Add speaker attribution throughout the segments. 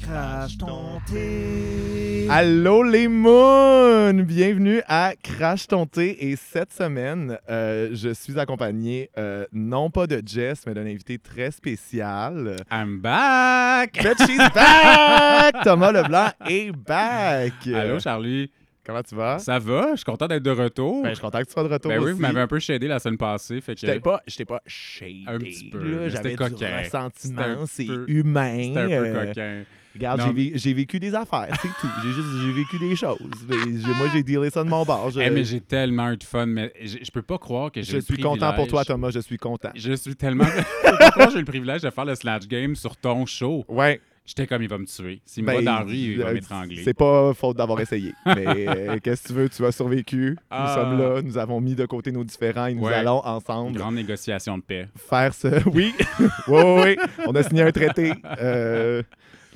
Speaker 1: Crash Tonté.
Speaker 2: Allô les moons! Bienvenue à Crash ton thé. Et cette semaine, euh, je suis accompagné euh, non pas de Jess, mais d'un invité très spécial.
Speaker 1: I'm back!
Speaker 2: But she's back! Thomas Leblanc est back!
Speaker 1: Allô, Charlie.
Speaker 2: Comment tu vas?
Speaker 1: Ça va? Je suis content d'être de retour.
Speaker 2: Ben, je suis content que tu sois de retour
Speaker 1: Ben oui,
Speaker 2: aussi.
Speaker 1: vous m'avez un peu shadé la semaine passée. Fait
Speaker 2: J'étais
Speaker 1: que
Speaker 2: pas, j'étais pas shady.
Speaker 1: Un petit peu,
Speaker 2: là.
Speaker 1: mais
Speaker 2: J'avais
Speaker 1: c'était
Speaker 2: du
Speaker 1: coquin. C'était
Speaker 2: ressentiment,
Speaker 1: un
Speaker 2: c'est
Speaker 1: peu-
Speaker 2: humain.
Speaker 1: c'était un peu
Speaker 2: euh,
Speaker 1: coquin.
Speaker 2: Regarde,
Speaker 1: Non,
Speaker 2: j'ai vi- j'ai vécu des affaires, c'est tout. J'ai juste j'ai vécu des choses. Mais j'ai- moi, j'ai dealé ça de mon bord. Je,
Speaker 1: Eh, mais j'ai tellement eu de fun, mais je je peux pas croire que j'ai
Speaker 2: je
Speaker 1: le
Speaker 2: suis content pour toi,
Speaker 1: privilège-
Speaker 2: Thomas. Je suis content.
Speaker 1: Je suis tellement. je peux pas croire que j'ai eu le privilège de faire le Slash Game sur ton show.
Speaker 2: Ouais.
Speaker 1: J'étais comme, il va me tuer. S'il me
Speaker 2: ben,
Speaker 1: voit dans la rue, il va
Speaker 2: euh,
Speaker 1: m'étrangler.
Speaker 2: C'est pas faute d'avoir essayé. Mais euh, qu'est-ce que tu veux? Tu as survécu. Nous
Speaker 1: Ah.
Speaker 2: sommes là. Nous avons mis de côté nos différends et nous
Speaker 1: Ouais.
Speaker 2: allons
Speaker 1: Une
Speaker 2: ensemble
Speaker 1: grande négociation de paix.
Speaker 2: faire ce. Oui. oui, oui, oui. On a signé un traité. euh,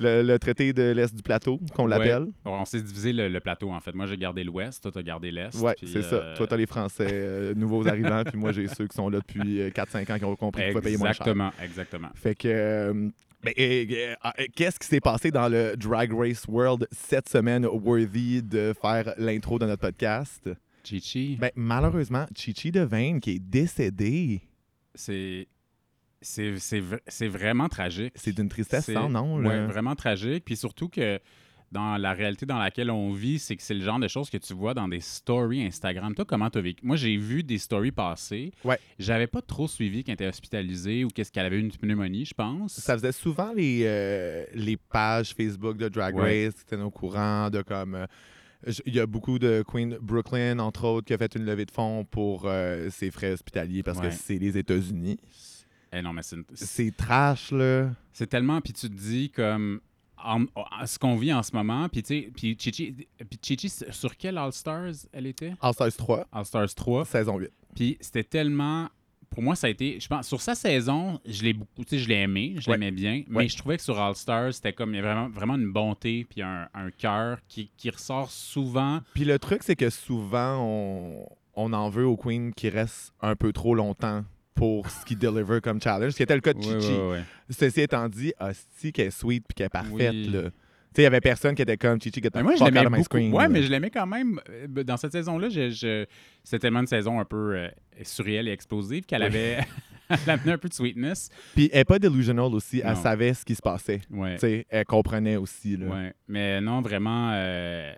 Speaker 2: le, le traité de l'Est du plateau, qu'on l'appelle.
Speaker 1: Ouais. On s'est divisé le, le plateau, en fait. Moi, j'ai gardé l'ouest, toi, t'as gardé l'est.
Speaker 2: Ouais,
Speaker 1: puis,
Speaker 2: c'est
Speaker 1: euh,
Speaker 2: ça. Toi, t'as les Français euh, nouveaux arrivants, puis moi, j'ai ceux qui sont là depuis euh, 4-5 ans qui ont compris qu'il faut payer moins cher.
Speaker 1: Exactement, exactement.
Speaker 2: Fait que. euh, ben, euh, euh, euh, Qu'est-ce qui s'est passé dans le Drag Race World cette semaine, worthy de faire l'intro de notre podcast?
Speaker 1: Chichi,
Speaker 2: Ben, malheureusement, Chichi Devane, qui est décédée,
Speaker 1: c'est. C'est c'est v- c'est vraiment tragique.
Speaker 2: c'est d'une tristesse hein,
Speaker 1: C'est-
Speaker 2: sans nom.
Speaker 1: Ouais,
Speaker 2: Là.
Speaker 1: vraiment tragique. Puis surtout que dans la réalité dans laquelle on vit, c'est que c'est le genre de choses que tu vois dans des stories Instagram. Toi, comment t'as vécu? Moi, j'ai vu des stories passer.
Speaker 2: Ouais.
Speaker 1: J'avais pas trop suivi qu'elle était hospitalisée ou qu'est-ce qu'elle avait eu une pneumonie, je pense.
Speaker 2: Ça faisait souvent les, euh, les pages Facebook de Drag
Speaker 1: Ouais.
Speaker 2: Race qui étaient au courant de comme. euh, je- Il y a beaucoup de Queen Brooklyn, entre autres, qui a fait une levée de fonds pour euh, ses frais hospitaliers parce
Speaker 1: Ouais.
Speaker 2: que c'est les États-Unis.
Speaker 1: Eh non, mais c'est une-
Speaker 2: C'est trash, là.
Speaker 1: C'est tellement, puis tu te dis comme en- en- ce qu'on vit en ce moment, puis tu sais, puis Chichi, puis Chichi, sur quel All Stars elle était?
Speaker 2: En 16-3,
Speaker 1: All Stars 3.
Speaker 2: saison 8.
Speaker 1: Puis c'était tellement, pour moi ça a été, je pense, sur sa saison, je l'ai beaucoup, tu sais, je l'ai aimé, je
Speaker 2: Ouais.
Speaker 1: l'aimais bien,
Speaker 2: Ouais.
Speaker 1: mais je trouvais que sur All Stars c'était comme il y a vraiment, vraiment une bonté puis un, un cœur qui, qui ressort souvent.
Speaker 2: Puis le truc, c'est que souvent, on, on en veut aux queens qui restent un peu trop longtemps pour ce qu'ils deliver comme challenge, ce qui était le cas de Chichi.
Speaker 1: Ouais, ouais, ouais.
Speaker 2: Ceci étant dit, hostie qu'elle est sweet puis qu'elle est parfaite,
Speaker 1: Oui.
Speaker 2: là. Tu sais, il y avait personne qui était comme Chichi qui était
Speaker 1: Mais Ben, moi, je
Speaker 2: fuck out
Speaker 1: l'aimais
Speaker 2: of my
Speaker 1: beaucoup.
Speaker 2: screen,
Speaker 1: ouais,
Speaker 2: là.
Speaker 1: mais je l'aimais quand même. Euh, Dans cette saison-là, je, je- c'était tellement une saison un peu euh, surréelle et explosive qu'elle
Speaker 2: Oui.
Speaker 1: avait... elle amenait un peu de sweetness.
Speaker 2: Puis elle n'est pas delusional aussi, elle
Speaker 1: Non.
Speaker 2: savait ce qui se passait.
Speaker 1: Ouais.
Speaker 2: Tu sais, elle comprenait aussi, là.
Speaker 1: Ouais. Mais non, vraiment, euh,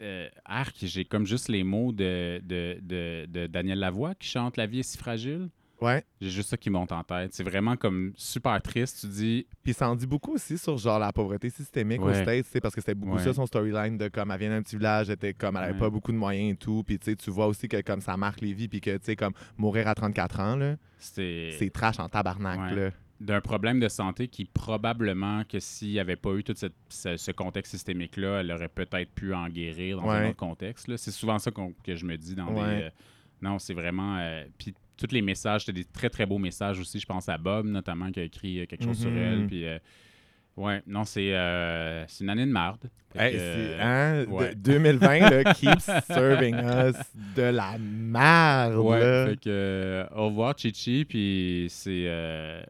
Speaker 1: euh, Arc, j'ai comme juste les mots de, de, de- de Daniel Lavoie qui chante La vie est si fragile.
Speaker 2: Ouais.
Speaker 1: J'ai juste ça qui monte en tête. C'est vraiment comme super triste. Tu dis,
Speaker 2: Puis ça en dit beaucoup aussi sur genre la pauvreté systémique aux
Speaker 1: Ouais.
Speaker 2: States, tu sais, parce que c'était beaucoup
Speaker 1: Ouais.
Speaker 2: ça son storyline de comme elle vient d'un petit village, elle était comme elle avait
Speaker 1: Ouais.
Speaker 2: pas beaucoup de moyens et tout, puis tu sais, tu vois aussi que comme ça marque les vies puis que tu sais comme mourir à 34 ans là,
Speaker 1: c'est
Speaker 2: c'est trash en tabarnak
Speaker 1: Ouais.
Speaker 2: là.
Speaker 1: d'un problème de santé qui probablement que s'il n'y avait pas eu tout cette- ce, ce contexte systémique-là, elle aurait peut-être pu en guérir dans
Speaker 2: Ouais.
Speaker 1: un autre contexte. là. C'est souvent ça qu'on- que je me dis dans
Speaker 2: Ouais.
Speaker 1: des... euh, non, c'est vraiment... euh, puis tous les messages, c'était des très, très beaux messages aussi. Je pense à Bob, notamment, qui a écrit euh, quelque chose sur
Speaker 2: Mhm.
Speaker 1: elle. Puis, euh, ouais, non, c'est euh, c'est une année de marde. Fait
Speaker 2: Hey,
Speaker 1: que,
Speaker 2: c'est-
Speaker 1: euh,
Speaker 2: hein, de-
Speaker 1: ouais.
Speaker 2: 2020 là, keep serving us de la merde.
Speaker 1: Ouais,
Speaker 2: là.
Speaker 1: fait que, euh, au revoir Chichi, puis c'est... euh,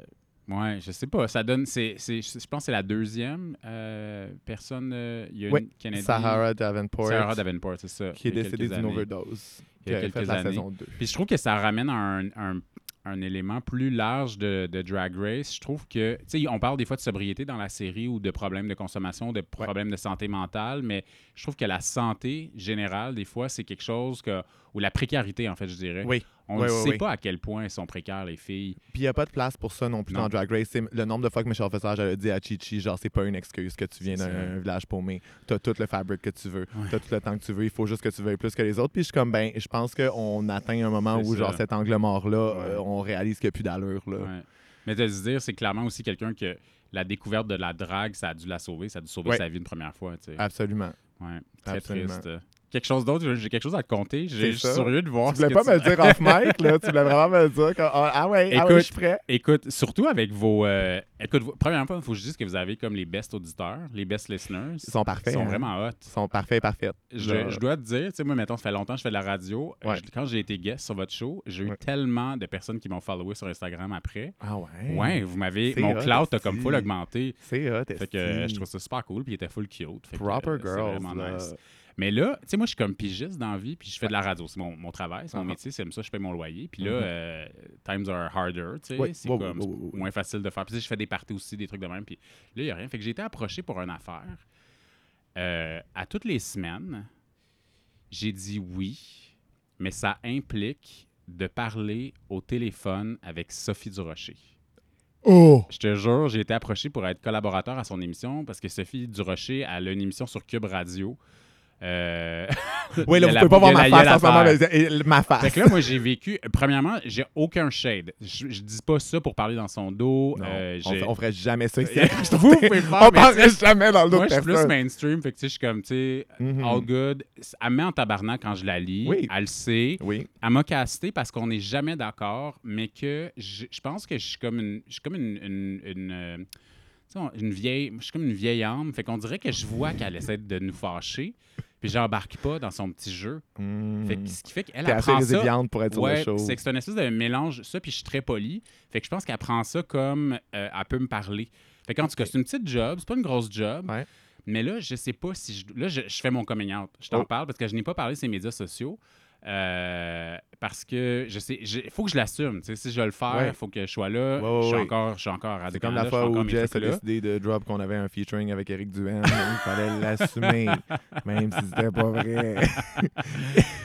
Speaker 1: ouais, je sais pas, ça donne... c'est c'est- je pense que c'est la deuxième euh, personne... euh, Il y a
Speaker 2: Ouais,
Speaker 1: une Canadienne...
Speaker 2: Sarah Davenport,
Speaker 1: Sarah Davenport, c'est ça.
Speaker 2: qui est
Speaker 1: il y a quelques
Speaker 2: décédée d'une
Speaker 1: années.
Speaker 2: overdose.
Speaker 1: Il y a
Speaker 2: qui avait fait
Speaker 1: quelques
Speaker 2: la
Speaker 1: années.
Speaker 2: saison 2.
Speaker 1: Puis je trouve que ça ramène à un, un- un élément plus large de, de Drag Race. Je trouve que, tu sais, on parle des fois de sobriété dans la série ou de problèmes de consommation, de problèmes de santé mentale, mais je trouve que la santé générale, des fois, c'est quelque chose que, ou la précarité, en fait, je dirais.
Speaker 2: Oui.
Speaker 1: On
Speaker 2: oui,
Speaker 1: ne
Speaker 2: oui,
Speaker 1: sait
Speaker 2: oui.
Speaker 1: pas à quel point elles sont précaires, les filles.
Speaker 2: Puis il n'y a pas de place pour ça non plus
Speaker 1: Non.
Speaker 2: dans Drag Race. C'est Le nombre de fois que Michel Fessage a dit à Chichi, genre, c'est pas une excuse que tu viens
Speaker 1: C'est
Speaker 2: d'un
Speaker 1: vrai.
Speaker 2: village paumé. T'as tout le fabric que tu veux. T'as tout le temps que tu veux. Il faut juste que tu veuilles plus que les autres. Puis je suis comme, ben, je pense qu'on atteint un moment
Speaker 1: C'est
Speaker 2: où,
Speaker 1: ça.
Speaker 2: genre, cet angle mort-là,
Speaker 1: Ouais.
Speaker 2: euh, on réalise qu'il n'y a plus d'allure, là.
Speaker 1: Ouais. Mais de se dire, c'est clairement aussi quelqu'un que la découverte de la drague, ça a dû la sauver, ça a dû sauver
Speaker 2: Ouais.
Speaker 1: sa vie une première fois. tu sais.
Speaker 2: Absolument.
Speaker 1: Ouais. Très
Speaker 2: Absolument.
Speaker 1: triste. quelque chose d'autre, j'ai quelque chose à te conter. Je je
Speaker 2: C'est
Speaker 1: suis
Speaker 2: ça.
Speaker 1: curieux de voir.
Speaker 2: Tu
Speaker 1: ce
Speaker 2: voulais
Speaker 1: Oh, que
Speaker 2: pas
Speaker 1: tu-
Speaker 2: me le dire off mic, là. Tu voulais vraiment me le dire. comme, ah ah ouais, ah ouais, je suis prêt.
Speaker 1: Écoute, surtout avec vos. euh, écoute, vos- premièrement, il faut que je dise que vous avez comme les best auditeurs, les best listeners.
Speaker 2: Ils sont parfaits.
Speaker 1: Ils sont
Speaker 2: hein.
Speaker 1: vraiment hot.
Speaker 2: Ils sont parfaits, parfaits.
Speaker 1: Je, je dois te dire, tu sais, moi, mettons, ça fait longtemps que je fais de la radio.
Speaker 2: Ouais.
Speaker 1: Je- quand j'ai été guest sur votre show, j'ai eu
Speaker 2: Ouais.
Speaker 1: tellement de personnes qui m'ont followé sur Instagram après.
Speaker 2: Ah ouais.
Speaker 1: Ouais, vous m'avez.
Speaker 2: C'est
Speaker 1: Mon
Speaker 2: hot,
Speaker 1: cloud a comme
Speaker 2: esti.
Speaker 1: full augmenté.
Speaker 2: C'est hot.
Speaker 1: Fait que euh, je trouve ça super cool, puis il était full cute. Fait que, euh,
Speaker 2: Proper
Speaker 1: c'est
Speaker 2: girls.
Speaker 1: vraiment
Speaker 2: là.
Speaker 1: nice. Mais là, tu sais, moi, je suis comme pigiste dans la vie, puis je fais de la radio. C'est mon, mon travail, c'est mon
Speaker 2: Ah.
Speaker 1: métier, c'est comme ça, je paye mon loyer. Puis là,
Speaker 2: Mhm.
Speaker 1: euh, times are harder, tu sais,
Speaker 2: Oui,
Speaker 1: c'est
Speaker 2: oui, oui,
Speaker 1: comme
Speaker 2: oui, oui, oui.
Speaker 1: moins facile de faire. Puis tu sais, je fais des parties aussi, des trucs de même. Puis là, il n'y a rien. Fait que j'ai été approché pour une affaire. Euh, à toutes les semaines, j'ai dit oui, mais ça implique de parler au téléphone avec Sophie Durocher.
Speaker 2: Oh!
Speaker 1: Je te jure, j'ai été approché pour être collaborateur à son émission parce que Sophie Durocher, elle a une émission sur Cube Radio. Euh,
Speaker 2: Oui, là,
Speaker 1: il y
Speaker 2: vous
Speaker 1: a
Speaker 2: pouvez pas voir
Speaker 1: la-
Speaker 2: ma
Speaker 1: il y a
Speaker 2: face en ce moment,
Speaker 1: l'affaire.
Speaker 2: mais c'est- et ma
Speaker 1: Fait
Speaker 2: face.
Speaker 1: que là, moi, j'ai vécu. Premièrement, j'ai aucun shade. Je, je dis pas ça pour parler dans son dos.
Speaker 2: Non,
Speaker 1: euh,
Speaker 2: on,
Speaker 1: j'ai-
Speaker 2: on ferait jamais ça ici.
Speaker 1: Vous, vous pouvez le faire,
Speaker 2: on
Speaker 1: mais
Speaker 2: parlerait jamais dans l'autre
Speaker 1: moi, je suis plus
Speaker 2: personne.
Speaker 1: mainstream. Fait que, tu sais, je suis comme, tu sais,
Speaker 2: Mhm.
Speaker 1: all good. Elle me met en tabarnak quand je la lis.
Speaker 2: Oui.
Speaker 1: Elle le sait.
Speaker 2: Oui.
Speaker 1: Elle m'a casté parce qu'on n'est jamais d'accord, mais que je, je pense que je suis comme une. Je suis comme une. une- une, euh, tu sais, on- une vieille. Je suis comme une vieille âme. Fait qu'on dirait que je vois qu'elle essaie de nous fâcher. Puis j'embarque pas dans son petit jeu. Fait que, ce qui fait
Speaker 2: Mmh. Hmm.
Speaker 1: qu'elle
Speaker 2: T'es
Speaker 1: elle
Speaker 2: assez
Speaker 1: prend ça.
Speaker 2: résiliente pour être
Speaker 1: Ouais,
Speaker 2: sur le show.
Speaker 1: c'est que c'est une espèce de mélange, ça, puis je suis très poli. Fait que je pense qu'elle prend ça comme euh, elle peut me parler. Fait qu'en tout cas, c'est une petite job, c'est pas une grosse job.
Speaker 2: Ouais.
Speaker 1: Mais là, je sais pas si je. Là, je, je fais mon coming out. Je t'en
Speaker 2: Oh.
Speaker 1: parle parce que je n'ai pas parlé de ces médias sociaux. euh, parce que je sais, il faut que je l'assume. tu sais, Si je vais le faire, il
Speaker 2: Ouais.
Speaker 1: faut que je sois là.
Speaker 2: Ouais, ouais,
Speaker 1: je, suis
Speaker 2: ouais.
Speaker 1: Encore, je suis encore à
Speaker 2: C'est
Speaker 1: Radio-Canada,
Speaker 2: comme la
Speaker 1: je suis
Speaker 2: fois
Speaker 1: encore
Speaker 2: où
Speaker 1: mes
Speaker 2: Jess a
Speaker 1: trucs-là.
Speaker 2: décidé de drop qu'on avait un featuring avec Eric Duhem. Il fallait l'assumer, même si c'était pas vrai.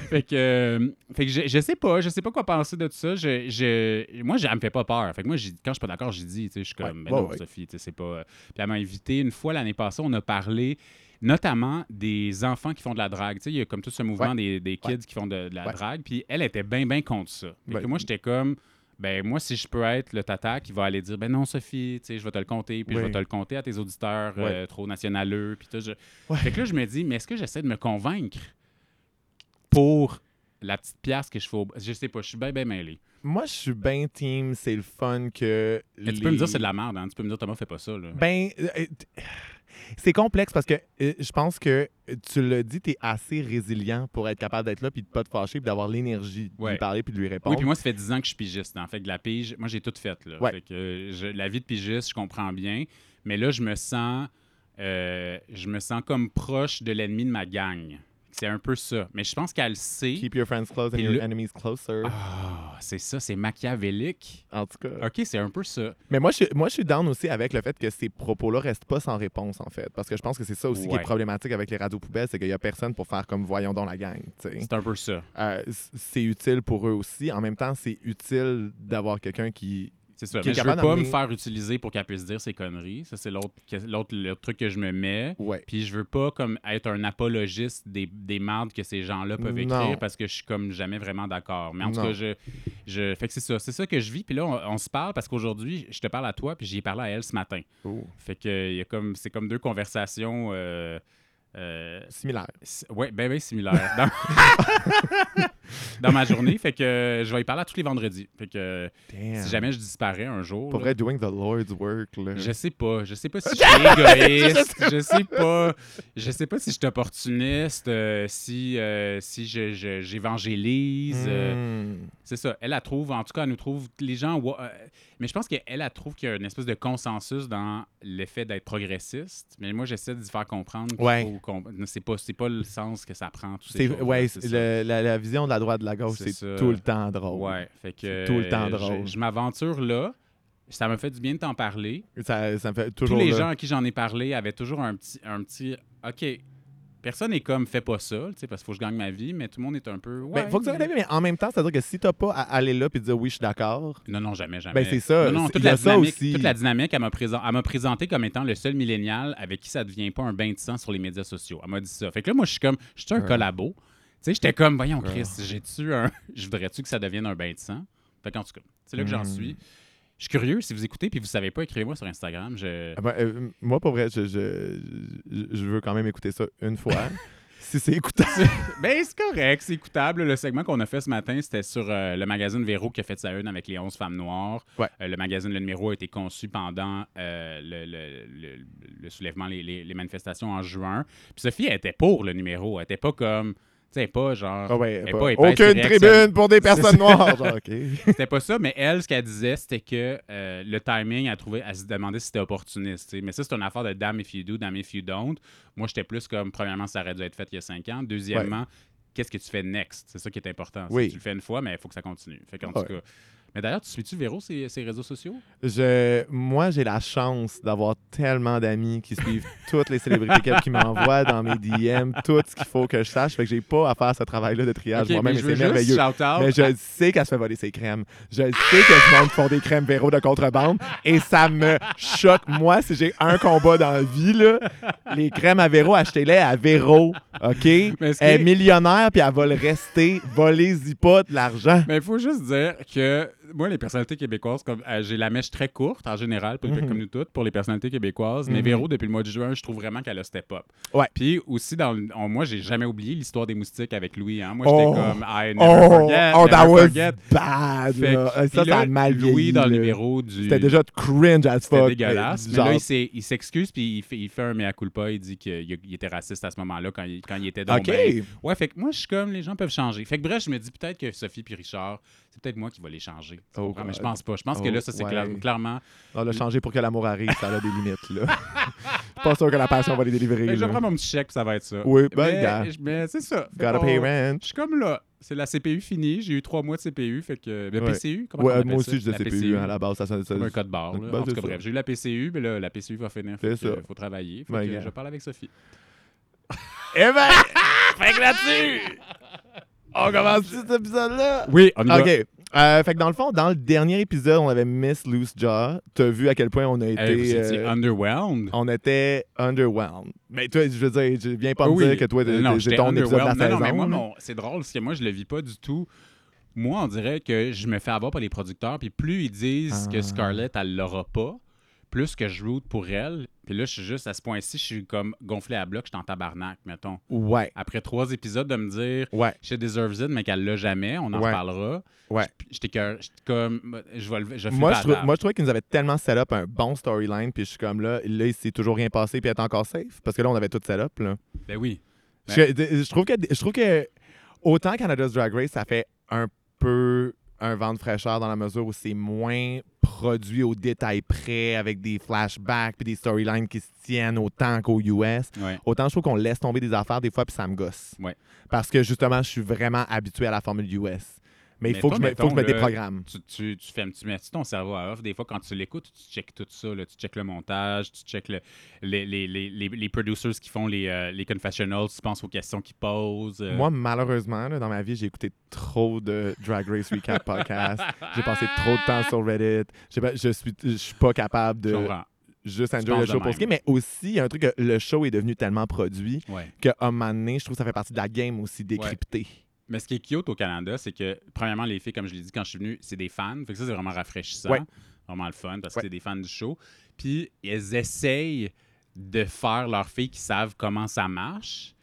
Speaker 1: Fait que, euh, fait que je, je sais pas, je sais pas quoi penser de tout ça. Je, je- moi, je- elle me fait pas peur. Fait que moi, j'ai- quand je suis pas d'accord, j'ai dit, tu sais, je suis
Speaker 2: Ouais,
Speaker 1: comme, ben
Speaker 2: ouais,
Speaker 1: non,
Speaker 2: ouais.
Speaker 1: Sophie, tu sais, c'est pas. euh. Puis elle m'a invité une fois l'année passée, on a parlé notamment des enfants qui font de la drague. Tu sais, il y a comme tout ce mouvement
Speaker 2: Ouais.
Speaker 1: des, des kids
Speaker 2: Ouais.
Speaker 1: qui font de, de la
Speaker 2: Ouais.
Speaker 1: drague. Puis elle était bien, bien contre ça. Fait que
Speaker 2: Ben-
Speaker 1: moi, j'étais comme. Ben, moi, si je peux être le tata qui va aller dire, ben non, Sophie, tu sais, je vais te le compter, puis je
Speaker 2: Oui.
Speaker 1: vais te le compter à tes auditeurs
Speaker 2: Ouais.
Speaker 1: euh, trop nationaleux, puis tout. je-
Speaker 2: Ouais.
Speaker 1: Fait que là, je me dis, mais est-ce que j'essaie de me convaincre pour la petite pièce que je fais au- Je sais pas, je suis bien, bien mêlé.
Speaker 2: Moi, je suis ben team. C'est le fun que.
Speaker 1: Mais Tu peux me dire c'est de la merde, hein? Tu peux me dire Thomas, fais pas ça, là.
Speaker 2: Ben, euh, euh, t- c'est complexe parce que euh, je pense que euh, tu le dis, tu es assez résilient pour être capable d'être là puis de pas te fâcher puis d'avoir l'énergie de
Speaker 1: Ouais.
Speaker 2: lui parler puis de lui répondre.
Speaker 1: oui, puis moi, ça fait 10 ans que je suis pigiste. En fait que la pige, moi, j'ai tout fait, là.
Speaker 2: Ouais.
Speaker 1: Fait que euh, je- la vie de pigiste, je comprends bien. Mais là, je me sens, euh, je me sens comme proche de l'ennemi de ma gang. C'est un peu ça. Mais je pense qu'elle sait.
Speaker 2: Keep your friends close and
Speaker 1: Puis
Speaker 2: your
Speaker 1: le-
Speaker 2: enemies closer.
Speaker 1: Ah, c'est ça, c'est machiavélique.
Speaker 2: En tout cas.
Speaker 1: Ah. OK, c'est un peu ça.
Speaker 2: Mais moi je, suis- moi, je suis down aussi avec le fait que ces propos-là restent pas sans réponse, en fait. Parce que je pense que c'est ça aussi qui
Speaker 1: Ouais.
Speaker 2: est problématique avec les radios poubelles, c'est qu'il y a personne pour faire comme voyons dans la gang. tu sais.
Speaker 1: C'est un peu ça.
Speaker 2: Euh, c- c'est utile pour eux aussi. En même temps, c'est utile d'avoir quelqu'un qui.
Speaker 1: C'est ça.
Speaker 2: Qui
Speaker 1: Mais
Speaker 2: est
Speaker 1: je veux
Speaker 2: capable
Speaker 1: pas me
Speaker 2: d'amener-
Speaker 1: faire utiliser pour qu'elle puisse dire ses conneries. Ça, c'est l'autre que- l'autre- le truc que je me mets.
Speaker 2: Ouais.
Speaker 1: Puis je veux pas comme être un apologiste des, des mardes que ces gens-là peuvent écrire
Speaker 2: Non.
Speaker 1: parce que je suis comme jamais vraiment d'accord. Mais en tout
Speaker 2: Non.
Speaker 1: cas, je, je fait que c'est ça, c'est ça que je vis. Puis là, on, on se parle parce qu'aujourd'hui, je te parle à toi puis j'y ai parlé à elle ce matin.
Speaker 2: Oh.
Speaker 1: Fait que euh, il y a comme c'est comme deux conversations. Euh, euh,
Speaker 2: Similaire.
Speaker 1: s- ouais, ben ben similaires dans, dans ma journée. Fait que euh, je vais y parler à tous les vendredis. Fait que euh,
Speaker 2: Damn.
Speaker 1: si jamais je disparais un jour,
Speaker 2: Pour
Speaker 1: là,
Speaker 2: vrai, doing the Lord's work, là.
Speaker 1: je sais pas. Je sais pas si je suis égoïste. je sais pas. Je sais pas si je suis opportuniste, euh, si, euh, si je- je- j'évangélise. euh,
Speaker 2: Mm.
Speaker 1: c'est ça. Elle la trouve, en tout cas, elle nous trouve, les gens. wa- euh, mais je pense qu'elle elle trouve qu'il y a une espèce de consensus dans le fait d'être progressiste. Mais moi, j'essaie d'y faire comprendre qu'il
Speaker 2: Ouais.
Speaker 1: faut qu'on- non, c'est pas c'est pas le sens que ça prend. Tout
Speaker 2: C'est, ouais, c'est- le- la, la vision de la droite de la gauche,
Speaker 1: C'est
Speaker 2: c'est,
Speaker 1: ça.
Speaker 2: tout le temps drôle.
Speaker 1: Ouais, fait que
Speaker 2: C'est tout le temps
Speaker 1: euh, je-
Speaker 2: drôle.
Speaker 1: Je, m'aventure là. Ça me fait du bien de t'en parler.
Speaker 2: Ça, ça me fait
Speaker 1: Tous
Speaker 2: toujours.
Speaker 1: les
Speaker 2: là.
Speaker 1: gens à qui j'en ai parlé avaient toujours un petit, un petit OK, personne n'est comme fais pas ça, tu sais, parce qu'il faut que je gagne ma vie, mais tout le monde est un peu.
Speaker 2: Ben,
Speaker 1: Ouais,
Speaker 2: faut que tu
Speaker 1: mais-
Speaker 2: regardes, mais en même temps, c'est-à-dire que si t'as pas à aller là et dire oui, je suis d'accord.
Speaker 1: Non, non, jamais, jamais.
Speaker 2: Ben, c'est ça.
Speaker 1: Non, non,
Speaker 2: C'est-
Speaker 1: toute
Speaker 2: il y
Speaker 1: la,
Speaker 2: a ça
Speaker 1: dynamique,
Speaker 2: aussi.
Speaker 1: toute la dynamique, elle m'a, présen- elle m'a présenté comme étant le seul millénial avec qui ça devient pas un bain de sang sur les médias sociaux. Elle m'a dit ça. Fait que là, moi, je suis comme, je suis un
Speaker 2: Ouais.
Speaker 1: collabo. Tu sais, j'étais comme, voyons,
Speaker 2: Ouais.
Speaker 1: Chris, j'ai-tu un. Je voudrais-tu que ça devienne un bain de sang? Fait qu'en tout cas, c'est là que j'en
Speaker 2: Mm.
Speaker 1: suis. Je suis curieux, si vous écoutez puis vous savez pas, écrivez-moi sur Instagram. Je...
Speaker 2: Ah ben, euh, moi, pour vrai, je, je, je- je veux quand même écouter ça une fois. si c'est écoutable.
Speaker 1: Ben, c'est correct, c'est écoutable. Le segment qu'on a fait ce matin, c'était sur euh, le magazine Véro qui a fait sa une avec les 11 femmes noires.
Speaker 2: Ouais.
Speaker 1: Euh, le magazine Le Numéro a été conçu pendant euh, le, le- le- le soulèvement, les, les- les manifestations en juin. Puis Sophie, elle était pour le numéro. Elle était pas comme. Tu sais, elle est pas genre.
Speaker 2: Ah ouais,
Speaker 1: elle est
Speaker 2: pas-
Speaker 1: pas épaisse,
Speaker 2: aucune
Speaker 1: réactionnaire.
Speaker 2: tribune pour des
Speaker 1: C'est ça.
Speaker 2: personnes noires. Genre, OK.
Speaker 1: C'était pas ça, mais elle, ce qu'elle disait, c'était que euh, le timing, elle, trouvait, elle se demandait si c'était opportuniste. tu sais. Mais ça, c'est une affaire de damn if you do, damn if you don't. Moi, j'étais plus comme, premièrement, ça aurait dû être fait il y a cinq ans. Deuxièmement, qu'est-ce que tu fais next? C'est ça qui est important. C'est
Speaker 2: Oui.
Speaker 1: que Tu le fais une fois, mais il faut que ça continue. Fait qu'en
Speaker 2: Ouais.
Speaker 1: tout cas. Mais d'ailleurs, tu suis-tu Véro, ses, ses réseaux sociaux?
Speaker 2: Je, moi, j'ai la chance d'avoir tellement d'amis qui suivent toutes les célébrités qu'elles- qui m'envoient dans mes DM tout ce qu'il faut que je sache. Fait que j'ai pas à faire ce travail-là de triage
Speaker 1: Ok,
Speaker 2: moi-même.
Speaker 1: mais
Speaker 2: et
Speaker 1: je
Speaker 2: C'est
Speaker 1: veux juste
Speaker 2: merveilleux.
Speaker 1: shout out
Speaker 2: Mais je le sais qu'elle se fait voler ses crèmes. Je le sais que du monde font des crèmes Véro de contrebande. Et ça me choque. Moi, si j'ai un combat dans la vie, là, les crèmes à Véro, achetez-les à Véro. OK?
Speaker 1: Mais ce qui
Speaker 2: Elle est
Speaker 1: est-
Speaker 2: millionnaire, puis elle va le rester. Volez-y pas de l'argent.
Speaker 1: Mais il faut juste dire que moi, les personnalités québécoises, comme euh, j'ai la mèche très courte en général, pour,
Speaker 2: Mhm.
Speaker 1: comme nous toutes, pour les personnalités québécoises. Mais
Speaker 2: Mhm.
Speaker 1: Véro, depuis le mois de juin, je trouve vraiment qu'elle a step up.
Speaker 2: Ouais.
Speaker 1: Puis aussi, dans le- on- moi, j'ai jamais oublié l'histoire des moustiques avec Louis. hein. Moi, j'étais
Speaker 2: Oh.
Speaker 1: comme I never
Speaker 2: Oh,
Speaker 1: forget.
Speaker 2: oh,
Speaker 1: never
Speaker 2: that was
Speaker 1: forget.
Speaker 2: bad.
Speaker 1: Fait
Speaker 2: là.
Speaker 1: que-
Speaker 2: Ça,
Speaker 1: puis
Speaker 2: ça
Speaker 1: là,
Speaker 2: a mal
Speaker 1: Louis,
Speaker 2: vieilli,
Speaker 1: dans le
Speaker 2: là.
Speaker 1: numéro du.
Speaker 2: C'était déjà de cringe as fuck.
Speaker 1: C'était
Speaker 2: mais
Speaker 1: dégueulasse. Mais,
Speaker 2: genre-
Speaker 1: là, il s'est- il s'excuse, puis il fait, il fait un mea culpa. Il dit qu'il il était raciste à ce moment-là quand il, quand il était dans
Speaker 2: OK.
Speaker 1: Ouais, fait que moi, je suis comme, les gens peuvent changer. Fait que bref, je me dis peut-être que Sophie puis Richard, c'est peut-être moi qui va les changer. Tu
Speaker 2: Oh
Speaker 1: comprends? mais je
Speaker 2: God.
Speaker 1: pense pas. Je pense que
Speaker 2: Oh,
Speaker 1: là, ça, c'est clair-
Speaker 2: ouais.
Speaker 1: clairement.
Speaker 2: On l'a changé pour que l'amour arrive. Ça a des limites, là. Je suis pas sûr que la passion va les délivrer.
Speaker 1: Fait que Ben, je
Speaker 2: là.
Speaker 1: vais prendre mon petit chèque, puis ça va être ça.
Speaker 2: Oui, ben,
Speaker 1: mais,
Speaker 2: gars.
Speaker 1: je- mais c'est ça. Fait
Speaker 2: Gotta
Speaker 1: qu'on-
Speaker 2: pay rent.
Speaker 1: Je suis comme là. C'est la CPU finie. J'ai eu trois mois de CPU. Fait que. ben,
Speaker 2: Ouais.
Speaker 1: PCU, comment on
Speaker 2: Ouais,
Speaker 1: appelle
Speaker 2: moi
Speaker 1: ça?
Speaker 2: aussi, je disais
Speaker 1: La
Speaker 2: CPU hein, à la base. Ça, ça, ça-
Speaker 1: Comme un code barre. là.
Speaker 2: Ben,
Speaker 1: en tout
Speaker 2: c'est
Speaker 1: cas,
Speaker 2: ça.
Speaker 1: bref, j'ai eu la PCU, mais là, la PCU va finir. Fait
Speaker 2: C'est
Speaker 1: que, euh,
Speaker 2: ça.
Speaker 1: faut travailler. Fait
Speaker 2: Ben,
Speaker 1: que
Speaker 2: gars.
Speaker 1: je parle avec Sophie.
Speaker 2: Eh ben,
Speaker 1: Fait que là-dessus!
Speaker 2: on commence cet épisode-là.
Speaker 1: Oui, on y va.
Speaker 2: OK. Euh, fait que dans le fond, dans le dernier épisode, on avait Miss Loose Jaw. T'as vu à quel point on a été.
Speaker 1: Eh, vous étiez
Speaker 2: euh,
Speaker 1: underwhelmed.
Speaker 2: on était underwhelmed. Mais toi, je veux dire, je viens pas
Speaker 1: Ah
Speaker 2: me
Speaker 1: oui,
Speaker 2: dire que toi, t'es-
Speaker 1: non,
Speaker 2: t'es-
Speaker 1: j'étais
Speaker 2: c'est ton épisode de la
Speaker 1: underwhelmed. Non,
Speaker 2: saison.
Speaker 1: non, mais moi,
Speaker 2: là.
Speaker 1: mon- c'est drôle parce que moi, je le vis pas du tout. Moi, on dirait que je me fais avoir par les producteurs, puis plus ils disent
Speaker 2: Ah.
Speaker 1: que Scarlett, elle l'aura pas, plus que je route pour elle. Puis là, je suis juste à ce point-ci, je suis comme gonflé à bloc, je suis en tabarnak, mettons.
Speaker 2: Ouais,
Speaker 1: Après trois épisodes de me dire,
Speaker 2: ouais.
Speaker 1: she deserves it, mais qu'elle l'a jamais, on en
Speaker 2: Ouais.
Speaker 1: reparlera.
Speaker 2: Ouais.
Speaker 1: Je- J'étais que- j'étais comme, je vais le- je fais
Speaker 2: Moi
Speaker 1: pas
Speaker 2: je, trouve, moi, je trouvais qu'ils nous avaient tellement set up un bon storyline, puis je suis comme là, là, il s'est toujours rien passé, puis elle est encore safe, parce que là, on avait tout set up, là.
Speaker 1: Ben oui.
Speaker 2: Je, de- je trouve que, je trouve que autant Canada's Drag Race, ça fait un peu un vent de fraîcheur dans la mesure où c'est moins produit au détail près, avec des flashbacks puis des storylines qui se tiennent autant qu'aux US.
Speaker 1: Ouais.
Speaker 2: Autant je trouve qu'on laisse tomber des affaires des fois puis ça me gosse.
Speaker 1: Ouais.
Speaker 2: Parce que justement, je suis vraiment habitué à la formule US. Mais il
Speaker 1: Mais
Speaker 2: faut,
Speaker 1: toi,
Speaker 2: que je me- faut que je me
Speaker 1: mettons, là,
Speaker 2: déprogramme.
Speaker 1: tu, tu, tu fais tu mets ton cerveau à off. Des fois, quand tu l'écoutes, tu checkes tout ça. là. Tu checkes le montage, tu checkes le- les, les, les, les, les producers qui font les, euh, les confessionals, tu penses aux questions qu'ils posent. euh.
Speaker 2: Moi, malheureusement, là, dans ma vie, j'ai écouté trop de Drag Race Recap podcast. J'ai passé trop de temps sur Reddit. J'ai pas- Je suis, je suis pas capable
Speaker 1: je
Speaker 2: de
Speaker 1: comprends.
Speaker 2: juste
Speaker 1: Tu
Speaker 2: enjoy
Speaker 1: penses
Speaker 2: le
Speaker 1: de
Speaker 2: show pour ce qui est, mais aussi, il y a un truc que le show est devenu tellement produit
Speaker 1: Ouais.
Speaker 2: qu'à un moment donné, je trouve que ça fait partie de la game aussi, décrypter.
Speaker 1: Mais ce qui est cute au Canada, c'est que, premièrement, les filles, comme je l'ai dit quand je suis venu, c'est des fans. Fait que ça, c'est vraiment rafraîchissant.
Speaker 2: Ouais.
Speaker 1: Vraiment le fun parce
Speaker 2: Ouais.
Speaker 1: que c'est des fans du show. Puis, elles essayent de faire leurs filles qui savent comment ça marche.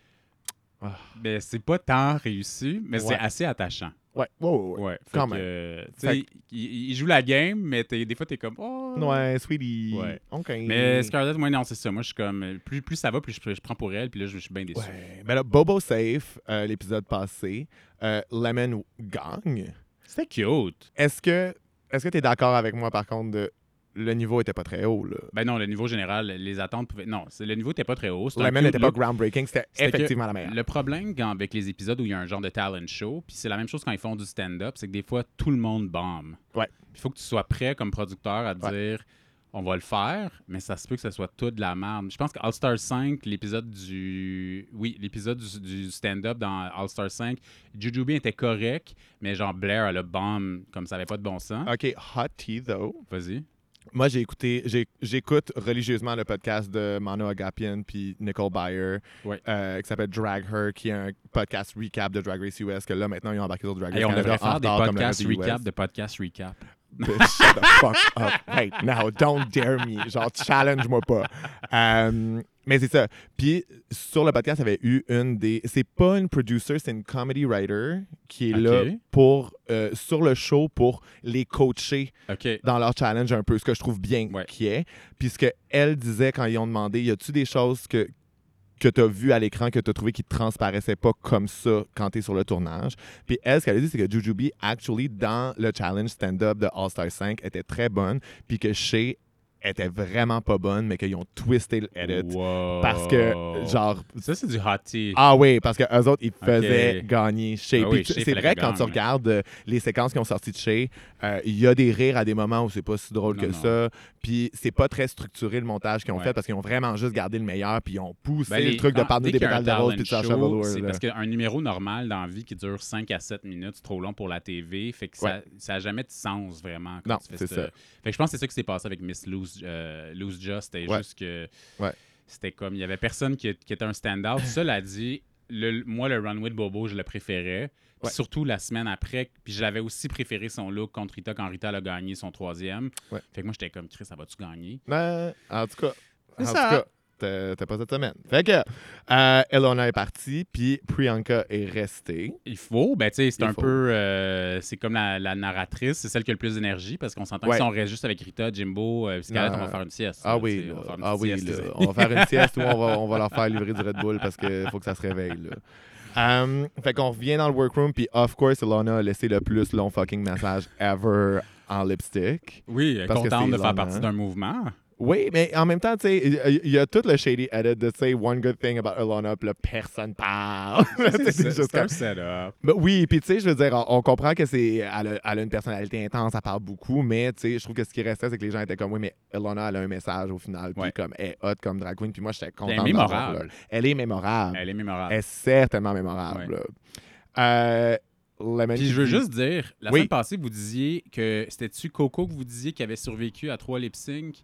Speaker 2: Ah.
Speaker 1: Mais c'est pas tant réussi, mais
Speaker 2: Ouais.
Speaker 1: c'est assez attachant.
Speaker 2: Ouais, ouais, ouais.
Speaker 1: Ouais,
Speaker 2: Quand
Speaker 1: fait
Speaker 2: même.
Speaker 1: que, euh,
Speaker 2: Fait
Speaker 1: tu sais, il, il joue la game, mais t'es- des fois, t'es comme, oh.
Speaker 2: Ouais, sweetie.
Speaker 1: Ouais.
Speaker 2: OK.
Speaker 1: Mais Scarlett, moi, non, c'est ça. Moi, je suis comme, euh, plus, plus ça va, plus je, je prends pour elle, puis là, je, je suis bien déçu.
Speaker 2: Ouais. Ben là, Bobo Safe, euh, l'épisode passé, euh, Lemon gagne.
Speaker 1: C'était cute.
Speaker 2: Est-ce que est-ce que tu es d'accord avec moi, par contre, de le niveau était pas très haut, là?
Speaker 1: Ben non, le niveau général, les attentes pouvaient. Non, c'est- le niveau était pas très haut. c'était un
Speaker 2: Lemon
Speaker 1: cute
Speaker 2: n'était pas
Speaker 1: look.
Speaker 2: groundbreaking, c'était
Speaker 1: C'était que
Speaker 2: effectivement la meilleure.
Speaker 1: Le problème quand- avec les épisodes où il y a un genre de talent show, puis c'est la même chose quand ils font du stand-up, c'est que des fois, tout le monde bombe.
Speaker 2: Ouais.
Speaker 1: Il faut que tu sois prêt comme producteur à dire on va le faire, mais ça se peut que ce soit tout de la merde. Je pense que All Star 5, l'épisode du. Oui, l'épisode du, du stand-up dans All Star 5, Jujubee était correct, mais genre Blair, elle a bombe comme ça n'avait pas de bon sens.
Speaker 2: OK, hot tea, though.
Speaker 1: Vas-y.
Speaker 2: Moi, j'ai écouté, j'ai- j'écoute religieusement le podcast de Mano Agapian puis Nicole Byer,
Speaker 1: Ouais.
Speaker 2: euh, qui s'appelle Drag Her, qui est un podcast recap de Drag Race US, que là, maintenant, ils ont embarqué sur Drag Race
Speaker 1: Hey, on
Speaker 2: Canada
Speaker 1: devrait
Speaker 2: en
Speaker 1: faire des
Speaker 2: retard, comme le
Speaker 1: podcasts
Speaker 2: reste des US.
Speaker 1: recap de podcasts recap.
Speaker 2: Bitch, shut the fuck up right now. Don't dare me. Genre, challenge-moi pas. Euh, Mais c'est ça. Puis sur le podcast, il y avait eu une des. C'est pas une producer, c'est une comedy writer qui est là
Speaker 1: Ok.
Speaker 2: pour euh, sur le show pour les coacher
Speaker 1: OK.
Speaker 2: dans leur challenge un peu, ce que je trouve bien
Speaker 1: Ouais.
Speaker 2: qui est. Puis ce qu'elle disait quand ils ont demandé, y a-tu des choses que que tu as vues à l'écran, que tu as trouvé qui ne transparaissaient pas comme ça quand tu es sur le tournage. Puis elle, ce qu'elle a dit, c'est que Jujubee, actually, dans le challenge stand-up de All Star 5, était très bonne, puis que Shea était vraiment pas bonne, mais qu'ils ont twisté le edit.
Speaker 1: Wow.
Speaker 2: Parce que, genre,
Speaker 1: Ça, c'est du hot tea.
Speaker 2: ah oui, parce que eux autres, ils faisaient
Speaker 1: Ok.
Speaker 2: gagner Shea.
Speaker 1: Ah
Speaker 2: Puis
Speaker 1: oui,
Speaker 2: tu-
Speaker 1: Shea
Speaker 2: c'est
Speaker 1: fallait
Speaker 2: vrai,
Speaker 1: qu'il
Speaker 2: quand tu
Speaker 1: gagne.
Speaker 2: regardes euh, les séquences qui ont sorti de Shea, euh, il y a des rires à des moments où c'est pas si drôle
Speaker 1: Non,
Speaker 2: que
Speaker 1: non.
Speaker 2: ça. Puis c'est pas très structuré le montage qu'ils ont
Speaker 1: Ouais.
Speaker 2: fait parce qu'ils ont vraiment juste gardé le meilleur puis ils ont poussé
Speaker 1: Ben,
Speaker 2: le
Speaker 1: les-
Speaker 2: truc de
Speaker 1: quand-
Speaker 2: parler des
Speaker 1: dès qu'il y a
Speaker 2: pétales de
Speaker 1: un
Speaker 2: rose puis
Speaker 1: talent
Speaker 2: de Sacha
Speaker 1: show,
Speaker 2: Velour.
Speaker 1: C'est
Speaker 2: là.
Speaker 1: parce qu'un numéro normal dans la vie qui dure 5 à 7 minutes, c'est trop long pour la TV. Fait que ça- ça n'a jamais de sens vraiment. quand
Speaker 2: Non,
Speaker 1: tu fais
Speaker 2: c'est
Speaker 1: ce-
Speaker 2: ça.
Speaker 1: Fait que je pense que c'est ça qui s'est passé avec Miss Loose, euh, Loose Just. C'était
Speaker 2: Ouais.
Speaker 1: juste que
Speaker 2: Ouais.
Speaker 1: c'était comme, il n'y avait personne qui, qui était un stand-out. Cela dit, le- moi, le Runway de Bobo, je le préférais. Puis
Speaker 2: Ouais.
Speaker 1: Surtout la semaine après. Puis j'avais aussi préféré son look contre Rita quand Rita a gagné son troisième.
Speaker 2: Ouais.
Speaker 1: Fait que moi, j'étais comme, Chris, ça va-tu gagner?
Speaker 2: Ouais, Ben, en tout cas, en
Speaker 1: C'est
Speaker 2: tout
Speaker 1: ça.
Speaker 2: cas, t'as t'as pas cette semaine. Fait que euh, Elona est partie puis Priyanka est restée.
Speaker 1: Il faut, ben tu sais, c'est
Speaker 2: Il
Speaker 1: un
Speaker 2: faut.
Speaker 1: peu, euh, c'est comme la, la narratrice, c'est celle qui a le plus d'énergie parce qu'on s'entend
Speaker 2: Ouais.
Speaker 1: que si on reste juste avec Rita, Jimbo, euh, puis Scarlett,
Speaker 2: Non.
Speaker 1: on va faire une sieste.
Speaker 2: Ah
Speaker 1: là,
Speaker 2: oui,
Speaker 1: tu
Speaker 2: là.
Speaker 1: sais, on va faire une
Speaker 2: ah
Speaker 1: petite
Speaker 2: oui,
Speaker 1: sieste,
Speaker 2: là.
Speaker 1: tu sais.
Speaker 2: on va faire une sieste ou on va, on va leur faire livrer du Red Bull parce qu'il faut que ça se réveille. Là. Um, fait qu'on revient dans le workroom, puis of course, Lana a laissé le plus long fucking massage ever en lipstick.
Speaker 1: Oui,
Speaker 2: Parce que
Speaker 1: contente
Speaker 2: c'est
Speaker 1: de faire
Speaker 2: long,
Speaker 1: partie
Speaker 2: hein.
Speaker 1: d'un mouvement.
Speaker 2: Oui, mais en même temps, tu sais, il- il y, a tout le shady edit de say one good thing about Alana, puis là, personne parle.
Speaker 1: C'est
Speaker 2: C'est juste
Speaker 1: c'est
Speaker 2: comme-
Speaker 1: un setup.
Speaker 2: Ben oui, puis tu sais, je veux dire, on, on comprend que c'est, elle, a- elle a une personnalité intense, elle parle beaucoup, mais tu sais, je trouve que ce qui restait, c'est que les gens étaient comme, oui, mais Elona, elle a un message au final, puis
Speaker 1: Ouais.
Speaker 2: comme, elle est hot comme drag queen, puis moi, j'étais content.
Speaker 1: Elle est
Speaker 2: de l'avoir,
Speaker 1: mémorable.
Speaker 2: là. Elle est mémorable.
Speaker 1: Elle est mémorable.
Speaker 2: Elle est certainement mémorable. là. Euh, Lemon
Speaker 1: Puis je veux
Speaker 2: Kitty-
Speaker 1: juste dire, la
Speaker 2: Oui.
Speaker 1: semaine passée, vous disiez que c'était-tu Coco que vous disiez qui avait survécu à trois lip sync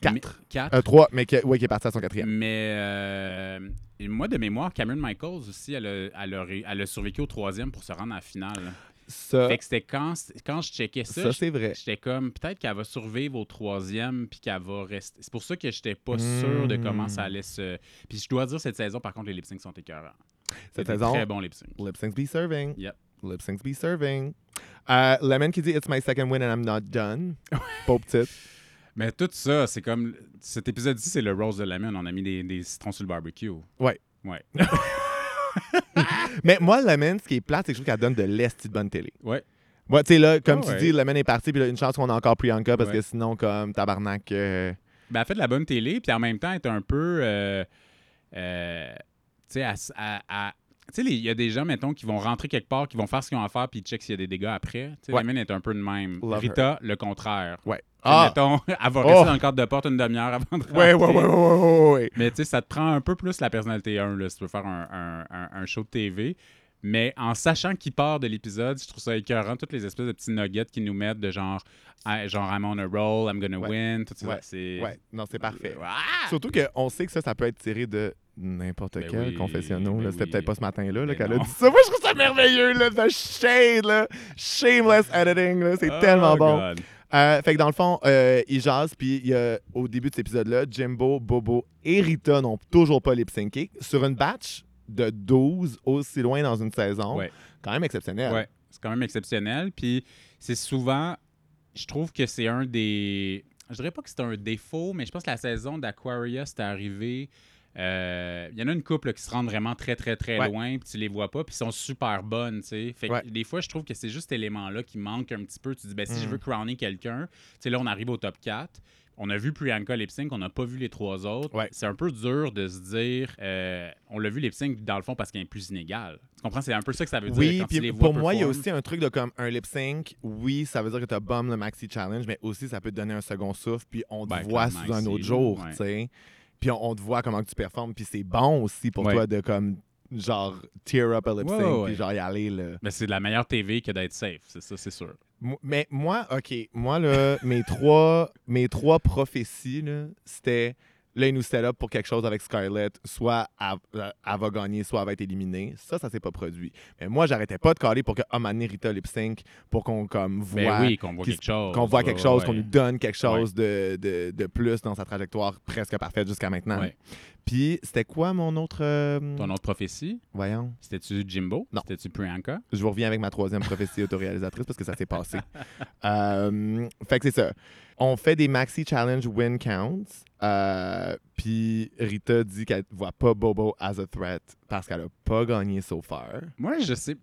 Speaker 2: Quatre.
Speaker 1: Mais- Quatre.
Speaker 2: Euh, trois, mais qui, ouais, qui est parti à son quatrième.
Speaker 1: Mais euh, et moi, de mémoire, Cameron Michaels aussi, elle a, elle a ré- elle a survécu au troisième pour se rendre à la finale.
Speaker 2: Ça,
Speaker 1: Fait que c'était quand, quand je checkais ça,
Speaker 2: ça,
Speaker 1: je-
Speaker 2: c'est vrai.
Speaker 1: j'étais comme peut-être qu'elle va survivre au troisième puis qu'elle va rester. C'est pour ça que j'étais pas sûr de
Speaker 2: Mm.
Speaker 1: comment ça allait se. Puis je dois dire cette saison, par contre, les lip syncs sont écœurants. C'est
Speaker 2: Hmm. Cette
Speaker 1: des
Speaker 2: saison,
Speaker 1: Très bon lip sync.
Speaker 2: lip syncs be serving.
Speaker 1: Yep.
Speaker 2: Lip syncs be serving. Euh, Lemon qui dit It's my second win and I'm not done. Pauvre petite.
Speaker 1: Mais tout ça, c'est comme cet épisode-ci, c'est le rose de lemon. On a mis des, des citrons sur le barbecue.
Speaker 2: Ouais.
Speaker 1: Ouais.
Speaker 2: Mais moi, Lemon, ce qui est plate, c'est que je trouve qu'elle donne de l'esti de bonne télé.
Speaker 1: Ouais.
Speaker 2: Moi, tu sais, là, comme
Speaker 1: Ah
Speaker 2: tu
Speaker 1: ouais.
Speaker 2: dis, Lemon est parti, puis là, une chance qu'on a encore Priyanka, parce
Speaker 1: Ouais.
Speaker 2: que sinon, comme tabarnak. euh,
Speaker 1: Ben, elle fait de la bonne télé, puis en même temps, elle est un peu. euh, euh, tu sais, elle s- elle- elle- tu sais, les- il y a des gens, mettons, qui vont rentrer quelque part, qui vont faire ce qu'ils ont à faire, puis ils checkent s'il y a des dégâts après. Tu sais,
Speaker 2: Ouais.
Speaker 1: la mine est un peu de même.
Speaker 2: Love
Speaker 1: Rita, le contraire.
Speaker 2: Ouais.
Speaker 1: Tu sais, Mettons, elle va rester
Speaker 2: Oh!
Speaker 1: dans le cadre de porte une demi-heure avant de
Speaker 2: Ouais, ouais, ouais, ouais,
Speaker 1: rentrer.
Speaker 2: ouais, ouais, ouais.
Speaker 1: Mais tu sais, ça te prend un peu plus la personnalité 1, là, si tu veux faire un, un- un- un show de TV. Mais en sachant qui part de l'épisode, je trouve ça écœurant, toutes les espèces de petits nuggets qu'ils nous mettent de genre, ah, genre I'm on a roll, I'm gonna
Speaker 2: Ouais.
Speaker 1: win, tout ça.
Speaker 2: Ouais.
Speaker 1: C'est
Speaker 2: Ouais, non, c'est parfait.
Speaker 1: Ah!
Speaker 2: Surtout qu'on sait que ça, ça peut être tiré de n'importe
Speaker 1: Ben
Speaker 2: quel
Speaker 1: oui,
Speaker 2: confessionnal. là.
Speaker 1: ben
Speaker 2: C'était
Speaker 1: oui.
Speaker 2: peut-être pas ce matin-là là,
Speaker 1: Ben
Speaker 2: qu'elle a
Speaker 1: non.
Speaker 2: dit ça. Moi, je trouve ça merveilleux, là, de shade, là. Shameless editing, là. C'est
Speaker 1: Oh
Speaker 2: tellement bon.
Speaker 1: God.
Speaker 2: Euh, fait que dans le fond, euh, ils jasent, puis il y a, au début de cet épisode-là, Jimbo, Bobo et Rita n'ont toujours pas lip-synqué sur une batch de 12 aussi loin dans une saison.
Speaker 1: Ouais.
Speaker 2: Quand même exceptionnel.
Speaker 1: Ouais, c'est quand même exceptionnel. Puis c'est souvent, je trouve que c'est un des. Je dirais pas que c'est un défaut, mais je pense que la saison d'Aquarius est arrivée. euh, Il y en a une couple là, qui se rendent vraiment très, très, très
Speaker 2: Ouais.
Speaker 1: loin, puis tu les vois pas, puis ils sont super bonnes, tu sais. Fait que
Speaker 2: Ouais.
Speaker 1: des fois, je trouve que c'est juste cet élément-là qui manque un petit peu. Tu dis, ben, si
Speaker 2: Mm.
Speaker 1: je veux crowner quelqu'un, tu sais, là, on arrive au top 4. On a vu Priyanka lip sync, on n'a pas vu les trois autres.
Speaker 2: Ouais.
Speaker 1: C'est un peu dur de se dire, euh, on l'a vu lip sync dans le fond parce qu'il est plus inégal. Tu comprends? C'est un peu ça que ça veut dire.
Speaker 2: Oui,
Speaker 1: quand tu les
Speaker 2: puis
Speaker 1: vois
Speaker 2: pour moi, il y a
Speaker 1: perform.
Speaker 2: aussi un truc de comme un lip sync. Oui, ça veut dire que tu as bomb le maxi challenge, mais aussi ça peut te donner un second souffle, puis on te
Speaker 1: Ben,
Speaker 2: voit
Speaker 1: clairement
Speaker 2: sous un
Speaker 1: ici,
Speaker 2: autre jour,
Speaker 1: ouais.
Speaker 2: tu sais. Puis on, on te voit comment que tu performes, puis c'est bon aussi pour
Speaker 1: Ouais.
Speaker 2: toi de comme genre tear up a lip sync,
Speaker 1: Ouais, ouais,
Speaker 2: puis
Speaker 1: ouais.
Speaker 2: genre y aller là.
Speaker 1: Mais c'est de la meilleure TV que d'être safe, c'est ça, c'est sûr.
Speaker 2: Mo- Mais moi, OK, moi, là, mes, trois, mes trois prophéties, là, c'était, là, ils nous set up pour quelque chose avec Scarlett, soit elle, euh, elle va gagner, soit elle va être éliminée. Ça, ça s'est pas produit. Mais moi, j'arrêtais pas de caler pour que oh, Omani Rita lip sync, pour qu'on comme voit,
Speaker 1: Ben oui, qu'on voit
Speaker 2: qui-
Speaker 1: quelque chose.
Speaker 2: qu'on voit
Speaker 1: ouais,
Speaker 2: quelque chose,
Speaker 1: ouais,
Speaker 2: qu'on
Speaker 1: ouais.
Speaker 2: nous donne quelque chose de, de, de plus dans sa trajectoire presque parfaite jusqu'à maintenant.
Speaker 1: Ouais.
Speaker 2: Puis, c'était quoi mon autre. euh,
Speaker 1: Ton autre prophétie,
Speaker 2: Voyons.
Speaker 1: c'était-tu Jimbo?
Speaker 2: Non.
Speaker 1: C'était-tu Priyanka?
Speaker 2: Je vous reviens avec ma troisième prophétie autoréalisatrice parce que ça s'est passé. Euh, fait que c'est ça. On fait des maxi challenge win counts. euh, Puis Rita dit qu'elle voit pas Bobo as a threat parce qu'elle a pas gagné so far.
Speaker 1: Moi, je sais.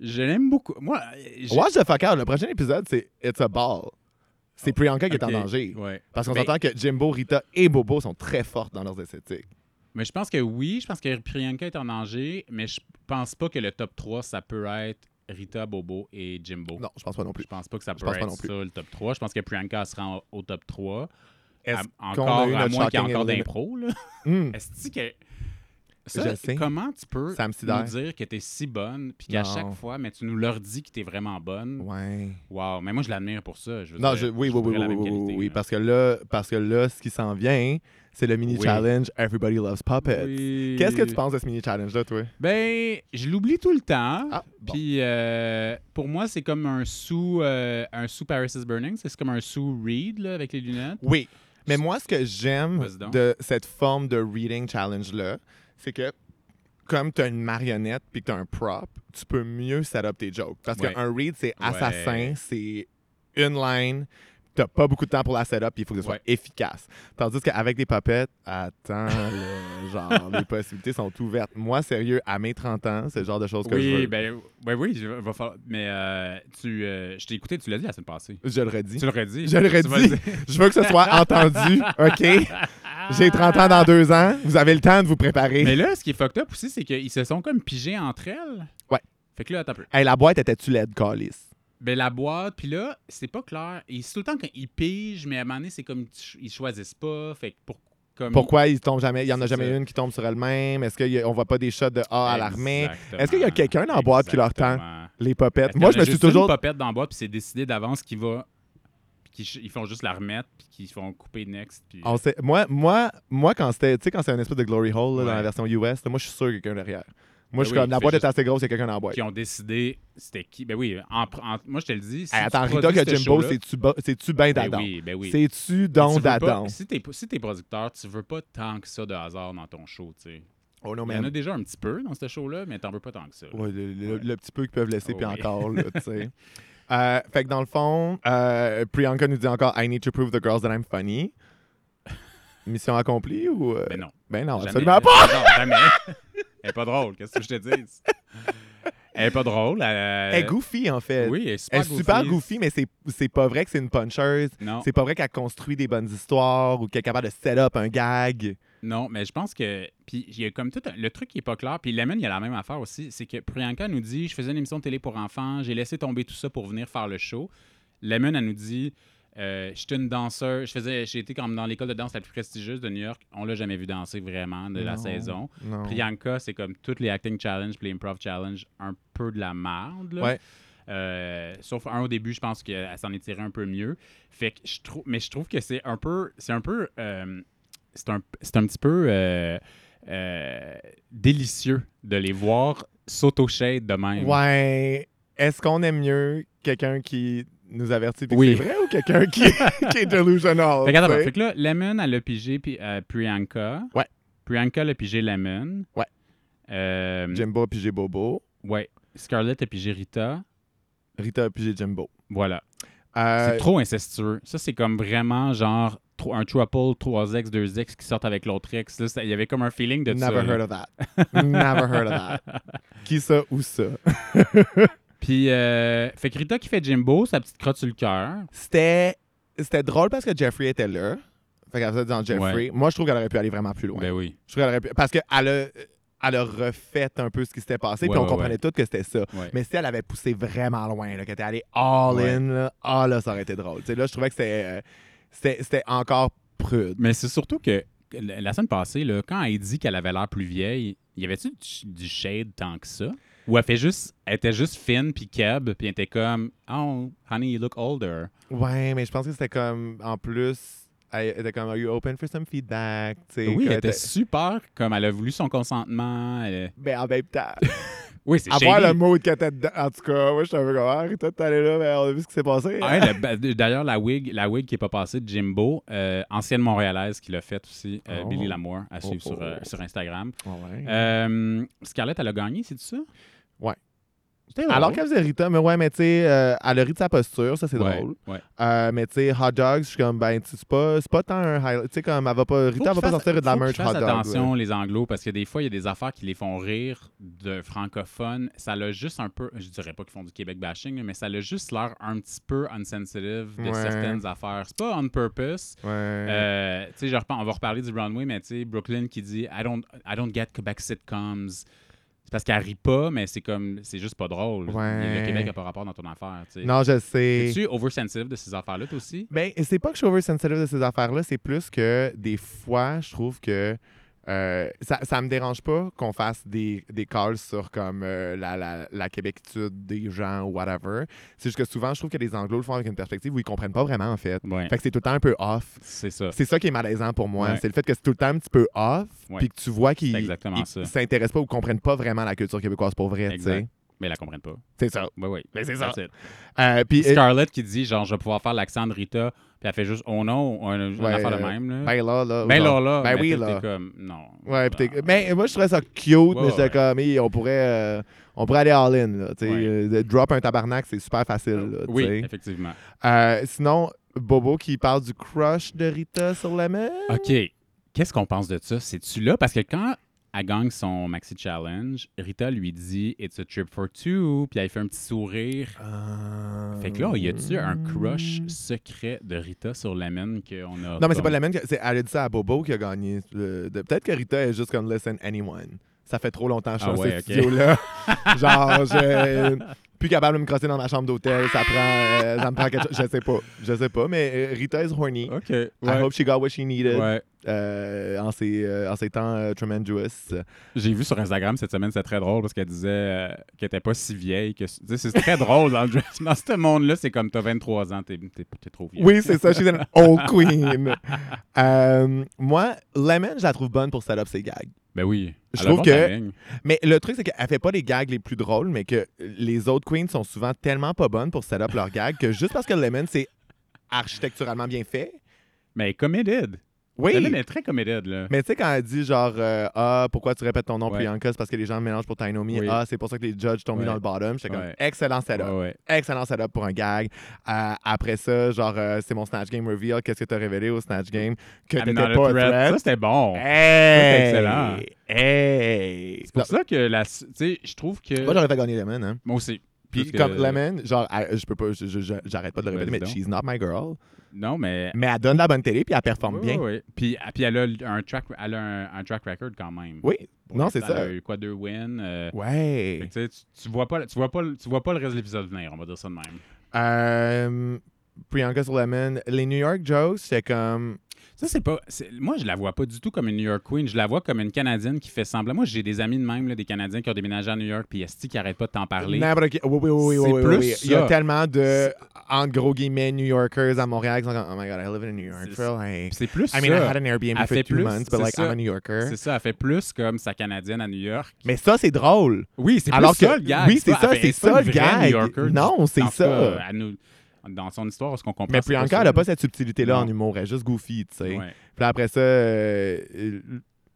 Speaker 1: Je l'aime beaucoup. Moi, euh, j'ai-
Speaker 2: Watch the fuck out. Le prochain épisode, c'est It's a Ball. C'est Priyanka qui est
Speaker 1: Oh, Ok,
Speaker 2: en danger.
Speaker 1: Ouais.
Speaker 2: Parce qu'on
Speaker 1: Ben-
Speaker 2: s'entend que Jimbo, Rita et Bobo sont très fortes dans leurs esthétiques.
Speaker 1: Mais je pense que oui, je pense que Priyanka est en danger, mais je pense pas que le top 3, ça peut être Rita, Bobo et Jimbo.
Speaker 2: Non, je pense pas non plus.
Speaker 1: Je pense pas que ça
Speaker 2: Je
Speaker 1: peut
Speaker 2: pense pas
Speaker 1: être
Speaker 2: non plus.
Speaker 1: ça, le top 3. Je pense que Priyanka sera en- au top 3.
Speaker 2: Est-ce
Speaker 1: À-
Speaker 2: qu'on
Speaker 1: encore,
Speaker 2: a eu
Speaker 1: à
Speaker 2: notre
Speaker 1: moins qu'il y
Speaker 2: shocking
Speaker 1: ait encore
Speaker 2: element?
Speaker 1: d'impro, là.
Speaker 2: Hmm.
Speaker 1: Est-ce que. Ça,
Speaker 2: Je sais.
Speaker 1: Comment tu peux
Speaker 2: Ça me sidère.
Speaker 1: nous dire que t'es si bonne, puis qu'à
Speaker 2: Non.
Speaker 1: chaque fois, mais tu nous leur dis que t'es vraiment bonne?
Speaker 2: Ouais.
Speaker 1: Wow, mais moi, je l'admire pour ça. Je veux
Speaker 2: Non,
Speaker 1: dire,
Speaker 2: je, oui, oui, oui,
Speaker 1: trouverais
Speaker 2: oui,
Speaker 1: la
Speaker 2: oui,
Speaker 1: même
Speaker 2: oui,
Speaker 1: qualité,
Speaker 2: oui, oui,
Speaker 1: là.
Speaker 2: parce que là, parce que là, ce qui s'en vient, c'est le mini
Speaker 1: Oui.
Speaker 2: challenge Everybody Loves Puppets.
Speaker 1: Oui.
Speaker 2: Qu'est-ce que tu penses de ce mini challenge là, toi
Speaker 1: Ben, je l'oublie tout le temps.
Speaker 2: Ah, bon.
Speaker 1: Puis euh, pour moi, c'est comme un sous, euh, un sous Paris is Burning. C'est comme un sous Reed là, avec les lunettes.
Speaker 2: Oui. Mais moi, ce que j'aime
Speaker 1: Vas-y donc.
Speaker 2: de cette forme de reading challenge là, c'est que comme tu as une marionnette puis que tu as un prop, tu peux mieux setup tes jokes. Parce
Speaker 1: Ouais.
Speaker 2: qu'un read, c'est assassin,
Speaker 1: Ouais.
Speaker 2: c'est une line. T'as pas beaucoup de temps pour la setup, puis il faut que ce soit
Speaker 1: Ouais.
Speaker 2: efficace. Tandis qu'avec des papettes, attends, le genre, les possibilités sont ouvertes. Moi, sérieux, à mes 30 ans, c'est le genre de choses que je veux.
Speaker 1: Oui, ben, ouais, oui, je- va falloir- Mais euh, tu, euh, je t'ai écouté, tu l'as dit la semaine passée.
Speaker 2: Je le redis.
Speaker 1: Tu le redis.
Speaker 2: Je le
Speaker 1: Tu vas
Speaker 2: redis. Je veux que ce soit entendu, OK? J'ai 30 ans dans deux ans. Vous avez le temps de vous préparer.
Speaker 1: Mais là, ce qui est fucked up aussi, c'est qu'ils se sont comme pigés entre elles.
Speaker 2: Ouais.
Speaker 1: Fait que là, attends un peu.
Speaker 2: Hey, la boîte était-tu laide, Calis?
Speaker 1: Ben, la boîte, puis là, c'est pas clair. Et c'est tout le temps quand ils pigent, mais à un moment donné, c'est comme ils choisissent pas. Fait que pour, comme
Speaker 2: Pourquoi ils tombent jamais? Il y en a
Speaker 1: Mm. C'est
Speaker 2: jamais
Speaker 1: ça.
Speaker 2: une qui tombe sur elle-même? Est-ce qu'on voit pas des shots de A à l'armée?
Speaker 1: Exactement.
Speaker 2: Est-ce qu'il y a quelqu'un dans la boîte qui leur tend?
Speaker 1: Exactement.
Speaker 2: Les popettes.
Speaker 1: Est-ce qu'il y
Speaker 2: Moi,
Speaker 1: en
Speaker 2: je
Speaker 1: a
Speaker 2: me suis
Speaker 1: juste une
Speaker 2: toujours.
Speaker 1: popette dans la boîte, puis c'est décidé d'avance qui va. Puis qu'ils ch- ils font juste la remettre, puis qu'ils font couper next. Puis...
Speaker 2: On sait- Moi, moi, moi, quand c'était, tu sais, quand c'est un espèce de glory hole là, dans
Speaker 1: Ouais.
Speaker 2: la version US, là, moi, je suis sûr qu'il y a quelqu'un derrière. Moi,
Speaker 1: Ben
Speaker 2: je suis
Speaker 1: oui,
Speaker 2: comme, la
Speaker 1: tu
Speaker 2: boîte
Speaker 1: fais
Speaker 2: est assez grosse, il y a quelqu'un dans la boîte.
Speaker 1: Qui ont décidé c'était qui. Ben oui, en pr- en- moi je te le dis. Si
Speaker 2: Hey,
Speaker 1: tu
Speaker 2: attends, Rita,
Speaker 1: produis
Speaker 2: que
Speaker 1: ce
Speaker 2: Jimbo,
Speaker 1: show-là-
Speaker 2: c'est-tu ba- c'est-tu ben
Speaker 1: ben
Speaker 2: d'Adam?
Speaker 1: oui, ben oui.
Speaker 2: C'est-tu
Speaker 1: Mais tu
Speaker 2: donc
Speaker 1: veux pas-
Speaker 2: d'Adam?
Speaker 1: Si t'es si t'es producteur, tu veux pas tant que ça de hasard dans ton show, tu sais.
Speaker 2: Oh non,
Speaker 1: Il y en a déjà un petit peu dans ce show-là, mais t'en veux pas tant que ça. là.
Speaker 2: Ouais, le, le-
Speaker 1: Ouais.
Speaker 2: le petit peu qu'ils peuvent laisser,
Speaker 1: Oh
Speaker 2: puis
Speaker 1: oui.
Speaker 2: encore, là, tu sais. Euh, fait que dans le fond, euh, Priyanka nous dit encore I need to prove the girls that I'm funny. Mission accomplie ou. euh,
Speaker 1: Ben non.
Speaker 2: Ben non,
Speaker 1: Jamais.
Speaker 2: absolument pas!
Speaker 1: Non, jamais. Elle est pas drôle, qu'est-ce que je te dis? Elle est pas drôle. Elle,
Speaker 2: Elle est goofy, en fait.
Speaker 1: Euh, Oui, elle est
Speaker 2: Elle
Speaker 1: super
Speaker 2: est super goofy, mais c'est- c'est pas vrai que c'est une puncheuse.
Speaker 1: Non,
Speaker 2: C'est pas vrai qu'elle construit des bonnes histoires ou qu'elle est capable de set up un gag.
Speaker 1: non, mais je pense que. Puis il y a comme tout. un- le truc qui est pas clair. Puis Lemon, il y a la même affaire aussi. C'est que Priyanka nous dit Je faisais une émission de télé pour enfants, j'ai laissé tomber tout ça pour venir faire le show. Lemon, elle nous dit euh, J'étais une danseuse, je faisais, j'ai été comme dans l'école de danse la plus prestigieuse de New York. On l'a jamais vu danser vraiment de la
Speaker 2: Non.
Speaker 1: saison.
Speaker 2: Non.
Speaker 1: Priyanka, c'est comme toutes les acting challenge puis les improv challenge, un peu de la merde. là.
Speaker 2: Ouais.
Speaker 1: Euh, sauf un au début, je pense qu'elle s'en est tirée un peu mieux. Fait que je trouve, mais je trouve que c'est un peu, c'est un peu, euh, c'est un, c'est un petit peu euh, euh, délicieux de les voir s'auto-shade de même.
Speaker 2: Ouais. Est-ce qu'on aime mieux quelqu'un qui nous avertit puis que
Speaker 1: Oui.
Speaker 2: c'est vrai ou quelqu'un qui, qui est delusional?
Speaker 1: Fait que, attends,
Speaker 2: tu sais?
Speaker 1: fait que là, Lemon, elle a pigé puis, euh, Priyanka.
Speaker 2: Ouais.
Speaker 1: Priyanka, elle a pigé Lemon.
Speaker 2: Ouais.
Speaker 1: Euh,
Speaker 2: Jimbo puis j'ai Bobo.
Speaker 1: ouais. Scarlett a pigé Rita.
Speaker 2: Rita puis j'ai Jimbo.
Speaker 1: Voilà.
Speaker 2: Euh,
Speaker 1: C'est trop incestueux. Ça, c'est comme vraiment genre tro- un triple, trois ex, deux ex qui sortent avec l'autre ex. Là, ça- Il y avait comme un feeling de ça.
Speaker 2: Never
Speaker 1: là.
Speaker 2: heard of that. Never heard of that. Qui ça ou ça?
Speaker 1: Puis, euh, fait que Rita qui fait Jimbo, sa petite crotte sur le cœur.
Speaker 2: C'était, c'était drôle parce que Jeffrey était là. Fait qu'elle faisait dans Jeffrey.
Speaker 1: Ouais.
Speaker 2: Moi, je trouve qu'elle aurait pu aller vraiment plus loin.
Speaker 1: Ben oui.
Speaker 2: Je trouve qu'elle aurait pu- Parce qu'elle a, elle a refait un peu ce qui s'était passé.
Speaker 1: Ouais,
Speaker 2: puis on
Speaker 1: ouais,
Speaker 2: comprenait
Speaker 1: ouais.
Speaker 2: tout que c'était ça.
Speaker 1: Ouais.
Speaker 2: Mais si elle avait poussé vraiment loin, là, qu'elle était allée all-in, là, ah là, ça aurait été drôle. Tu sais, là, je trouvais que c'était, euh, c'était, c'était encore prude.
Speaker 1: Mais c'est surtout que que la la semaine passée, là, quand elle dit qu'elle avait l'air plus vieille, y avait-tu du, du shade tant que ça? Ou elle, fait juste, elle était juste fine puis keb, puis elle était comme « Oh, honey, you look older.
Speaker 2: Ouais, mais je pense que c'était comme, en plus, elle était comme, Are you open for some feedback? Tu » sais,
Speaker 1: Oui,
Speaker 2: qu'elle
Speaker 1: elle était super, comme elle a voulu son consentement. elle-
Speaker 2: Ben, en même temps.
Speaker 1: Oui, c'est
Speaker 2: Avoir
Speaker 1: shady.
Speaker 2: le mood que t'as dedans. En tout cas, moi, je suis un peu comme, ah, Rita, t'es allée là, mais on a vu ce qui s'est passé.
Speaker 1: Ah ouais, la- D'ailleurs, la wig, la wig qui n'est pas passée de Jimbo, euh, ancienne Montréalaise qui l'a faite aussi, euh,
Speaker 2: Oh.
Speaker 1: Billy Lamour, à suivre
Speaker 2: Oh,
Speaker 1: sur, euh,
Speaker 2: oh.
Speaker 1: sur Instagram.
Speaker 2: Ah ouais.
Speaker 1: Euh, Scarlett, elle a gagné, c'est ça?
Speaker 2: Ouais.
Speaker 1: C'était drôle.
Speaker 2: Euh, Alors qu'elle faisait Rita, mais ouais, mais tu sais, euh, elle a ri de sa posture, ça, c'est
Speaker 1: Ouais,
Speaker 2: drôle.
Speaker 1: ouais.
Speaker 2: Euh, mais tu sais, hot dogs, je suis comme, ben, tu sais, c'est pas, c'est pas tant un highlight. Tu sais, comme, elle va pas,
Speaker 1: Faut
Speaker 2: Rita, elle va
Speaker 1: qu'ils
Speaker 2: pas
Speaker 1: fassent-
Speaker 2: sortir de la
Speaker 1: faut qu'ils
Speaker 2: merch hot
Speaker 1: fassent
Speaker 2: dog.
Speaker 1: attention, les anglos, parce que des fois, il y a des affaires qui les font rire de francophones. Ça l'a juste un peu, je dirais pas qu'ils font du Québec bashing, mais ça l'a juste l'air un petit peu unsensitive de
Speaker 2: Ouais.
Speaker 1: certaines affaires. C'est pas on purpose.
Speaker 2: Ouais.
Speaker 1: Euh, tu sais, je reprends- on va reparler du Broadway, mais tu sais, Brooklyn qui dit I don't, I don't get Quebec sitcoms. C'est parce qu'elle rit pas, mais c'est comme, c'est juste pas drôle.
Speaker 2: Ouais.
Speaker 1: Le Québec n'a pas rapport dans ton affaire. tu sais.
Speaker 2: non, je sais.
Speaker 1: Es-tu oversensitive de ces affaires-là, toi aussi?
Speaker 2: Ben, c'est pas que je suis oversensitive de ces affaires-là, c'est plus que des fois, je trouve que euh, ça, ça me dérange pas qu'on fasse des, des calls sur comme euh, la, la, la québéquitude des gens ou whatever. C'est juste que souvent, je trouve que les Anglos le font avec une perspective où ils comprennent pas vraiment, en fait.
Speaker 1: Ouais.
Speaker 2: Fait que c'est tout le temps un peu off.
Speaker 1: C'est ça.
Speaker 2: C'est ça qui est malaisant pour moi.
Speaker 1: Ouais.
Speaker 2: C'est le fait que c'est tout le temps un petit peu off,
Speaker 1: Ouais.
Speaker 2: puis que tu vois qu'ils
Speaker 1: C'est exactement
Speaker 2: ils
Speaker 1: ça.
Speaker 2: s'intéressent pas ou comprennent pas vraiment la culture québécoise pour vrai, tu sais.
Speaker 1: Exact. Mais ils la comprennent pas.
Speaker 2: C'est ça.
Speaker 1: Oui, oui.
Speaker 2: Mais c'est ça.
Speaker 1: That's it.
Speaker 2: Euh, puis, euh,
Speaker 1: Scarlett qui dit genre, je vais pouvoir faire l'accent de Rita, puis elle fait juste, oh non, on a
Speaker 2: Ouais,
Speaker 1: affaire de
Speaker 2: euh,
Speaker 1: même. Là.
Speaker 2: ben là, là.
Speaker 1: Ben
Speaker 2: genre,
Speaker 1: là, là.
Speaker 2: Ben
Speaker 1: mais
Speaker 2: oui,
Speaker 1: toi,
Speaker 2: là.
Speaker 1: t'es comme, non.
Speaker 2: Ouais, pis t'es-
Speaker 1: Ben,
Speaker 2: mais moi, je trouvais ça cute,
Speaker 1: Ouais,
Speaker 2: mais j'étais
Speaker 1: ouais.
Speaker 2: comme, hey, on pourrait, euh, on pourrait aller all-in. là, tu sais,
Speaker 1: Ouais. Ah,
Speaker 2: euh, de- drop un tabarnak, c'est super facile. là, tu
Speaker 1: Oui,
Speaker 2: sais.
Speaker 1: effectivement.
Speaker 2: Euh, sinon, Bobo qui parle du crush de Rita sur la mer.
Speaker 1: OK. Qu'est-ce qu'on pense de ça? C'est-tu là? Parce que quand elle gagne son Maxi Challenge, Rita lui dit It's a trip for two. Puis elle fait un petit sourire. Fait que là, y a-tu un crush secret de Rita sur Lemon qu'on a.
Speaker 2: Hmm. Non, mais c'est pas
Speaker 1: comme-
Speaker 2: la même. que- c'est- Elle a dit ça à Bobo qui a gagné. le- de- Peut-être que Rita est juste comme, listen, anyone. Ça fait trop longtemps que je suis
Speaker 1: Ah
Speaker 2: dans
Speaker 1: ouais,
Speaker 2: ce
Speaker 1: ok.
Speaker 2: studio-là. Genre, je. Plus capable de me crosser dans ma chambre d'hôtel, ça prend, euh, ça me prend quelque chose. Je sais pas, je sais pas, mais euh, Rita is horny.
Speaker 1: OK. Ouais.
Speaker 2: I hope she got what she needed.
Speaker 1: Ouais.
Speaker 2: euh, en, ces, euh, en ces temps euh, tremendous.
Speaker 1: J'ai vu sur Instagram cette semaine, c'est très drôle parce qu'elle disait euh, qu'elle était pas si vieille. que tu sais, C'est très drôle dans, le dress- dans ce monde-là. C'est comme t'as 23 ans, t'es t'es- t'es trop vieille.
Speaker 2: Oui, c'est ça, she's an old queen. Euh, moi, Lemon, je la trouve bonne pour set up ses gags.
Speaker 1: Ben oui.
Speaker 2: Je
Speaker 1: Elle a
Speaker 2: trouve
Speaker 1: bon
Speaker 2: que-
Speaker 1: timing.
Speaker 2: Mais le truc, c'est qu'elle fait pas les gags les plus drôles, mais que les autres queens sont souvent tellement pas bonnes pour set up leurs gags que juste parce que Lemon, c'est architecturalement bien fait.
Speaker 1: Mais elle est committed.
Speaker 2: Oui!
Speaker 1: Lemon est très committed, là.
Speaker 2: Mais tu sais, quand elle dit genre, euh, ah, pourquoi tu répètes ton nom,
Speaker 1: Ouais.
Speaker 2: Priyanka, c'est parce que les gens le mélangent pour Tainomi.
Speaker 1: Oui.
Speaker 2: Ah, c'est pour ça que les judges tombent mis
Speaker 1: Ouais.
Speaker 2: dans le bottom. J'étais comme,
Speaker 1: Ouais.
Speaker 2: excellent setup.
Speaker 1: Ouais, ouais.
Speaker 2: excellent setup pour un gag. Euh, après ça, genre, euh, c'est mon Snatch Game reveal. Qu'est-ce que t'as révélé au Snatch Game que
Speaker 1: I'm
Speaker 2: t'étais
Speaker 1: not
Speaker 2: pas un
Speaker 1: a threat.
Speaker 2: threat?
Speaker 1: Ça, c'était bon.
Speaker 2: Hey!
Speaker 1: excellent.
Speaker 2: Hey!
Speaker 1: C'est pour ça que la. Tu sais, je trouve que.
Speaker 2: Moi, j'aurais fait gagner Lemon, hein.
Speaker 1: Moi aussi.
Speaker 2: Puis
Speaker 1: Parce que-
Speaker 2: comme Lemon, genre, elle- je peux pas, je- je- je- j'arrête pas de le
Speaker 1: Vas-y
Speaker 2: répéter, mais
Speaker 1: donc.
Speaker 2: she's not my girl.
Speaker 1: Non, mais.
Speaker 2: Mais elle donne la bonne télé, puis elle performe
Speaker 1: Oui,
Speaker 2: bien.
Speaker 1: oui, oui. Puis, ah, puis elle a un track, elle a un, un track record quand même.
Speaker 2: Oui, non, c'est
Speaker 1: Elle
Speaker 2: ça.
Speaker 1: a eu quoi, deux wins. euh, fait
Speaker 2: Ouais.
Speaker 1: que tu sais, tu- tu vois pas, tu vois pas, le- tu vois pas le reste de l'épisode venir, on va dire ça de même.
Speaker 2: Euh, Priyanka sur Lemon, les New York jokes, c'est comme.
Speaker 1: Ça c'est pas, c'est- moi je la vois pas du tout comme une New York Queen, je la vois comme une Canadienne qui fait semblant. Moi j'ai des amis de même là, des Canadiens qui ont déménagé à New York puis esti qui arrêtent pas de t'en parler.
Speaker 2: N'importe qui- Oui, oui, oui, oui,
Speaker 1: C'est
Speaker 2: oui,
Speaker 1: plus
Speaker 2: oui. Il y a
Speaker 1: ça.
Speaker 2: tellement de,
Speaker 1: C'est-
Speaker 2: entre gros guillemets, New Yorkers à Montréal qui sont comme, oh my god, I live in New York
Speaker 1: C'est-
Speaker 2: for like.
Speaker 1: Puis C'est plus
Speaker 2: I mean, I
Speaker 1: ça.
Speaker 2: had an Airbnb
Speaker 1: Elle
Speaker 2: for
Speaker 1: fait
Speaker 2: two
Speaker 1: plus,
Speaker 2: months, but
Speaker 1: c'est
Speaker 2: like,
Speaker 1: ça.
Speaker 2: I'm a New Yorker.
Speaker 1: C'est ça, elle fait plus comme sa Canadienne à New York.
Speaker 2: Mais ça, c'est drôle.
Speaker 1: Oui, c'est
Speaker 2: Alors
Speaker 1: plus
Speaker 2: que-
Speaker 1: ça le gag.
Speaker 2: oui, c'est
Speaker 1: pas-
Speaker 2: ça,
Speaker 1: elle fait-
Speaker 2: c'est
Speaker 1: pas
Speaker 2: ça,
Speaker 1: une
Speaker 2: le
Speaker 1: vraie
Speaker 2: gag.
Speaker 1: New Yorker du-
Speaker 2: Non, c'est
Speaker 1: en tout
Speaker 2: ça.
Speaker 1: cas, elle nous- dans son histoire, ce qu'on comprend.
Speaker 2: Mais
Speaker 1: c'est pas
Speaker 2: Priyanka,
Speaker 1: ça.
Speaker 2: elle a pas cette subtilité-là en
Speaker 1: Non.
Speaker 2: humour. Elle est juste goofy, tu sais.
Speaker 1: Ouais.
Speaker 2: Puis après ça, euh, euh,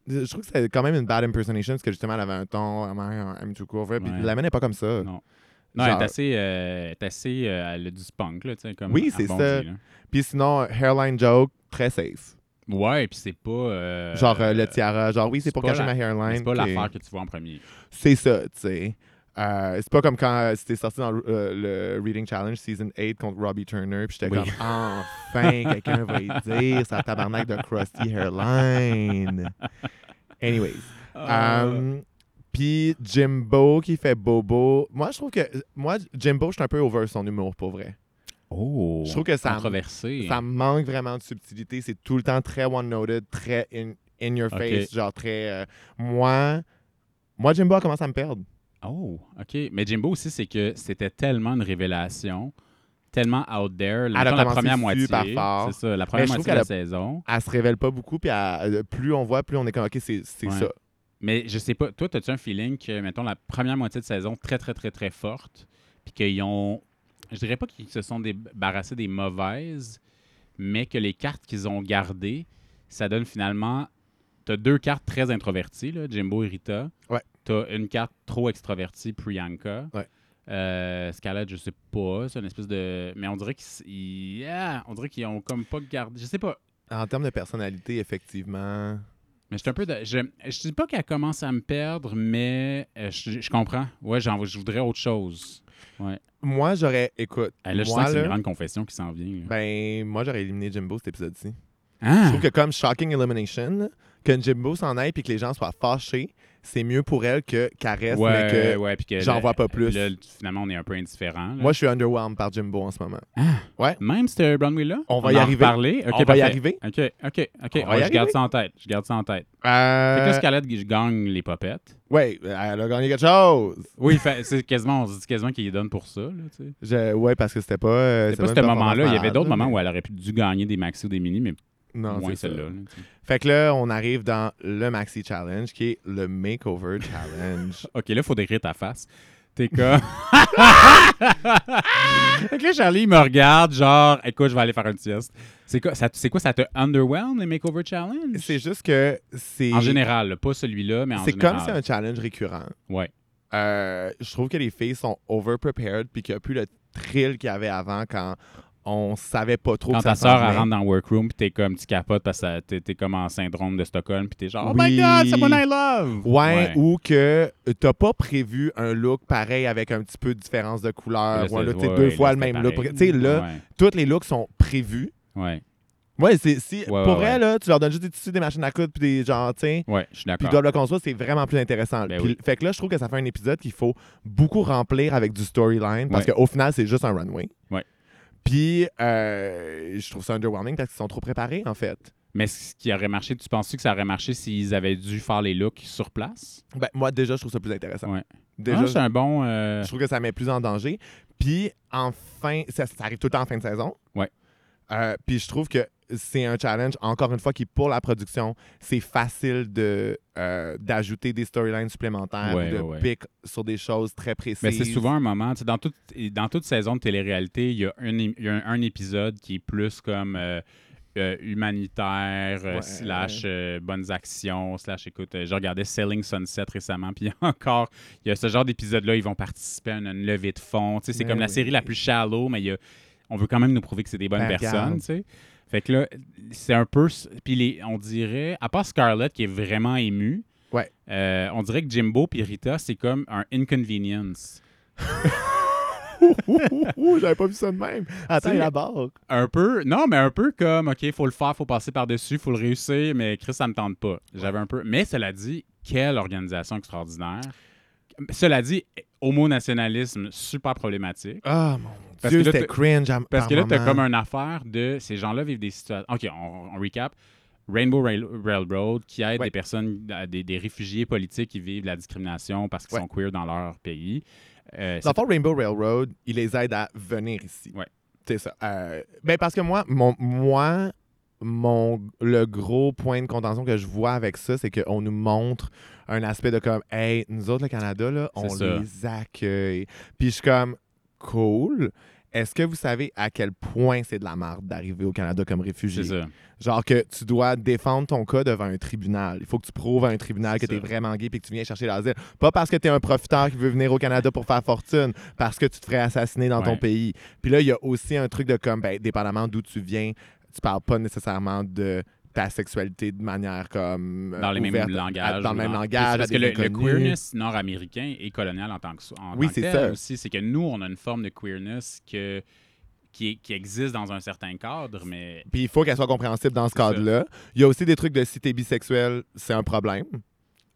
Speaker 2: je trouve que c'est quand même une bad impersonation parce que justement, elle avait un ton vraiment euh, un too cool. Puis
Speaker 1: Ouais.
Speaker 2: la main n'est pas comme ça.
Speaker 1: Non. Non,
Speaker 2: Genre-
Speaker 1: elle est assez. euh, elle est assez euh, elle a du spunk, là, tu sais. comme
Speaker 2: Oui,
Speaker 1: elle
Speaker 2: c'est
Speaker 1: rebondit,
Speaker 2: ça.
Speaker 1: là.
Speaker 2: Puis sinon, hairline joke, très safe.
Speaker 1: Ouais, puis c'est pas. euh,
Speaker 2: Genre euh, le
Speaker 1: euh,
Speaker 2: tiara, genre oui, c'est
Speaker 1: c'est
Speaker 2: pour
Speaker 1: pas
Speaker 2: cacher
Speaker 1: la-
Speaker 2: ma
Speaker 1: mais
Speaker 2: hairline.
Speaker 1: C'est pas
Speaker 2: ok.
Speaker 1: l'affaire que tu vois en premier.
Speaker 2: C'est ça, tu sais. Euh, c'est pas comme quand euh, c'était sorti dans euh, le Reading Challenge Season 8 contre Robbie Turner, puis j'étais
Speaker 1: Oui.
Speaker 2: comme enfin quelqu'un va y dire sa tabarnak de crusty hairline. Anyways,
Speaker 1: Ah.
Speaker 2: euh, puis Jimbo qui fait bobo. Moi je trouve que moi Jimbo je suis un peu over son humour pour vrai.
Speaker 1: oh.
Speaker 2: Je trouve que ça
Speaker 1: Controversé. hein.
Speaker 2: ça me manque vraiment de subtilité. C'est tout le temps très one-noted, très in, in your
Speaker 1: Ok.
Speaker 2: face, genre très. euh, moi, moi, Jimbo commence à me perdre.
Speaker 1: Oh, OK. Mais Jimbo aussi, c'est que c'était tellement une révélation, tellement out there.
Speaker 2: a
Speaker 1: mettons, la
Speaker 2: commencé
Speaker 1: première moitié.
Speaker 2: super fort.
Speaker 1: C'est ça, la
Speaker 2: je
Speaker 1: première
Speaker 2: trouve
Speaker 1: moitié de la
Speaker 2: qu'elle
Speaker 1: saison.
Speaker 2: Elle se révèle pas beaucoup, puis elle- euh, plus on voit, plus on est comme, OK, c'est c'est
Speaker 1: Ouais.
Speaker 2: ça.
Speaker 1: Mais je sais pas, toi, as-tu un feeling que, mettons, la première moitié de saison, très, très, très, très forte, puis qu'ils ont. Je dirais pas qu'ils se sont débarrassés des mauvaises, mais que les cartes qu'ils ont gardées, ça donne finalement. T'as deux cartes très introverties, là, Jimbo et Rita.
Speaker 2: Ouais.
Speaker 1: T'as une carte trop extravertie, Priyanka.
Speaker 2: Ouais.
Speaker 1: Euh, Scarlett, je sais pas, c'est une espèce de. Mais on dirait qu'ils. ils- ah, on dirait qu'ils ont comme pas gardé. Je sais pas.
Speaker 2: En termes de personnalité, effectivement.
Speaker 1: Mais je suis un peu. De, je, je dis pas qu'elle commence à me perdre, mais euh, je, je comprends. Ouais, j'en, je voudrais autre chose.
Speaker 2: Moi, j'aurais. Écoute.
Speaker 1: Euh, là, je
Speaker 2: moi,
Speaker 1: sens que c'est
Speaker 2: là,
Speaker 1: une grande confession qui s'en vient. là.
Speaker 2: Ben, moi, j'aurais éliminé Jimbo cet épisode-ci. Je
Speaker 1: Hein?
Speaker 2: trouve que comme Shocking Elimination, que Jimbo s'en aille puis que les gens soient fâchés, c'est mieux pour elle que Caresse, mais que
Speaker 1: ouais, ouais, puis que
Speaker 2: j'en
Speaker 1: là-
Speaker 2: vois pas plus.
Speaker 1: Là, finalement, on est un peu indifférent. là.
Speaker 2: moi, je suis underwhelmed par Jimbo en ce moment.
Speaker 1: Même ce Brownway-là,
Speaker 2: On va y
Speaker 1: en
Speaker 2: arriver.
Speaker 1: reparler. Ok,
Speaker 2: On va y
Speaker 1: parfait.
Speaker 2: arriver.
Speaker 1: OK, OK, OK.
Speaker 2: On va y
Speaker 1: Ouais, je garde
Speaker 2: arriver.
Speaker 1: ça en tête. Je garde ça en tête. Fait que là,
Speaker 2: Euh,
Speaker 1: Scarlett je gagne les popettes.
Speaker 2: ouais, elle a gagné quelque chose.
Speaker 1: Oui, fait- c'est quasiment, on se dit quasiment qu'il les donne pour ça. Là, tu sais.
Speaker 2: Je, ouais, parce que c'était pas. euh,
Speaker 1: C'est pas
Speaker 2: une
Speaker 1: ce
Speaker 2: performance
Speaker 1: moment-là. Il y avait
Speaker 2: malade,
Speaker 1: d'autres
Speaker 2: là,
Speaker 1: moments
Speaker 2: mais-
Speaker 1: où elle aurait pu dû gagner des maxi ou des mini, mais
Speaker 2: Non,
Speaker 1: moins
Speaker 2: c'est ça.
Speaker 1: celle-là. là, tu sais.
Speaker 2: Fait que là, on arrive dans le Maxi Challenge qui est le Makeover Challenge.
Speaker 1: OK, là, il faut décrire ta face. T'es comme. fait que là, Charlie, il me regarde, genre, écoute, je vais aller faire une sieste. C'est quoi, ça, c'est quoi, ça te underwhelm, les Makeover Challenge?
Speaker 2: c'est juste que c'est.
Speaker 1: En général, là, pas celui-là, mais en
Speaker 2: C'est comme
Speaker 1: général.
Speaker 2: c'est un challenge récurrent.
Speaker 1: Ouais.
Speaker 2: Euh, je trouve que les filles sont over-prepared puis qu'il n'y a plus le thrill qu'il y avait avant quand on savait pas trop
Speaker 1: Quand
Speaker 2: que ça
Speaker 1: ta
Speaker 2: s'en
Speaker 1: soeur elle
Speaker 2: venait.
Speaker 1: rentre dans le workroom, puis t'es comme, tu capotes parce que t'es, t'es comme en syndrome de Stockholm, puis t'es genre, Oh my
Speaker 2: Oui.
Speaker 1: God, someone I love!
Speaker 2: Ouais,
Speaker 1: Ouais.
Speaker 2: ou que t'as pas prévu un look pareil avec un petit peu de différence de couleur,
Speaker 1: Là,
Speaker 2: ou un
Speaker 1: c'est-
Speaker 2: look, t'sais,
Speaker 1: ouais,
Speaker 2: deux
Speaker 1: ouais,
Speaker 2: fois
Speaker 1: là,
Speaker 2: le
Speaker 1: c'était
Speaker 2: même look.
Speaker 1: pareil.
Speaker 2: Tu sais, là, tous les looks sont prévus.
Speaker 1: Ouais, ouais,
Speaker 2: Ouais, c'est si
Speaker 1: Ouais,
Speaker 2: pour
Speaker 1: ouais,
Speaker 2: vrai
Speaker 1: ouais.
Speaker 2: là, tu leur donnes juste des tissus, des machines à coudre puis des genre tiens,
Speaker 1: ouais, je suis
Speaker 2: puis ils
Speaker 1: d'accord.
Speaker 2: doivent le construire, c'est vraiment plus intéressant.
Speaker 1: Ben
Speaker 2: Puis-
Speaker 1: oui.
Speaker 2: fait que là, je trouve que ça fait un épisode qu'il faut beaucoup remplir avec du storyline parce
Speaker 1: Ouais.
Speaker 2: qu'au final, c'est juste un runway.
Speaker 1: Ouais.
Speaker 2: Puis euh, je trouve ça underwhelming parce qu'ils sont trop préparés en fait.
Speaker 1: Mais ce qui aurait marché, tu penses que ça aurait marché s'ils avaient dû faire les looks sur place?
Speaker 2: Ben moi déjà, je trouve ça plus intéressant.
Speaker 1: Ouais.
Speaker 2: Déjà,
Speaker 1: Ah, c'est un bon. euh,
Speaker 2: je trouve que ça met plus en danger. Puis enfin, ça, ça arrive tout le temps en fin de saison.
Speaker 1: Ouais.
Speaker 2: Euh, puis je trouve que c'est un challenge, encore une fois, qui pour la production, c'est facile de euh, d'ajouter des storylines supplémentaires,
Speaker 1: Ouais,
Speaker 2: ou de
Speaker 1: ouais, ouais.
Speaker 2: pic sur des choses très précises.
Speaker 1: Mais c'est souvent un moment, tu sais, dans toute, dans toute saison de télé-réalité, il y a un, é- il y a un, un épisode qui est plus comme euh, euh, humanitaire, euh,
Speaker 2: Ouais.
Speaker 1: slash euh, bonnes actions, slash écoute, euh, je regardais Selling Sunset récemment, puis encore, il y a ce genre d'épisode-là, ils vont participer à une, une levée de fonds, tu sais, c'est
Speaker 2: Ben
Speaker 1: comme la
Speaker 2: oui.
Speaker 1: série la plus shallow, mais il y a- on veut quand même nous prouver que c'est des bonnes
Speaker 2: Ben,
Speaker 1: personnes,
Speaker 2: regarde.
Speaker 1: tu sais. Fait que là, c'est un peu, puis les- on dirait, à part Scarlett qui est vraiment émue,
Speaker 2: Ouais.
Speaker 1: euh, on dirait que Jimbo puis Rita, c'est comme un inconvenience.
Speaker 2: Ouh, ouh, ouh, j'avais pas vu ça de même. Attends,
Speaker 1: C'est-
Speaker 2: la barre.
Speaker 1: Un peu, non, mais un peu comme, OK, faut le faire, faut passer par-dessus, faut le réussir, mais Chris, ça me tente pas. J'avais un peu. Mais cela dit, quelle organisation extraordinaire. Cela dit, homonationalisme, super problématique.
Speaker 2: Ah, mon
Speaker 1: Parce
Speaker 2: Dieu,
Speaker 1: que là,
Speaker 2: c'était
Speaker 1: t'as-
Speaker 2: cringe à-
Speaker 1: Parce
Speaker 2: par
Speaker 1: que là, t'as
Speaker 2: moment.
Speaker 1: comme une affaire de ces gens-là vivent des situations. OK, on, on recap. Rainbow Rail- Railroad qui aide
Speaker 2: Ouais.
Speaker 1: des personnes, euh, des, des réfugiés politiques qui vivent de la discrimination parce qu'ils
Speaker 2: Ouais.
Speaker 1: sont queer dans leur pays. Euh,
Speaker 2: Dans le fond, Rainbow Railroad, il les aide à venir ici.
Speaker 1: Ouais.
Speaker 2: C'est ça. Euh, ben parce que moi, mon, moi mon, le gros point de contention que je vois avec ça, c'est qu'on nous montre un aspect de comme, hey, nous autres, le Canada, là, on
Speaker 1: C'est ça.
Speaker 2: les accueille. Puis je suis comme, cool. Est-ce que vous savez à quel point c'est de la merde d'arriver au Canada comme réfugié?
Speaker 1: c'est ça.
Speaker 2: Genre que tu dois défendre ton cas devant un tribunal. Il faut que tu prouves à un tribunal que
Speaker 1: C'est
Speaker 2: tu es
Speaker 1: ça.
Speaker 2: vraiment gay et que tu viens chercher l'asile. Pas parce que tu es un profiteur qui veut venir au Canada pour faire fortune, parce que tu te ferais assassiner dans ton
Speaker 1: Ouais.
Speaker 2: pays. Puis là, il y a aussi un truc de comme, ben, dépendamment d'où tu viens, tu parles pas nécessairement de ta sexualité de manière comme. euh,
Speaker 1: dans les mêmes
Speaker 2: ouverte à-
Speaker 1: langages.
Speaker 2: Dans
Speaker 1: ou
Speaker 2: le même
Speaker 1: dans-
Speaker 2: langage.
Speaker 1: C'est Parce
Speaker 2: à
Speaker 1: que le,
Speaker 2: des
Speaker 1: le
Speaker 2: inconnus.
Speaker 1: queerness nord-américain est colonial en tant que, so- en
Speaker 2: Oui,
Speaker 1: tant que
Speaker 2: c'est
Speaker 1: tel
Speaker 2: ça.
Speaker 1: aussi. C'est que nous, on a une forme de queerness que, qui, est- qui existe dans un certain cadre, mais
Speaker 2: Puis il faut qu'elle soit compréhensible dans ce
Speaker 1: C'est ça.
Speaker 2: cadre-là. Il y a aussi des trucs de si t'es bisexuel, c'est un problème.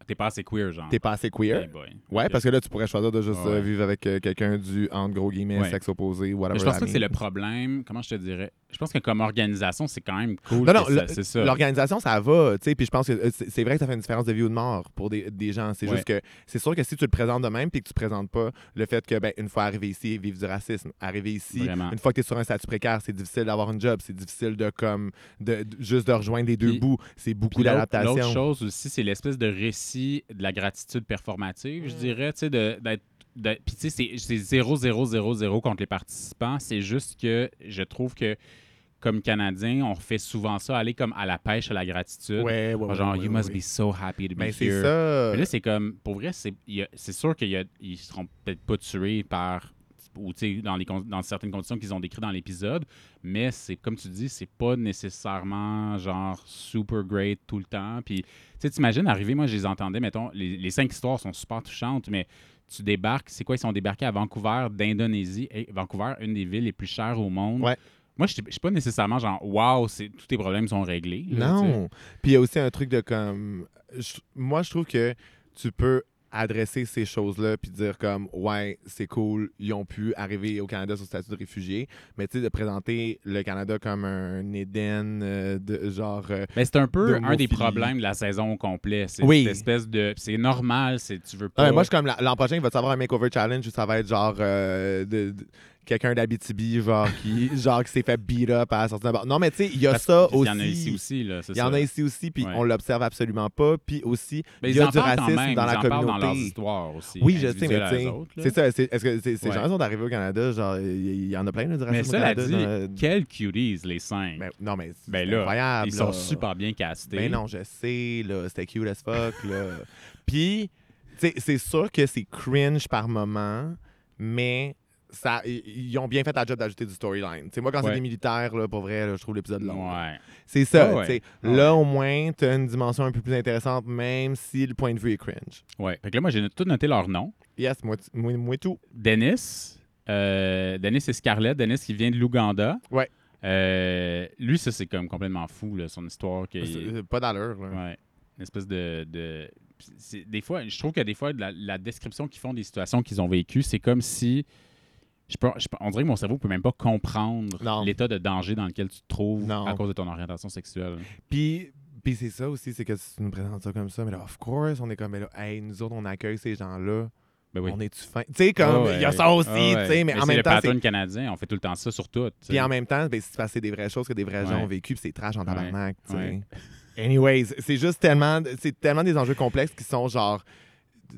Speaker 1: t'es pas assez queer, genre.
Speaker 2: T'es pas assez queer.
Speaker 1: Eh boy.
Speaker 2: Ouais, parce que là, tu pourrais choisir de juste
Speaker 1: Ouais.
Speaker 2: euh, vivre avec euh, quelqu'un du, entre gros guillemets,
Speaker 1: Ouais.
Speaker 2: sexe opposé, whatever.
Speaker 1: Mais je pense
Speaker 2: that
Speaker 1: pas que c'est le
Speaker 2: means.
Speaker 1: problème. Comment je te dirais? Je pense que comme organisation, c'est quand même cool.
Speaker 2: Non, non,
Speaker 1: que ça-
Speaker 2: le-
Speaker 1: c'est ça.
Speaker 2: L'organisation, ça va, tu sais, puis je pense que euh, c'est c'est vrai que ça fait une différence de vie ou de mort pour des, des gens. C'est
Speaker 1: Ouais.
Speaker 2: juste que c'est sûr que si tu le présentes de même puis que tu présentes pas le fait que, ben, une fois arrivé ici, vivre du racisme, arriver ici,
Speaker 1: Vraiment.
Speaker 2: une fois que tu es sur un statut précaire, c'est difficile d'avoir un job, c'est difficile de, comme, de, de- juste de rejoindre les deux
Speaker 1: Puis-
Speaker 2: bouts, c'est beaucoup
Speaker 1: Puis l'autre- L'autre
Speaker 2: d'adaptation.
Speaker 1: chose aussi, c'est l'espèce de récit aussi de la gratitude performative, je dirais, tu sais, de- d'être. de- Puis, tu sais, c'est- c'est 0-0-0-0 contre les participants. C'est juste que je trouve que, comme Canadien, on fait souvent ça, aller comme à la pêche à la gratitude.
Speaker 2: Ouais, ouais, ouais,
Speaker 1: genre,
Speaker 2: ouais,
Speaker 1: you
Speaker 2: ouais,
Speaker 1: must
Speaker 2: ouais.
Speaker 1: be so happy to be
Speaker 2: Mais c'est
Speaker 1: here.
Speaker 2: ça.
Speaker 1: Mais là, c'est comme, pour vrai, c'est il y a- c'est sûr qu'ils seront peut-être pas tués par, ou tu sais, dans, les con- dans certaines conditions qu'ils ont décrites dans l'épisode, mais c'est, comme tu dis, c'est pas nécessairement genre super great tout le temps. Puis, tu sais, t'imagines arriver, moi, je les entendais, mettons, les, les cinq histoires sont super touchantes, mais tu débarques, c'est quoi, ils sont débarqués à Vancouver, d'Indonésie. Hey, Vancouver, une des villes les plus chères au monde.
Speaker 2: Ouais.
Speaker 1: Moi, je suis- je suis pas nécessairement genre, wow, c'est- tous tes problèmes sont réglés. là, tu sais.
Speaker 2: Non. Puis il y a aussi un truc de comme. je- moi, je trouve que tu peux adresser ces choses-là puis dire comme ouais c'est cool ils ont pu arriver au Canada sur statut de réfugié mais tu sais de présenter le Canada comme un Éden euh, de genre euh,
Speaker 1: Mais c'est un peu un des
Speaker 2: d'homophilie.
Speaker 1: problèmes de la saison au complet. C'est
Speaker 2: Oui.
Speaker 1: cette espèce de. C'est normal, c'est tu veux
Speaker 2: Ah
Speaker 1: pas.
Speaker 2: ouais, moi, je suis comme la- l'an prochain, il va avoir un makeover challenge où ça va être genre euh, de, de- quelqu'un d'Abitibi, genre qui, genre qui s'est fait beat up à la sortie d'un bar. Non, mais tu sais, il y a
Speaker 1: Parce-
Speaker 2: ça
Speaker 1: puis
Speaker 2: aussi.
Speaker 1: Il y en a ici aussi, là. c'est
Speaker 2: Il y en
Speaker 1: ça.
Speaker 2: a ici aussi, puis
Speaker 1: Ouais.
Speaker 2: on l'observe absolument pas. Puis aussi,
Speaker 1: Mais
Speaker 2: il
Speaker 1: ils
Speaker 2: y a
Speaker 1: en
Speaker 2: du
Speaker 1: parlent quand
Speaker 2: racisme
Speaker 1: même,
Speaker 2: dans
Speaker 1: ils
Speaker 2: la
Speaker 1: en parlent
Speaker 2: communauté.
Speaker 1: dans leurs histoires aussi.
Speaker 2: oui, je sais,
Speaker 1: individuelles
Speaker 2: mais
Speaker 1: à
Speaker 2: tu sais,
Speaker 1: eux autres, là.
Speaker 2: c'est ça. c'est- Est-ce que c'est- ces
Speaker 1: Ouais.
Speaker 2: gens sont arrivés au Canada, genre, il il y, en a plein là, du racisme au
Speaker 1: Mais cela
Speaker 2: Canada.
Speaker 1: dit,
Speaker 2: dans-
Speaker 1: quelles cuties, les cinq.
Speaker 2: Ben, non, mais c'est
Speaker 1: Ben là,
Speaker 2: incroyable.
Speaker 1: Ils sont
Speaker 2: là.
Speaker 1: super bien castés.
Speaker 2: Ben non, je sais, là, c'était cute as fuck, là. Puis, tu sais, c'est sûr que c'est cringe par moment, mais ça, i- ils ont bien fait la job d'ajouter du storyline. Tu sais, moi, quand
Speaker 1: Ouais.
Speaker 2: c'est des militaires, là, pour vrai, là, je trouve l'épisode long.
Speaker 1: Ouais.
Speaker 2: C'est ça,
Speaker 1: Ah ouais.
Speaker 2: tu sais.
Speaker 1: Ah
Speaker 2: Là, au moins, t'as une dimension un peu plus intéressante, même si le point de vue est cringe.
Speaker 1: Ouais. Fait que là, moi, j'ai tout noté leur nom.
Speaker 2: Yes, moi, t- moi, moi tout.
Speaker 1: Dennis. Euh, Dennis et Scarlett. Dennis qui vient de l'Ouganda.
Speaker 2: Ouais.
Speaker 1: Euh, lui, ça, c'est comme complètement fou, là, son histoire. que-
Speaker 2: C'est- c'est Pas d'allure, là.
Speaker 1: Ouais. Une espèce de. de- Puis c'est- Des fois, je trouve que des fois, la, la description qu'ils font des situations qu'ils ont vécues, c'est comme si. Je peux, je peux- on dirait que mon cerveau peut même pas comprendre
Speaker 2: Non.
Speaker 1: l'état de danger dans lequel tu te trouves
Speaker 2: Non.
Speaker 1: à cause de ton orientation sexuelle.
Speaker 2: Puis, puis c'est ça aussi, c'est que tu nous présentes ça comme ça, mais là, of course, on est comme, mais là, hey, nous autres, on accueille ces gens-là.
Speaker 1: Ben oui.
Speaker 2: on est-tu fin? Tu sais, comme,
Speaker 1: Ah ouais.
Speaker 2: il y a ça aussi,
Speaker 1: Ah ouais.
Speaker 2: tu sais, mais, en
Speaker 1: c'est
Speaker 2: même
Speaker 1: le
Speaker 2: temps, c'est...
Speaker 1: pattern canadien, on fait tout le temps ça sur tout. tu sais.
Speaker 2: Puis en même temps, ben, c'est parce que c'est des vraies choses que des vrais gens
Speaker 1: Ouais.
Speaker 2: ont vécu, puis c'est trash en tabarnak, tu sais.
Speaker 1: Ouais.
Speaker 2: Anyways, c'est juste tellement... C'est tellement des enjeux complexes qui sont, genre...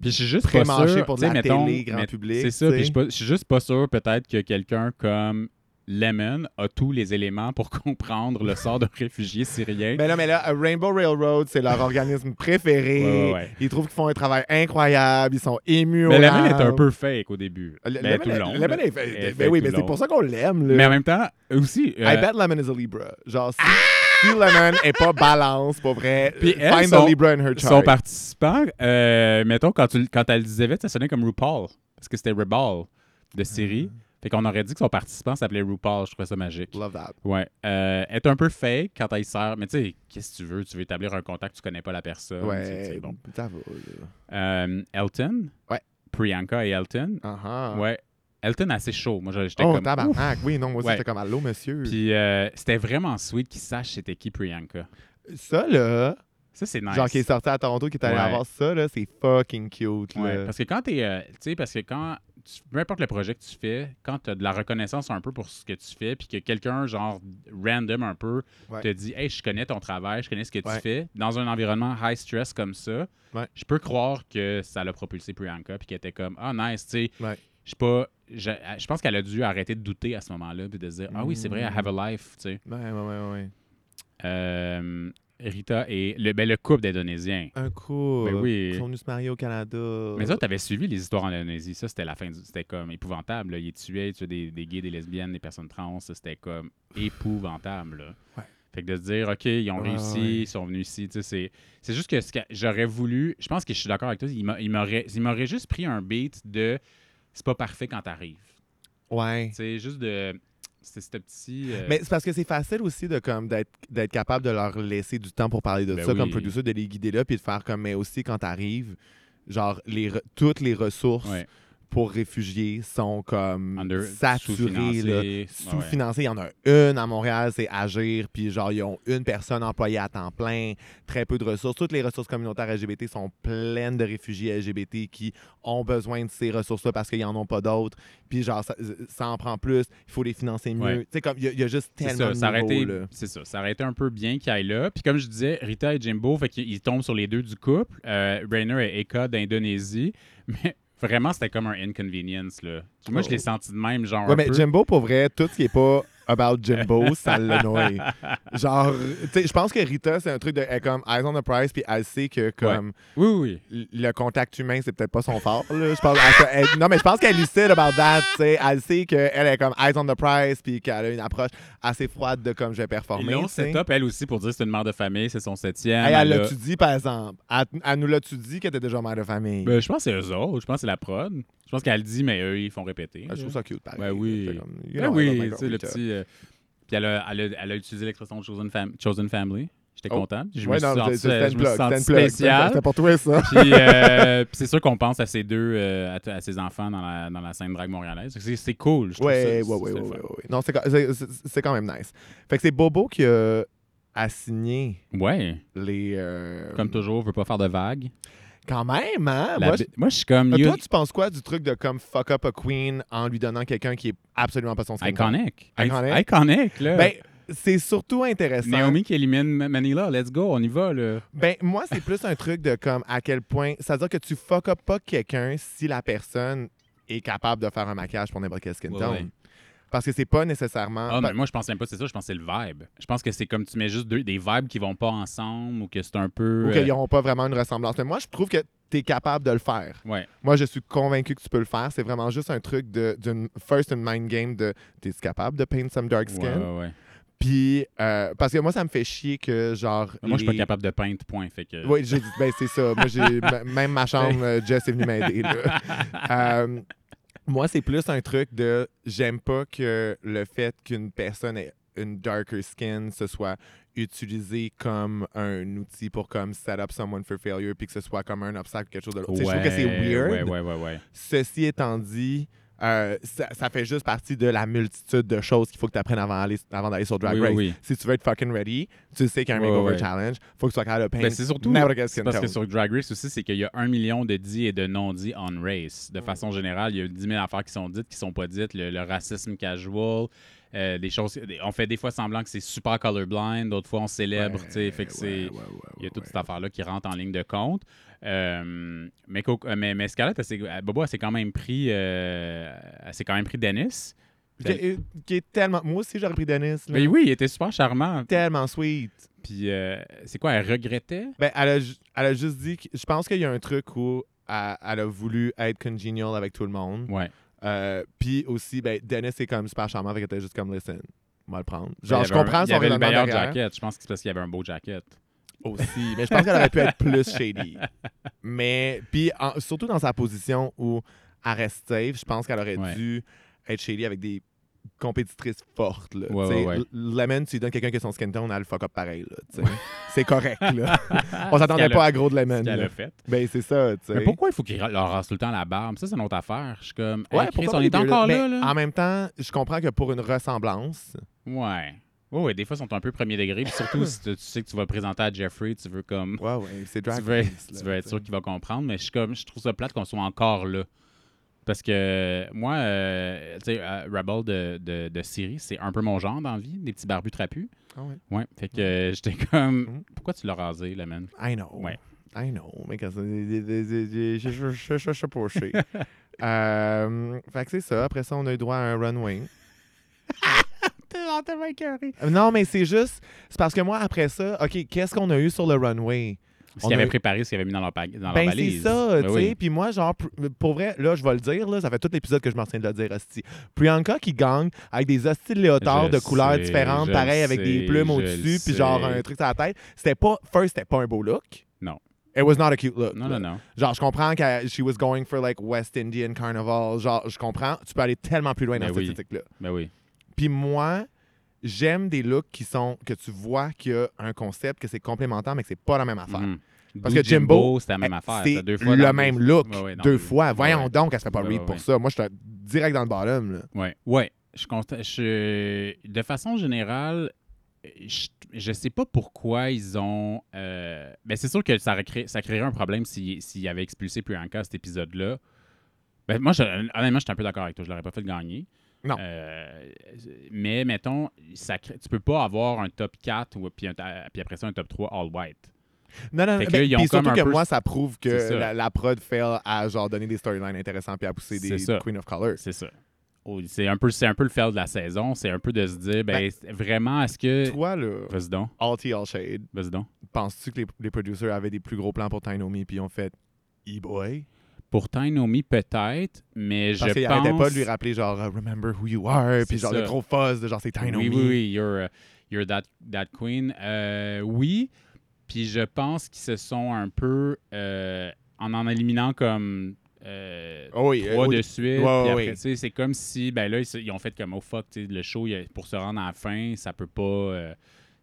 Speaker 1: Puis je suis juste pas
Speaker 2: pré-mâché
Speaker 1: sûr,
Speaker 2: pour de
Speaker 1: tu sais,
Speaker 2: la
Speaker 1: mettons,
Speaker 2: télé, grand
Speaker 1: mais-
Speaker 2: public,
Speaker 1: C'est ça,
Speaker 2: tu
Speaker 1: puis je suis
Speaker 2: sais.
Speaker 1: pas- je suis juste pas sûr peut-être que quelqu'un comme Lemon a tous les éléments pour comprendre le sort de réfugiés syriens.
Speaker 2: Mais là, mais là, euh, Rainbow Railroad, c'est leur organisme préféré.
Speaker 1: Ouais, ouais, ouais.
Speaker 2: Ils trouvent qu'ils font un travail incroyable, ils sont émus
Speaker 1: Mais
Speaker 2: au
Speaker 1: Lemon
Speaker 2: larmes.
Speaker 1: est un peu fake au début.
Speaker 2: Ah, Le- le-
Speaker 1: Ben, tout le long.
Speaker 2: Lemon est-
Speaker 1: Elle est
Speaker 2: ben
Speaker 1: fake
Speaker 2: oui,
Speaker 1: tout
Speaker 2: mais
Speaker 1: le
Speaker 2: c'est
Speaker 1: long.
Speaker 2: pour ça qu'on l'aime, là.
Speaker 1: Mais en même temps, aussi. euh,
Speaker 2: I bet Lemon is a Libra. Genre, si, si Lemon est pas balance, pour vrai,
Speaker 1: Puis elle,
Speaker 2: find
Speaker 1: son-
Speaker 2: the Libra in her chart.
Speaker 1: son participant, euh, mettons, quand, tu, l- quand elle disait vite, ça sonnait comme RuPaul. Parce que c'était RuPaul de série.
Speaker 2: Ah.
Speaker 1: Fait qu'on aurait dit que son participant s'appelait RuPaul. Je trouvais ça magique.
Speaker 2: Love that.
Speaker 1: Ouais. Euh, elle est un peu fake quand elle sert. Mais tu sais, qu'est-ce que tu veux? Tu veux établir un contact, tu connais pas la personne. c'est-
Speaker 2: Ouais,
Speaker 1: c'est bon.
Speaker 2: ça va. là.
Speaker 1: Euh, Elton.
Speaker 2: Ouais.
Speaker 1: Priyanka et Elton.
Speaker 2: Ah ah.
Speaker 1: Ouais. Elton, assez chaud. Moi, j'étais
Speaker 2: Oh,
Speaker 1: comme. ouf.
Speaker 2: tabarnak. Oui, non, moi aussi,
Speaker 1: Ouais.
Speaker 2: j'étais comme allô, monsieur.
Speaker 1: Puis euh, c'était vraiment sweet qu'ils sachent c'était qui Priyanka.
Speaker 2: ça, là,
Speaker 1: Ça, c'est nice.
Speaker 2: genre qui est sorti à Toronto, qui est allé
Speaker 1: Ouais.
Speaker 2: avoir ça, là, c'est fucking cute, là.
Speaker 1: Ouais, parce que quand t'es, euh, tu sais, parce que quand, tu- peu importe le projet que tu fais, quand t'as de la reconnaissance un peu pour ce que tu fais, puis que quelqu'un, genre, random un peu,
Speaker 2: Ouais.
Speaker 1: te dit « Hey, je connais ton travail, je connais ce que tu
Speaker 2: Ouais.
Speaker 1: fais », dans un environnement high stress comme ça,
Speaker 2: Ouais.
Speaker 1: je peux croire que ça l'a propulsé Priyanka, puis qu'elle était comme « Ah, nice, tu sais,
Speaker 2: Ouais.
Speaker 1: je sais pas... » Je je pense qu'elle a dû arrêter de douter à ce moment-là, puis de se dire « Ah oui, c'est vrai, I have a life », tu sais.
Speaker 2: Ouais, ouais, ouais, ouais.
Speaker 1: Euh, Rita et... Le, ben, le couple d'Indonésiens.
Speaker 2: Un coup. euh,
Speaker 1: Ben oui.
Speaker 2: Ils sont venus se marier au Canada.
Speaker 1: Mais ça, t'avais suivi les histoires en Indonésie. Ça, c'était la fin. du- C'était comme épouvantable. Là. Ils tuaient, ils tuaient des, des gays, des lesbiennes, des personnes trans. Ça, C'était comme épouvantable. là.
Speaker 2: Ouais.
Speaker 1: Fait que de se dire, OK, ils ont
Speaker 2: Ouais,
Speaker 1: réussi,
Speaker 2: ouais.
Speaker 1: ils sont venus ici. tu sais, C'est c'est juste que, ce que j'aurais voulu. Je pense que je suis d'accord avec toi. Il m'a- il m'aurait il m'aurait juste pris un beat de c'est pas parfait quand t'arrives.
Speaker 2: Ouais.
Speaker 1: C'est juste de. C'est ce petit. euh,
Speaker 2: Mais c'est parce que c'est facile aussi de comme d'être d'être capable de leur laisser du temps pour parler de
Speaker 1: Ben
Speaker 2: ça,
Speaker 1: oui.
Speaker 2: comme peu douceur, de les guider là, puis de faire comme mais aussi quand t'arrives, genre les re- toutes les ressources
Speaker 1: Ouais.
Speaker 2: pour réfugiés sont comme
Speaker 1: Under-
Speaker 2: saturés, là,
Speaker 1: sous-financés. Ouais, ouais.
Speaker 2: sous-financés. Il y en a une à Montréal, c'est Agir, puis genre, ils ont une personne employée à temps plein, très peu de ressources. Toutes les ressources communautaires LGBT sont pleines de réfugiés LGBT qui ont besoin de ces ressources-là parce qu'ils n'en ont pas d'autres. Puis genre, ça, ça en prend plus, il faut les financer mieux.
Speaker 1: Ouais.
Speaker 2: Tu sais, comme, il y, a- il y a juste
Speaker 1: C'est
Speaker 2: tellement
Speaker 1: ça, ça
Speaker 2: de
Speaker 1: aurait
Speaker 2: niveaux,
Speaker 1: été-
Speaker 2: là.
Speaker 1: c'est ça, ça aurait été un peu bien qu'il aille là. Puis comme je disais, Rita et Jimbo, fait qu'ils ils tombent sur les deux du couple. Euh, Rainer et Eka d'Indonésie. Mais vraiment, c'était comme un inconvenience. Là. Moi, je l'ai senti de même, genre.
Speaker 2: Oh. Ouais,
Speaker 1: un
Speaker 2: mais
Speaker 1: peu.
Speaker 2: Jimbo, pour vrai, tout ce qui est pas about Jimbo, ça le noie. Genre, tu sais, je pense que Rita, c'est un truc de. Elle est comme eyes on the prize, puis elle sait que comme
Speaker 1: Oui, oui.
Speaker 2: l- le contact humain, c'est peut-être pas son fort. là. Je pense, elle- elle- non, mais je pense qu'elle est lucide about that. tu sais. Elle sait qu'elle est comme eyes on the prize, puis qu'elle a une approche assez froide de comme je vais
Speaker 1: Ils
Speaker 2: performer.
Speaker 1: l'ont
Speaker 2: tu sais.
Speaker 1: set up, elle aussi, pour dire que c'est une mère de famille, c'est son septième.
Speaker 2: Hey, elle
Speaker 1: elle a-
Speaker 2: l'a-tu dit, par exemple? Elle, elle nous l'a-tu dit qu'elle était déjà mère de famille?
Speaker 1: Ben, je pense que c'est eux autres. Je pense que c'est la prod. Je pense qu'elle dit, mais eux, ils font répéter.
Speaker 2: Ben, je trouve ça cute, pareil.
Speaker 1: Ben oui.
Speaker 2: Fait comme, you know,
Speaker 1: Ben
Speaker 2: I love my
Speaker 1: oui,
Speaker 2: girl,
Speaker 1: tu sais, le
Speaker 2: Rita.
Speaker 1: petit. euh, Puis elle a, elle a- elle a utilisé l'expression chosen, fam- chosen Family. J'étais
Speaker 2: Oh.
Speaker 1: content. Je me
Speaker 2: Ouais,
Speaker 1: suis
Speaker 2: non,
Speaker 1: senti,
Speaker 2: c'est- c'est
Speaker 1: je
Speaker 2: une
Speaker 1: me suis
Speaker 2: plug, c'est
Speaker 1: senti
Speaker 2: une plug.
Speaker 1: spécial.
Speaker 2: C'était pour toi, ça.
Speaker 1: Puis, euh, puis c'est sûr qu'on pense à ces deux, euh, à, t- à ces enfants dans la, dans la scène drague montréalaise. C'est- C'est cool, je trouve ça-
Speaker 2: Ouais, ouais,
Speaker 1: c'est-
Speaker 2: ouais,
Speaker 1: c'est
Speaker 2: ouais,
Speaker 1: le
Speaker 2: ouais,
Speaker 1: fun.
Speaker 2: ouais. Non, c'est quand- c'est- c'est- c'est quand même nice. Fait que c'est Bobo qui a assigné
Speaker 1: Ouais,
Speaker 2: les. euh,
Speaker 1: comme toujours, veut pas faire de vagues.
Speaker 2: Quand même, hein?
Speaker 1: La
Speaker 2: Moi,
Speaker 1: bi- moi, je suis comme
Speaker 2: je-
Speaker 1: you-
Speaker 2: Toi, tu penses quoi du truc de comme fuck up a queen en lui donnant quelqu'un qui est absolument pas son skin tone?
Speaker 1: iconic.
Speaker 2: Iconic.
Speaker 1: I- Iconic, là.
Speaker 2: Ben, c'est surtout intéressant.
Speaker 1: Naomi qui élimine Ma- Manila, let's go, on y va, là.
Speaker 2: Ben, moi, c'est plus un truc de comme à quel point. C'est-à-dire que tu fuck up pas quelqu'un si la personne est capable de faire un maquillage pour n'importe quel skin
Speaker 1: Ouais,
Speaker 2: tone.
Speaker 1: ouais.
Speaker 2: Parce que c'est pas nécessairement.
Speaker 1: Ah, mais moi, je pense même pas que c'est ça, je pense que c'est le vibe. Je pense que c'est comme tu mets juste deux- des vibes qui vont pas ensemble ou que c'est un peu.
Speaker 2: ou
Speaker 1: euh,
Speaker 2: qu'ils n'auront pas vraiment une ressemblance. Mais moi, je trouve que tu es capable de le faire.
Speaker 1: euh, Ouais.
Speaker 2: Moi, je suis convaincu que tu peux le faire. C'est vraiment juste un truc de, d'une first une mind game de t'es capable de paint some dark
Speaker 1: Ouais,
Speaker 2: skin.
Speaker 1: ouais, ouais.
Speaker 2: Puis euh, parce que moi, ça me fait chier que genre.
Speaker 1: Ah, Moi, je suis pas
Speaker 2: les-
Speaker 1: capable de peindre, point. Fait que.
Speaker 2: Oui, j'ai dit, ben c'est ça. Moi, j'ai m- même ma chambre, euh, Jess est venue m'aider. là. Euh, moi, c'est plus un truc de j'aime pas que le fait qu'une personne ait une darker skin se soit utilisé comme un outil pour comme set up someone for failure puis que ce soit comme un obstacle quelque chose de l'autre. Tu sais, Je trouve que c'est
Speaker 1: Ouais,
Speaker 2: weird.
Speaker 1: Ouais, ouais, ouais, ouais.
Speaker 2: Ceci étant dit, euh, ça, ça fait juste partie de la multitude de choses qu'il faut que tu apprennes avant, d'aller- avant d'aller sur Drag
Speaker 1: Oui, oui,
Speaker 2: Race.
Speaker 1: oui.
Speaker 2: Si tu veux être fucking ready, tu sais qu'il y a un
Speaker 1: Ouais,
Speaker 2: makeover
Speaker 1: ouais.
Speaker 2: challenge, faut que tu sois capable de peindre.
Speaker 1: Ben, c'est surtout
Speaker 2: n'importe quel skin
Speaker 1: c'est parce que
Speaker 2: tone.
Speaker 1: sur Drag Race aussi, c'est qu'il y a un million de dits et de non-dits on race. De façon générale, il y a 10 000 affaires qui sont dites, qui sont pas dites, le, le racisme casual, euh, des choses. des- On fait des fois semblant que c'est super colorblind, d'autres fois on célèbre, tu sais, fait que
Speaker 2: Ouais,
Speaker 1: c'est.
Speaker 2: ouais, ouais, ouais,
Speaker 1: Il y a toute
Speaker 2: ouais.
Speaker 1: cette affaire-là qui rentre en ligne de compte. Euh, mais, Coco- euh, mais, mais Scarlett, elle s'est- euh, Bobo, elle s'est quand même pris. euh, elle s'est quand même pris Dennis.
Speaker 2: Qui est, euh, qui est tellement. Moi aussi, j'aurais pris Dennis. là.
Speaker 1: Mais Ben oui, il était super charmant.
Speaker 2: Tellement sweet.
Speaker 1: Puis, euh, c'est quoi, elle regrettait?
Speaker 2: Ben, elle, a, ju- elle a juste dit. que- Je pense qu'il y a un truc où elle, elle a voulu être congenial avec tout le monde.
Speaker 1: Ouais.
Speaker 2: Euh, Puis aussi, ben, Dennis est comme super charmant, fait qu'elle était juste comme listen. On va le prendre.
Speaker 1: Ben, Il
Speaker 2: Genre,
Speaker 1: y
Speaker 2: je
Speaker 1: avait un-
Speaker 2: comprends
Speaker 1: il y
Speaker 2: son
Speaker 1: avait le
Speaker 2: raisonnement
Speaker 1: meilleur
Speaker 2: derrière.
Speaker 1: jacket. Je pense que c'est parce qu'il y avait un beau jacket.
Speaker 2: aussi. Mais je pense qu'elle aurait pu être plus shady. Mais puis en- surtout dans sa position où elle reste safe, je pense qu'elle aurait
Speaker 1: Ouais.
Speaker 2: dû être shady avec des compétitrices fortes. Là,
Speaker 1: Ouais,
Speaker 2: T'sais,
Speaker 1: ouais, ouais.
Speaker 2: L- Lemon, tu lui donnes quelqu'un qui a son skin tone, elle le fuck up pareil. là, t'sais. C'est correct. Là. On s'attendait
Speaker 1: qu'elle
Speaker 2: pas à gros de
Speaker 1: Ce
Speaker 2: Lemon.
Speaker 1: qu'elle
Speaker 2: là.
Speaker 1: a fait.
Speaker 2: Ben c'est ça. tu
Speaker 1: Mais
Speaker 2: sais.
Speaker 1: pourquoi il faut qu'il leur rase tout le temps la barbe? Ça, c'est notre affaire. Je suis comme,
Speaker 2: Ouais,
Speaker 1: hey, Chris,
Speaker 2: pourquoi
Speaker 1: on
Speaker 2: pas
Speaker 1: est
Speaker 2: les deux,
Speaker 1: encore
Speaker 2: Mais
Speaker 1: là, là?
Speaker 2: En même temps, je comprends que pour une ressemblance,
Speaker 1: Ouais. Ouais, ouais, des fois, ils sont un peu premier degré. Puis surtout, si tu, tu sais que tu vas le présenter à Jeffrey, tu veux comme.
Speaker 2: ouais, ouais, c'est drag
Speaker 1: tu veux,
Speaker 2: race,
Speaker 1: tu
Speaker 2: là,
Speaker 1: veux être
Speaker 2: t'sais.
Speaker 1: sûr qu'il va comprendre, mais je, suis comme, je trouve ça plate qu'on soit encore là. Parce que euh, moi, euh, tu sais, euh, Rebel de, de, de Syrie, c'est un peu mon genre d'envie, des petits barbus trapus.
Speaker 2: Ah ouais.
Speaker 1: Ouais, fait que euh, j'étais comme,
Speaker 2: Mhm.
Speaker 1: pourquoi tu l'as rasé, la man?
Speaker 2: I know.
Speaker 1: Ouais.
Speaker 2: I know. Mais quand ça. des- des- des- des- Je je- je- je- je sais pas, je sais. Euh, Fait que c'est ça. Après ça, on a eu droit à un runway. Euh, Non, mais c'est juste. C'est parce que moi, après ça, OK, qu'est-ce qu'on a eu sur le runway?
Speaker 1: Ce
Speaker 2: On
Speaker 1: qu'ils
Speaker 2: a-
Speaker 1: avaient préparé, ce qu'ils avaient mis dans leur, pa- dans leur
Speaker 2: Ben, c'est
Speaker 1: valise.
Speaker 2: ça,
Speaker 1: Ben
Speaker 2: tu
Speaker 1: oui.
Speaker 2: sais. Puis moi, genre, pr- pour vrai, là, je vais le dire, là, ça fait tout l'épisode que je m'en tiens de le dire, hostie. Priyanka qui gagne avec des hosties de léotards
Speaker 1: Je
Speaker 2: de couleurs
Speaker 1: sais,
Speaker 2: différentes,
Speaker 1: je
Speaker 2: pareil,
Speaker 1: le
Speaker 2: avec des
Speaker 1: sais,
Speaker 2: plumes
Speaker 1: je le
Speaker 2: au-dessus,
Speaker 1: sais.
Speaker 2: puis genre un truc sur la tête. C'était pas. First, c'était pas un beau look.
Speaker 1: Non.
Speaker 2: It was not a cute look.
Speaker 1: Non,
Speaker 2: là.
Speaker 1: non, non.
Speaker 2: Genre, je comprends que she was going for like West Indian Carnival. Genre, je comprends. Tu peux aller tellement plus loin dans
Speaker 1: Ben
Speaker 2: cette
Speaker 1: oui.
Speaker 2: esthétique-là.
Speaker 1: Ben oui.
Speaker 2: Puis moi, j'aime des looks qui sont que tu vois qu'il y a un concept, que c'est complémentaire, mais que c'est pas la même affaire.
Speaker 1: Mhm.
Speaker 2: Parce que Jimbo, eh,
Speaker 1: c'était la même affaire.
Speaker 2: C'est
Speaker 1: c'était deux fois dans
Speaker 2: le
Speaker 1: deux-
Speaker 2: même look,
Speaker 1: Ouais, ouais, dans
Speaker 2: deux
Speaker 1: deux-
Speaker 2: fois. Voyons
Speaker 1: Ouais, ouais.
Speaker 2: donc, elle se fait pas
Speaker 1: Ouais,
Speaker 2: read
Speaker 1: ouais,
Speaker 2: pour
Speaker 1: ouais.
Speaker 2: ça. Moi, je suis direct dans le bottom. Là.
Speaker 1: Ouais, ouais. Je constate. je- de façon générale, je, je sais pas pourquoi ils ont. euh, ben c'est sûr que ça, aurait créé- ça créerait un problème si- s'ils avaient expulsé Priyanka cet épisode-là. Ben moi, je, honnêtement, je suis un peu d'accord avec toi. Je l'aurais pas fait gagner.
Speaker 2: Non.
Speaker 1: Euh, mais mettons, ça crée- tu peux pas avoir un top 4 ou, puis, un- puis après ça un top 3 all white.
Speaker 2: Non, non, non.
Speaker 1: Fait que
Speaker 2: ben,
Speaker 1: là, ils ont
Speaker 2: puis
Speaker 1: comme
Speaker 2: surtout
Speaker 1: un
Speaker 2: que
Speaker 1: peu-
Speaker 2: moi, ça prouve que
Speaker 1: C'est ça.
Speaker 2: la, la prod fail à genre donner des storylines intéressantes puis à pousser des
Speaker 1: C'est ça.
Speaker 2: Queen of Colors.
Speaker 1: C'est ça. Oh, C'est un, peu- c'est un peu le fail de la saison. C'est un peu de se dire, ben, vraiment, est-ce que.
Speaker 2: Toi, là,
Speaker 1: Vas-y donc,
Speaker 2: all tea, all shade,
Speaker 1: vas-y donc.
Speaker 2: penses-tu que les, les producers avaient des plus gros plans pour Tainomi puis ils ont fait E-boy?
Speaker 1: Pourtant, Naomi, peut-être, mais
Speaker 2: Parce
Speaker 1: je
Speaker 2: qu'ils
Speaker 1: pense...
Speaker 2: arrêtaient pas de lui rappeler genre Remember who you are, puis
Speaker 1: C'est
Speaker 2: genre
Speaker 1: ça.
Speaker 2: le gros fuzz de genre c'est Tainomi.
Speaker 1: Oui, oui, oui, you're, uh, you're that, that queen. Euh, oui, puis je pense qu'ils se sont un peu, euh, en en éliminant comme euh,
Speaker 2: Oh oui,
Speaker 1: trois
Speaker 2: euh,
Speaker 1: de
Speaker 2: ouais, ouais,
Speaker 1: suite, puis
Speaker 2: ouais.
Speaker 1: après, tu sais, c'est comme si, ben là, ils, se- ils ont fait comme, oh fuck, tu sais, le show, il y a- pour se rendre à la fin, ça peut pas... euh,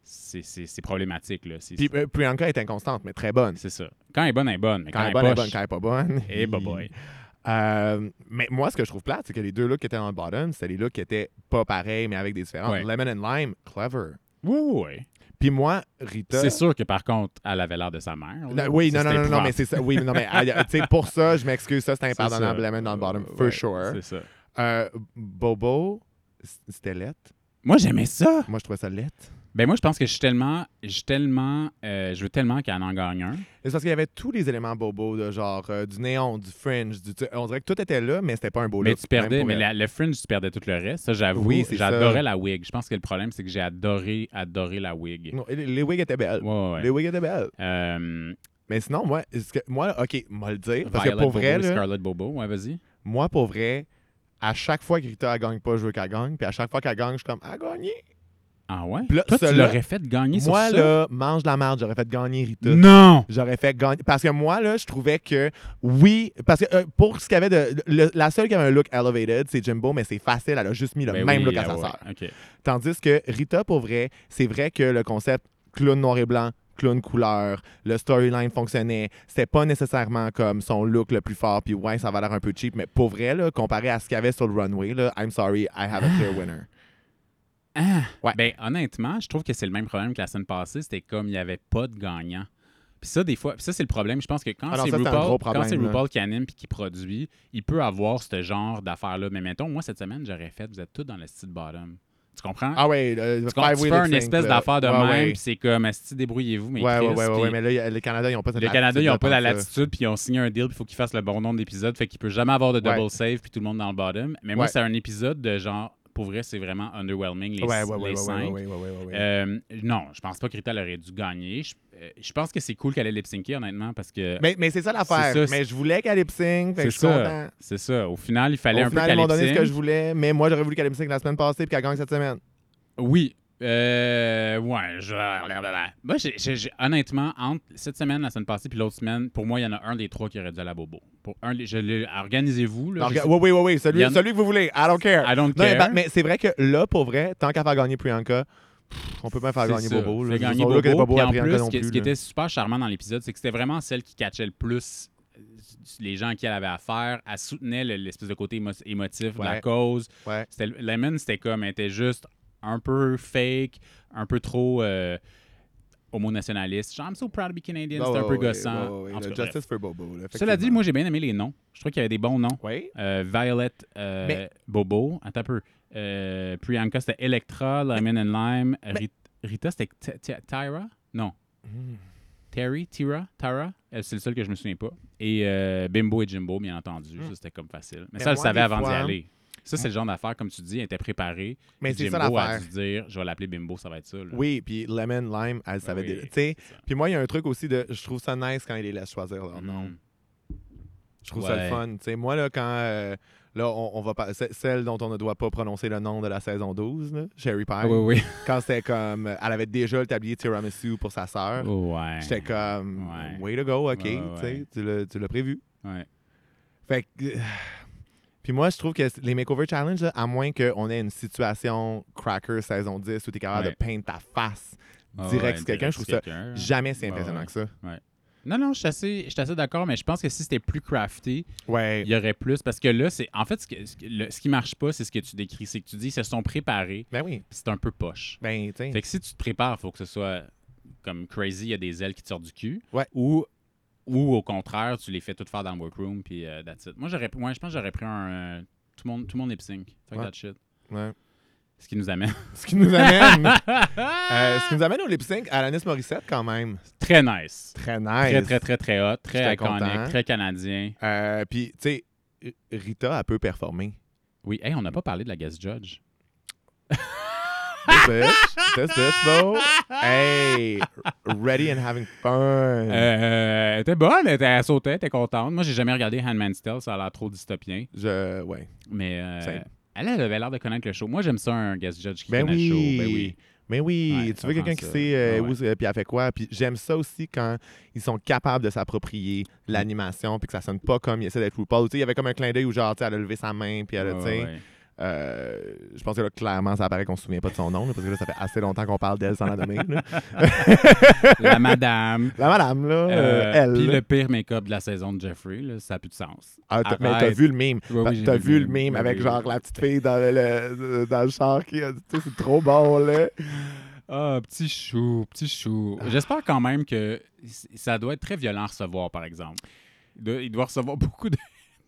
Speaker 1: c'est- c'est c'est problématique, là. C'est
Speaker 2: Puis euh, Priyanka est inconstante, mais très bonne.
Speaker 1: c'est ça. Quand elle est bonne, elle est bonne, mais
Speaker 2: Quand,
Speaker 1: quand,
Speaker 2: elle est bonne, elle est bonne.
Speaker 1: poche,
Speaker 2: Quand elle est pas bonne.
Speaker 1: eh, bah, boy.
Speaker 2: Euh, mais moi, ce que je trouve plate, c'est que les deux looks qui étaient dans le bottom, c'était les looks qui étaient pas pareils, mais avec des différences.
Speaker 1: Ouais.
Speaker 2: Lemon and Lime, clever.
Speaker 1: Oui, oui, oui.
Speaker 2: Puis moi, Rita.
Speaker 1: C'est sûr que, par contre, elle avait l'air de sa mère.
Speaker 2: Non,
Speaker 1: là.
Speaker 2: oui, non, non, non,
Speaker 1: Ça, c'était
Speaker 2: non, mais
Speaker 1: épouvantable.
Speaker 2: c'est ça. Oui, mais non, mais ah, tu sais, pour ça, je m'excuse, ça, c'est
Speaker 1: C'est
Speaker 2: impardonnable,
Speaker 1: ça. Euh,
Speaker 2: Lemon dans le bottom, for
Speaker 1: Ouais,
Speaker 2: sure.
Speaker 1: C'est ça.
Speaker 2: Euh, Bobo, c- c'était lettre.
Speaker 1: Moi, j'aimais ça.
Speaker 2: Moi, je trouvais ça lettre.
Speaker 1: Ben moi, je pense que je suis tellement, je suis tellement, euh, je veux tellement qu'elle en gagne un.
Speaker 2: C'est parce qu'il y avait tous les éléments Bobo, de genre euh, du néon, du fringe, du. tu sais, On dirait que tout était Oh, là, mais c'était pas un beau
Speaker 1: mais
Speaker 2: look,
Speaker 1: tu
Speaker 2: même
Speaker 1: perdais,
Speaker 2: pour
Speaker 1: mais
Speaker 2: elle.
Speaker 1: la- le fringe, tu perdais tout le reste. Ça, j'avoue,
Speaker 2: Oui, c'est ça.
Speaker 1: j'adorais la wig. Je pense que le problème, c'est que j'ai adoré, adoré la wig.
Speaker 2: Non, les, les wigs étaient belles.
Speaker 1: Ouais, ouais, ouais.
Speaker 2: Les wigs étaient belles.
Speaker 1: Euh,
Speaker 2: Mais sinon, moi, est-ce que, moi là, OK, moi le dire. Parce
Speaker 1: Violet
Speaker 2: que pour
Speaker 1: Bobo
Speaker 2: vrai,
Speaker 1: et
Speaker 2: là,
Speaker 1: Scarlett Bobo, ouais, vas-y.
Speaker 2: moi, pour vrai, à chaque fois que Rita elle gagne pas, je veux qu'elle gagne. Puis à chaque fois qu'elle gagne, je suis comme, elle a gagné.
Speaker 1: Ah ouais?
Speaker 2: Puis là,
Speaker 1: Toi, tu
Speaker 2: celle-là-
Speaker 1: l'aurais fait gagner sur
Speaker 2: Moi,
Speaker 1: ça?
Speaker 2: là, mange de la merde, j'aurais fait gagner Rita.
Speaker 1: Non!
Speaker 2: J'aurais fait gagner. Parce que moi, là, je trouvais que oui. Parce que euh, pour ce qu'il y avait de. le- la seule qui avait un look elevated, c'est Jimbo, mais c'est facile. Elle a juste mis le
Speaker 1: Ben
Speaker 2: même
Speaker 1: oui,
Speaker 2: look à
Speaker 1: ah
Speaker 2: sa
Speaker 1: ouais,
Speaker 2: sœur.
Speaker 1: OK.
Speaker 2: Tandis que Rita, pour vrai, c'est vrai que le concept clown noir et blanc, clown couleur, le storyline fonctionnait. C'était pas nécessairement comme son look le plus fort, puis ouais, ça va l'air un peu cheap, mais pour vrai, là, comparé à ce qu'il y avait sur le runway, là, I'm sorry, I have a clear winner.
Speaker 1: Ah!
Speaker 2: Ouais.
Speaker 1: Ben, honnêtement, je trouve que c'est le même problème que la semaine passée. C'était comme il n'y avait pas de gagnant. Puis ça, des fois, puis ça, c'est le problème. Je pense que quand
Speaker 2: Ah non,
Speaker 1: c'est
Speaker 2: ça, c'est un gros
Speaker 1: RuPaul,
Speaker 2: problème,
Speaker 1: quand c'est
Speaker 2: là.
Speaker 1: RuPaul qui anime puis qui produit, il peut avoir ce genre d'affaires-là. Mais mettons, moi, cette semaine, j'aurais fait, vous êtes tous dans le style bottom. Tu comprends?
Speaker 2: Ah ouais, le
Speaker 1: tu comprends? Tu
Speaker 2: five-way
Speaker 1: fais
Speaker 2: lip
Speaker 1: une
Speaker 2: sync,
Speaker 1: espèce
Speaker 2: là.
Speaker 1: d'affaire de
Speaker 2: Ouais,
Speaker 1: même,
Speaker 2: ouais.
Speaker 1: puis c'est comme, asti, débrouillez-vous, mais
Speaker 2: Ouais, ouais,
Speaker 1: Chris,
Speaker 2: ouais, ouais,
Speaker 1: puis
Speaker 2: ouais, mais là, y a- le Canada, ils ont pas cette
Speaker 1: le Canada, ils
Speaker 2: latitude-là
Speaker 1: n'ont pas
Speaker 2: pour
Speaker 1: la
Speaker 2: ça.
Speaker 1: latitude, puis ils ont signé un deal, puis il faut qu'ils fassent le bon nombre d'épisodes, fait qu'il peut jamais avoir de double
Speaker 2: Ouais.
Speaker 1: save, puis tout le monde dans le bottom. Mais moi,
Speaker 2: Ouais.
Speaker 1: c'est un épisode de genre, pour vrai, c'est vraiment underwhelming, les,
Speaker 2: Ouais, ouais,
Speaker 1: les
Speaker 2: ouais, ouais,
Speaker 1: cinq.
Speaker 2: ouais, ouais, ouais, ouais, ouais.
Speaker 1: Euh, non, je pense pas que Rita aurait dû gagner. Je, euh, je pense que c'est cool qu'elle ait lip-synké, honnêtement, parce que
Speaker 2: Mais, mais c'est ça
Speaker 1: c'est
Speaker 2: l'affaire.
Speaker 1: ça,
Speaker 2: Mais je voulais qu'elle lip sync, fait que
Speaker 1: c'est
Speaker 2: je suis content.
Speaker 1: ça. C'est ça. Au final, il fallait
Speaker 2: Au
Speaker 1: un
Speaker 2: final,
Speaker 1: peu
Speaker 2: ils m'ont
Speaker 1: qu'elle
Speaker 2: donné ce que je
Speaker 1: lip-sync.
Speaker 2: voulais, mais moi, j'aurais voulu qu'elle me signe la semaine passée puis qu'elle gagne cette semaine.
Speaker 1: Oui. Euh, ouais, je... Moi, j'ai- j'ai- j'ai- honnêtement, entre cette semaine, la semaine passée, puis l'autre semaine, pour moi, il y en a un des trois qui aurait dû aller à Bobo. Pour un, des- je l'ai- organisez-vous. là,
Speaker 2: Alors,
Speaker 1: je
Speaker 2: regarde-
Speaker 1: sais-
Speaker 2: oui, oui, oui, oui, celui,
Speaker 1: Il y en-
Speaker 2: celui que vous voulez. I don't care.
Speaker 1: I don't
Speaker 2: Non, mais
Speaker 1: care.
Speaker 2: pa- mais c'est vrai que là, pour vrai, tant qu'à faire gagner Priyanka, pff, on peut pas faire
Speaker 1: C'est
Speaker 2: gagner
Speaker 1: ça.
Speaker 2: Bobo. là.
Speaker 1: Fait gagner
Speaker 2: Son look était
Speaker 1: Bobo.
Speaker 2: pas beau
Speaker 1: Puis
Speaker 2: à
Speaker 1: en
Speaker 2: Priyanka
Speaker 1: plus,
Speaker 2: non
Speaker 1: ce qui- ce
Speaker 2: plus,
Speaker 1: qui
Speaker 2: là.
Speaker 1: était super charmant dans l'épisode, c'est que c'était vraiment celle qui catchait le plus euh, les gens à qui elle avait affaire. Elle soutenait le- l'espèce de côté émo- émotif de
Speaker 2: Ouais.
Speaker 1: la cause.
Speaker 2: Ouais.
Speaker 1: C'était- Lemon, c'était comme, elle était juste un peu fake, un peu trop euh, homonationaliste. Genre, I'm so proud to be Canadian.
Speaker 2: Bah Ouais,
Speaker 1: c'était un peu
Speaker 2: ouais, ouais,
Speaker 1: gossant.
Speaker 2: ouais, ouais,
Speaker 1: En
Speaker 2: le
Speaker 1: tout cas, bref.
Speaker 2: Justice for Bobo. là,
Speaker 1: Cela dit,
Speaker 2: effectivement.
Speaker 1: moi, j'ai bien aimé les noms. Je trouve qu'il y avait des bons noms.
Speaker 2: Ouais.
Speaker 1: Euh, Violet euh,
Speaker 2: Mais-
Speaker 1: Bobo, attends un peu. Euh, Priyanka, c'était Electra, Lemon and Lime. Rit- Rita, c'était T- T- Tyra? Non.
Speaker 2: Hmm.
Speaker 1: Terry, Tira, Tara? Euh, C'est le seul que je me souviens pas. Et euh, Bimbo et Jimbo, bien entendu. Ça, c'était comme facile. Mais,
Speaker 2: Hmm. Mais
Speaker 1: ça, elle
Speaker 2: moi,
Speaker 1: savait
Speaker 2: des
Speaker 1: avant d'y
Speaker 2: fois- Hmm.
Speaker 1: aller. Ça, c'est le genre d'affaire, comme tu dis, elle était préparée.
Speaker 2: Mais
Speaker 1: Puis
Speaker 2: c'est ça
Speaker 1: Jimbo a
Speaker 2: l'affaire.
Speaker 1: dû se dire, je vais l'appeler Bimbo, ça va être ça. là.
Speaker 2: Oui, puis Lemon, Lime, elle savait.
Speaker 1: Ah oui,
Speaker 2: des- tu sais,
Speaker 1: c'est ça.
Speaker 2: puis moi, il y a un truc aussi de. Je trouve ça nice quand il les laisse choisir leur nom.
Speaker 1: Mm.
Speaker 2: Je trouve ça le
Speaker 1: Ouais.
Speaker 2: fun. Tu sais, moi, là, quand. euh, là, on, on va pas. c'est- Celle dont on ne doit pas prononcer le nom de la saison 12, là, Sherry Pie.
Speaker 1: Ah, oui, oui.
Speaker 2: Quand c'était comme. euh, Elle avait déjà le tablier tiramisu pour sa sœur.
Speaker 1: Oh, ouais.
Speaker 2: J'étais comme.
Speaker 1: Ouais.
Speaker 2: Way to go, OK.
Speaker 1: Ouais,
Speaker 2: tu sais,
Speaker 1: ouais.
Speaker 2: Tu l'as- tu l'as prévu.
Speaker 1: Ouais.
Speaker 2: Fait que. euh, Puis moi, je trouve que les makeover challenge, là, à moins qu'on ait une situation cracker saison 10 où tu es capable
Speaker 1: Ouais.
Speaker 2: de peindre ta face
Speaker 1: Ah,
Speaker 2: direct
Speaker 1: ouais,
Speaker 2: sur quelqu'un, je trouve ça
Speaker 1: direct sur quelqu'un.
Speaker 2: jamais si
Speaker 1: Ouais,
Speaker 2: impressionnant
Speaker 1: ouais.
Speaker 2: que ça.
Speaker 1: Ouais. Non, non, je suis assez, je suis assez d'accord, mais je pense que si c'était plus crafté,
Speaker 2: Ouais.
Speaker 1: il y aurait plus. Parce que là, c'est en fait, ce, que- ce que- le- ce qui marche pas, c'est ce que tu décris. C'est que tu dis, ils se sont préparés,
Speaker 2: Ben oui.
Speaker 1: puis c'est un peu poche.
Speaker 2: Ben, tu
Speaker 1: Fait que si tu te prépares, faut que ce soit comme crazy, il y a des ailes qui te sortent du cul.
Speaker 2: Ouais.
Speaker 1: Ou, ou au contraire, tu les fais toutes faire dans le workroom, puis euh, that's it. Moi, j'aurais, moi, je pense que j'aurais pris un. euh, tout le monde, tout le monde lip sync. Fuck
Speaker 2: Ouais.
Speaker 1: that shit.
Speaker 2: Ouais.
Speaker 1: Ce qui nous amène.
Speaker 2: Ce qui nous amène. euh, ce qui nous amène au lip sync à Alanis Morissette, quand même.
Speaker 1: Très nice.
Speaker 2: Très nice.
Speaker 1: Très, très, très, très hot. Très
Speaker 2: J'étais
Speaker 1: iconique.
Speaker 2: content.
Speaker 1: Très canadien.
Speaker 2: Euh, Puis, tu sais, Rita, elle peut performer.
Speaker 1: Oui. Hey, on n'a pas parlé de la guest judge.
Speaker 2: This bitch, this bitch, though. Hey, ready and having fun.
Speaker 1: Euh, elle était bonne. Elle, était, elle sautait. Elle était contente. Moi, j'ai jamais regardé Handman's Tale. Ça a l'air trop dystopien.
Speaker 2: Je, ouais.
Speaker 1: Mais euh,
Speaker 2: Same.
Speaker 1: elle, elle avait l'air de connaître le show. Moi, j'aime ça, un guest judge qui
Speaker 2: Ben
Speaker 1: connaît
Speaker 2: oui.
Speaker 1: le show. Ben oui.
Speaker 2: Mais oui,
Speaker 1: Ouais,
Speaker 2: tu veux quelqu'un qui
Speaker 1: ça.
Speaker 2: sait euh,
Speaker 1: Ah
Speaker 2: où, euh, puis elle fait quoi. Puis j'aime ça aussi quand ils sont capables de s'approprier
Speaker 1: Mm.
Speaker 2: l'animation, puis que ça sonne pas comme il essaie d'être RuPaul. Tu sais, il y avait comme un clin d'œil où genre, tu sais, elle a levé sa main, puis elle a,
Speaker 1: Ouais,
Speaker 2: tu sais,
Speaker 1: ouais.
Speaker 2: Euh, je pense que là, clairement, ça apparaît qu'on se souvient pas de son nom, là, parce que là, ça fait assez longtemps qu'on parle d'elle sans la nommer. là.
Speaker 1: La madame.
Speaker 2: La madame, là, euh,
Speaker 1: euh,
Speaker 2: elle.
Speaker 1: Puis
Speaker 2: là.
Speaker 1: le pire make-up de la saison de Jeffrey, là, ça n'a plus de sens.
Speaker 2: Ah, t'as- mais t'as
Speaker 1: Arrête.
Speaker 2: vu le mime.
Speaker 1: Oui, oui,
Speaker 2: T'as-
Speaker 1: j'ai
Speaker 2: Ben, t'as vu le
Speaker 1: meme.
Speaker 2: mime
Speaker 1: Oui,
Speaker 2: avec
Speaker 1: oui.
Speaker 2: genre la petite fille dans le, le- dans le char qui a dit, Tu sais, c'est trop bon, là.
Speaker 1: Ah, petit chou, petit chou. J'espère quand même que c- ça doit être très violent à recevoir, par exemple. De- il doit recevoir beaucoup de.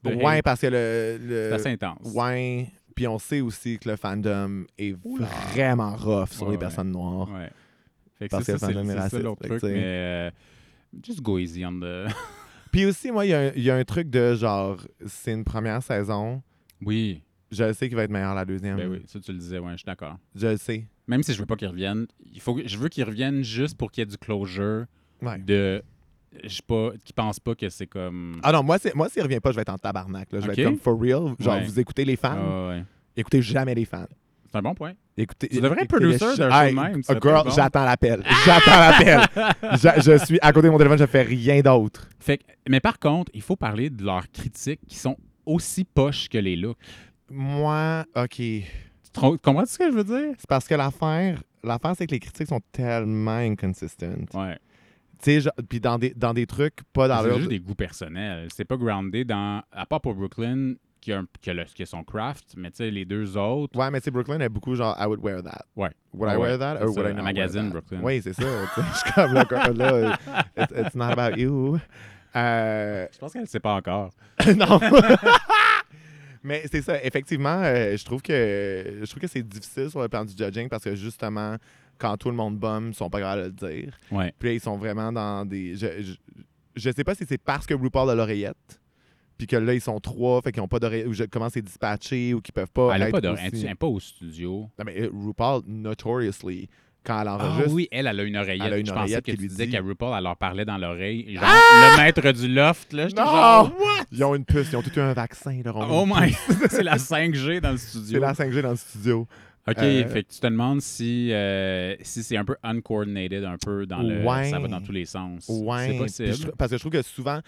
Speaker 1: de hate.
Speaker 2: ouais, euh, parce que le. le-
Speaker 1: C'est assez intense.
Speaker 2: ouais. Puis on sait aussi que le fandom est
Speaker 1: Oula.
Speaker 2: vraiment rough sur
Speaker 1: Ouais,
Speaker 2: les
Speaker 1: ouais.
Speaker 2: personnes noires.
Speaker 1: Ouais. Fait que
Speaker 2: Parce
Speaker 1: c'est
Speaker 2: que
Speaker 1: ça,
Speaker 2: le
Speaker 1: c'est
Speaker 2: fandom est
Speaker 1: c'est ça
Speaker 2: raciste,
Speaker 1: l'autre
Speaker 2: fait que
Speaker 1: truc. Mais. euh, just go easy on the.
Speaker 2: Puis aussi, moi, il y a un- il y, a un truc de genre, c'est une première saison,
Speaker 1: oui.
Speaker 2: je sais qu'il va être meilleur la deuxième.
Speaker 1: Ben oui, ça, tu le disais, ouais, je suis d'accord.
Speaker 2: Je le sais.
Speaker 1: Même si je veux pas qu'ils reviennent, il faut, que- je veux qu'ils reviennent juste pour qu'il y ait du closure
Speaker 2: Ouais.
Speaker 1: de. Je sais pas, qu'ils pensent pas que c'est comme.
Speaker 2: Ah non, moi, c'est- moi s'il revient pas, je vais être en tabarnak. Là. Je vais
Speaker 1: Ok.
Speaker 2: être comme for real. Genre,
Speaker 1: Ouais.
Speaker 2: vous écoutez les fans,
Speaker 1: Ah ouais.
Speaker 2: écoutez jamais les fans.
Speaker 1: C'est un bon point.
Speaker 2: Écoutez,
Speaker 1: Tu devrais être
Speaker 2: écoutez le
Speaker 1: producer
Speaker 2: ch-
Speaker 1: d'un show de
Speaker 2: Hey,
Speaker 1: même,
Speaker 2: a
Speaker 1: ça serait
Speaker 2: girl,
Speaker 1: bon.
Speaker 2: j'attends l'appel. J'attends l'appel. je, je suis à côté de mon téléphone, je fais rien d'autre.
Speaker 1: Fait que- mais par contre, il faut parler de leurs critiques qui sont aussi poches que les looks.
Speaker 2: Moi, OK. C'est
Speaker 1: Tu te- comprends ce que je veux dire?
Speaker 2: parce que l'affaire, l'affaire c'est que les critiques sont tellement inconsistentes.
Speaker 1: Ouais.
Speaker 2: Tu sais, genre- puis dans des, dans des trucs, pas dans
Speaker 1: C'est
Speaker 2: leur...
Speaker 1: juste des goûts personnels. C'est pas groundé dans. À part pour Brooklyn, qui a, un- qui a le- qui a son craft, mais tu sais, les deux autres.
Speaker 2: Ouais, mais tu sais, Brooklyn est beaucoup genre, I would wear that.
Speaker 1: Ouais. Ah
Speaker 2: Would I
Speaker 1: Ouais,
Speaker 2: wear that
Speaker 1: c'est
Speaker 2: or
Speaker 1: ça,
Speaker 2: would I
Speaker 1: le
Speaker 2: not
Speaker 1: magazine
Speaker 2: wear that?
Speaker 1: Brooklyn.
Speaker 2: Oui, c'est ça. tu sais, Je suis comme, là, girl, là, it's, it's not about you. Euh,
Speaker 1: Je pense qu'elle sait pas encore.
Speaker 2: non. Mais c'est ça, effectivement, euh, je trouve que je trouve que c'est difficile sur le plan du judging parce que justement, quand tout le monde bombe, ils sont pas capables de le dire.
Speaker 1: Ouais.
Speaker 2: Puis là, ils sont vraiment dans des. Je, je, je sais pas si c'est parce que RuPaul a l'oreillette, puis que là, ils sont trois, fait qu'ils ont pas d'oreillette, ou je- comment c'est dispatché, ou qu'ils peuvent pas.
Speaker 1: elle a
Speaker 2: être
Speaker 1: pas de.
Speaker 2: aussi-
Speaker 1: Elle tient pas au studio.
Speaker 2: Non, mais euh, RuPaul, notoriously, quand elle
Speaker 1: Ah
Speaker 2: enregistre.
Speaker 1: oui, elle, elle a une oreillette.
Speaker 2: Elle a une
Speaker 1: je pensais
Speaker 2: oreillette
Speaker 1: que
Speaker 2: qui
Speaker 1: tu
Speaker 2: lui
Speaker 1: disais
Speaker 2: dit- Ah!
Speaker 1: qu'à RuPaul, elle leur parlait dans l'oreille. Genre, le maître du loft, là. j'étais
Speaker 2: Non!
Speaker 1: genre, what?
Speaker 2: Ils ont une puce, ils ont tout eu un vaccin, leur
Speaker 1: Oh my, c'est la 5G dans le
Speaker 2: C'est
Speaker 1: studio.
Speaker 2: la 5G dans le studio.
Speaker 1: OK,
Speaker 2: Euh,
Speaker 1: fait que tu te demandes si, euh, si c'est un peu uncoordinated, un peu dans le...
Speaker 2: Ouais.
Speaker 1: Ça va dans tous les sens.
Speaker 2: Ouais.
Speaker 1: C'est
Speaker 2: Puis je
Speaker 1: possible.
Speaker 2: trou- parce que je trouve que souvent,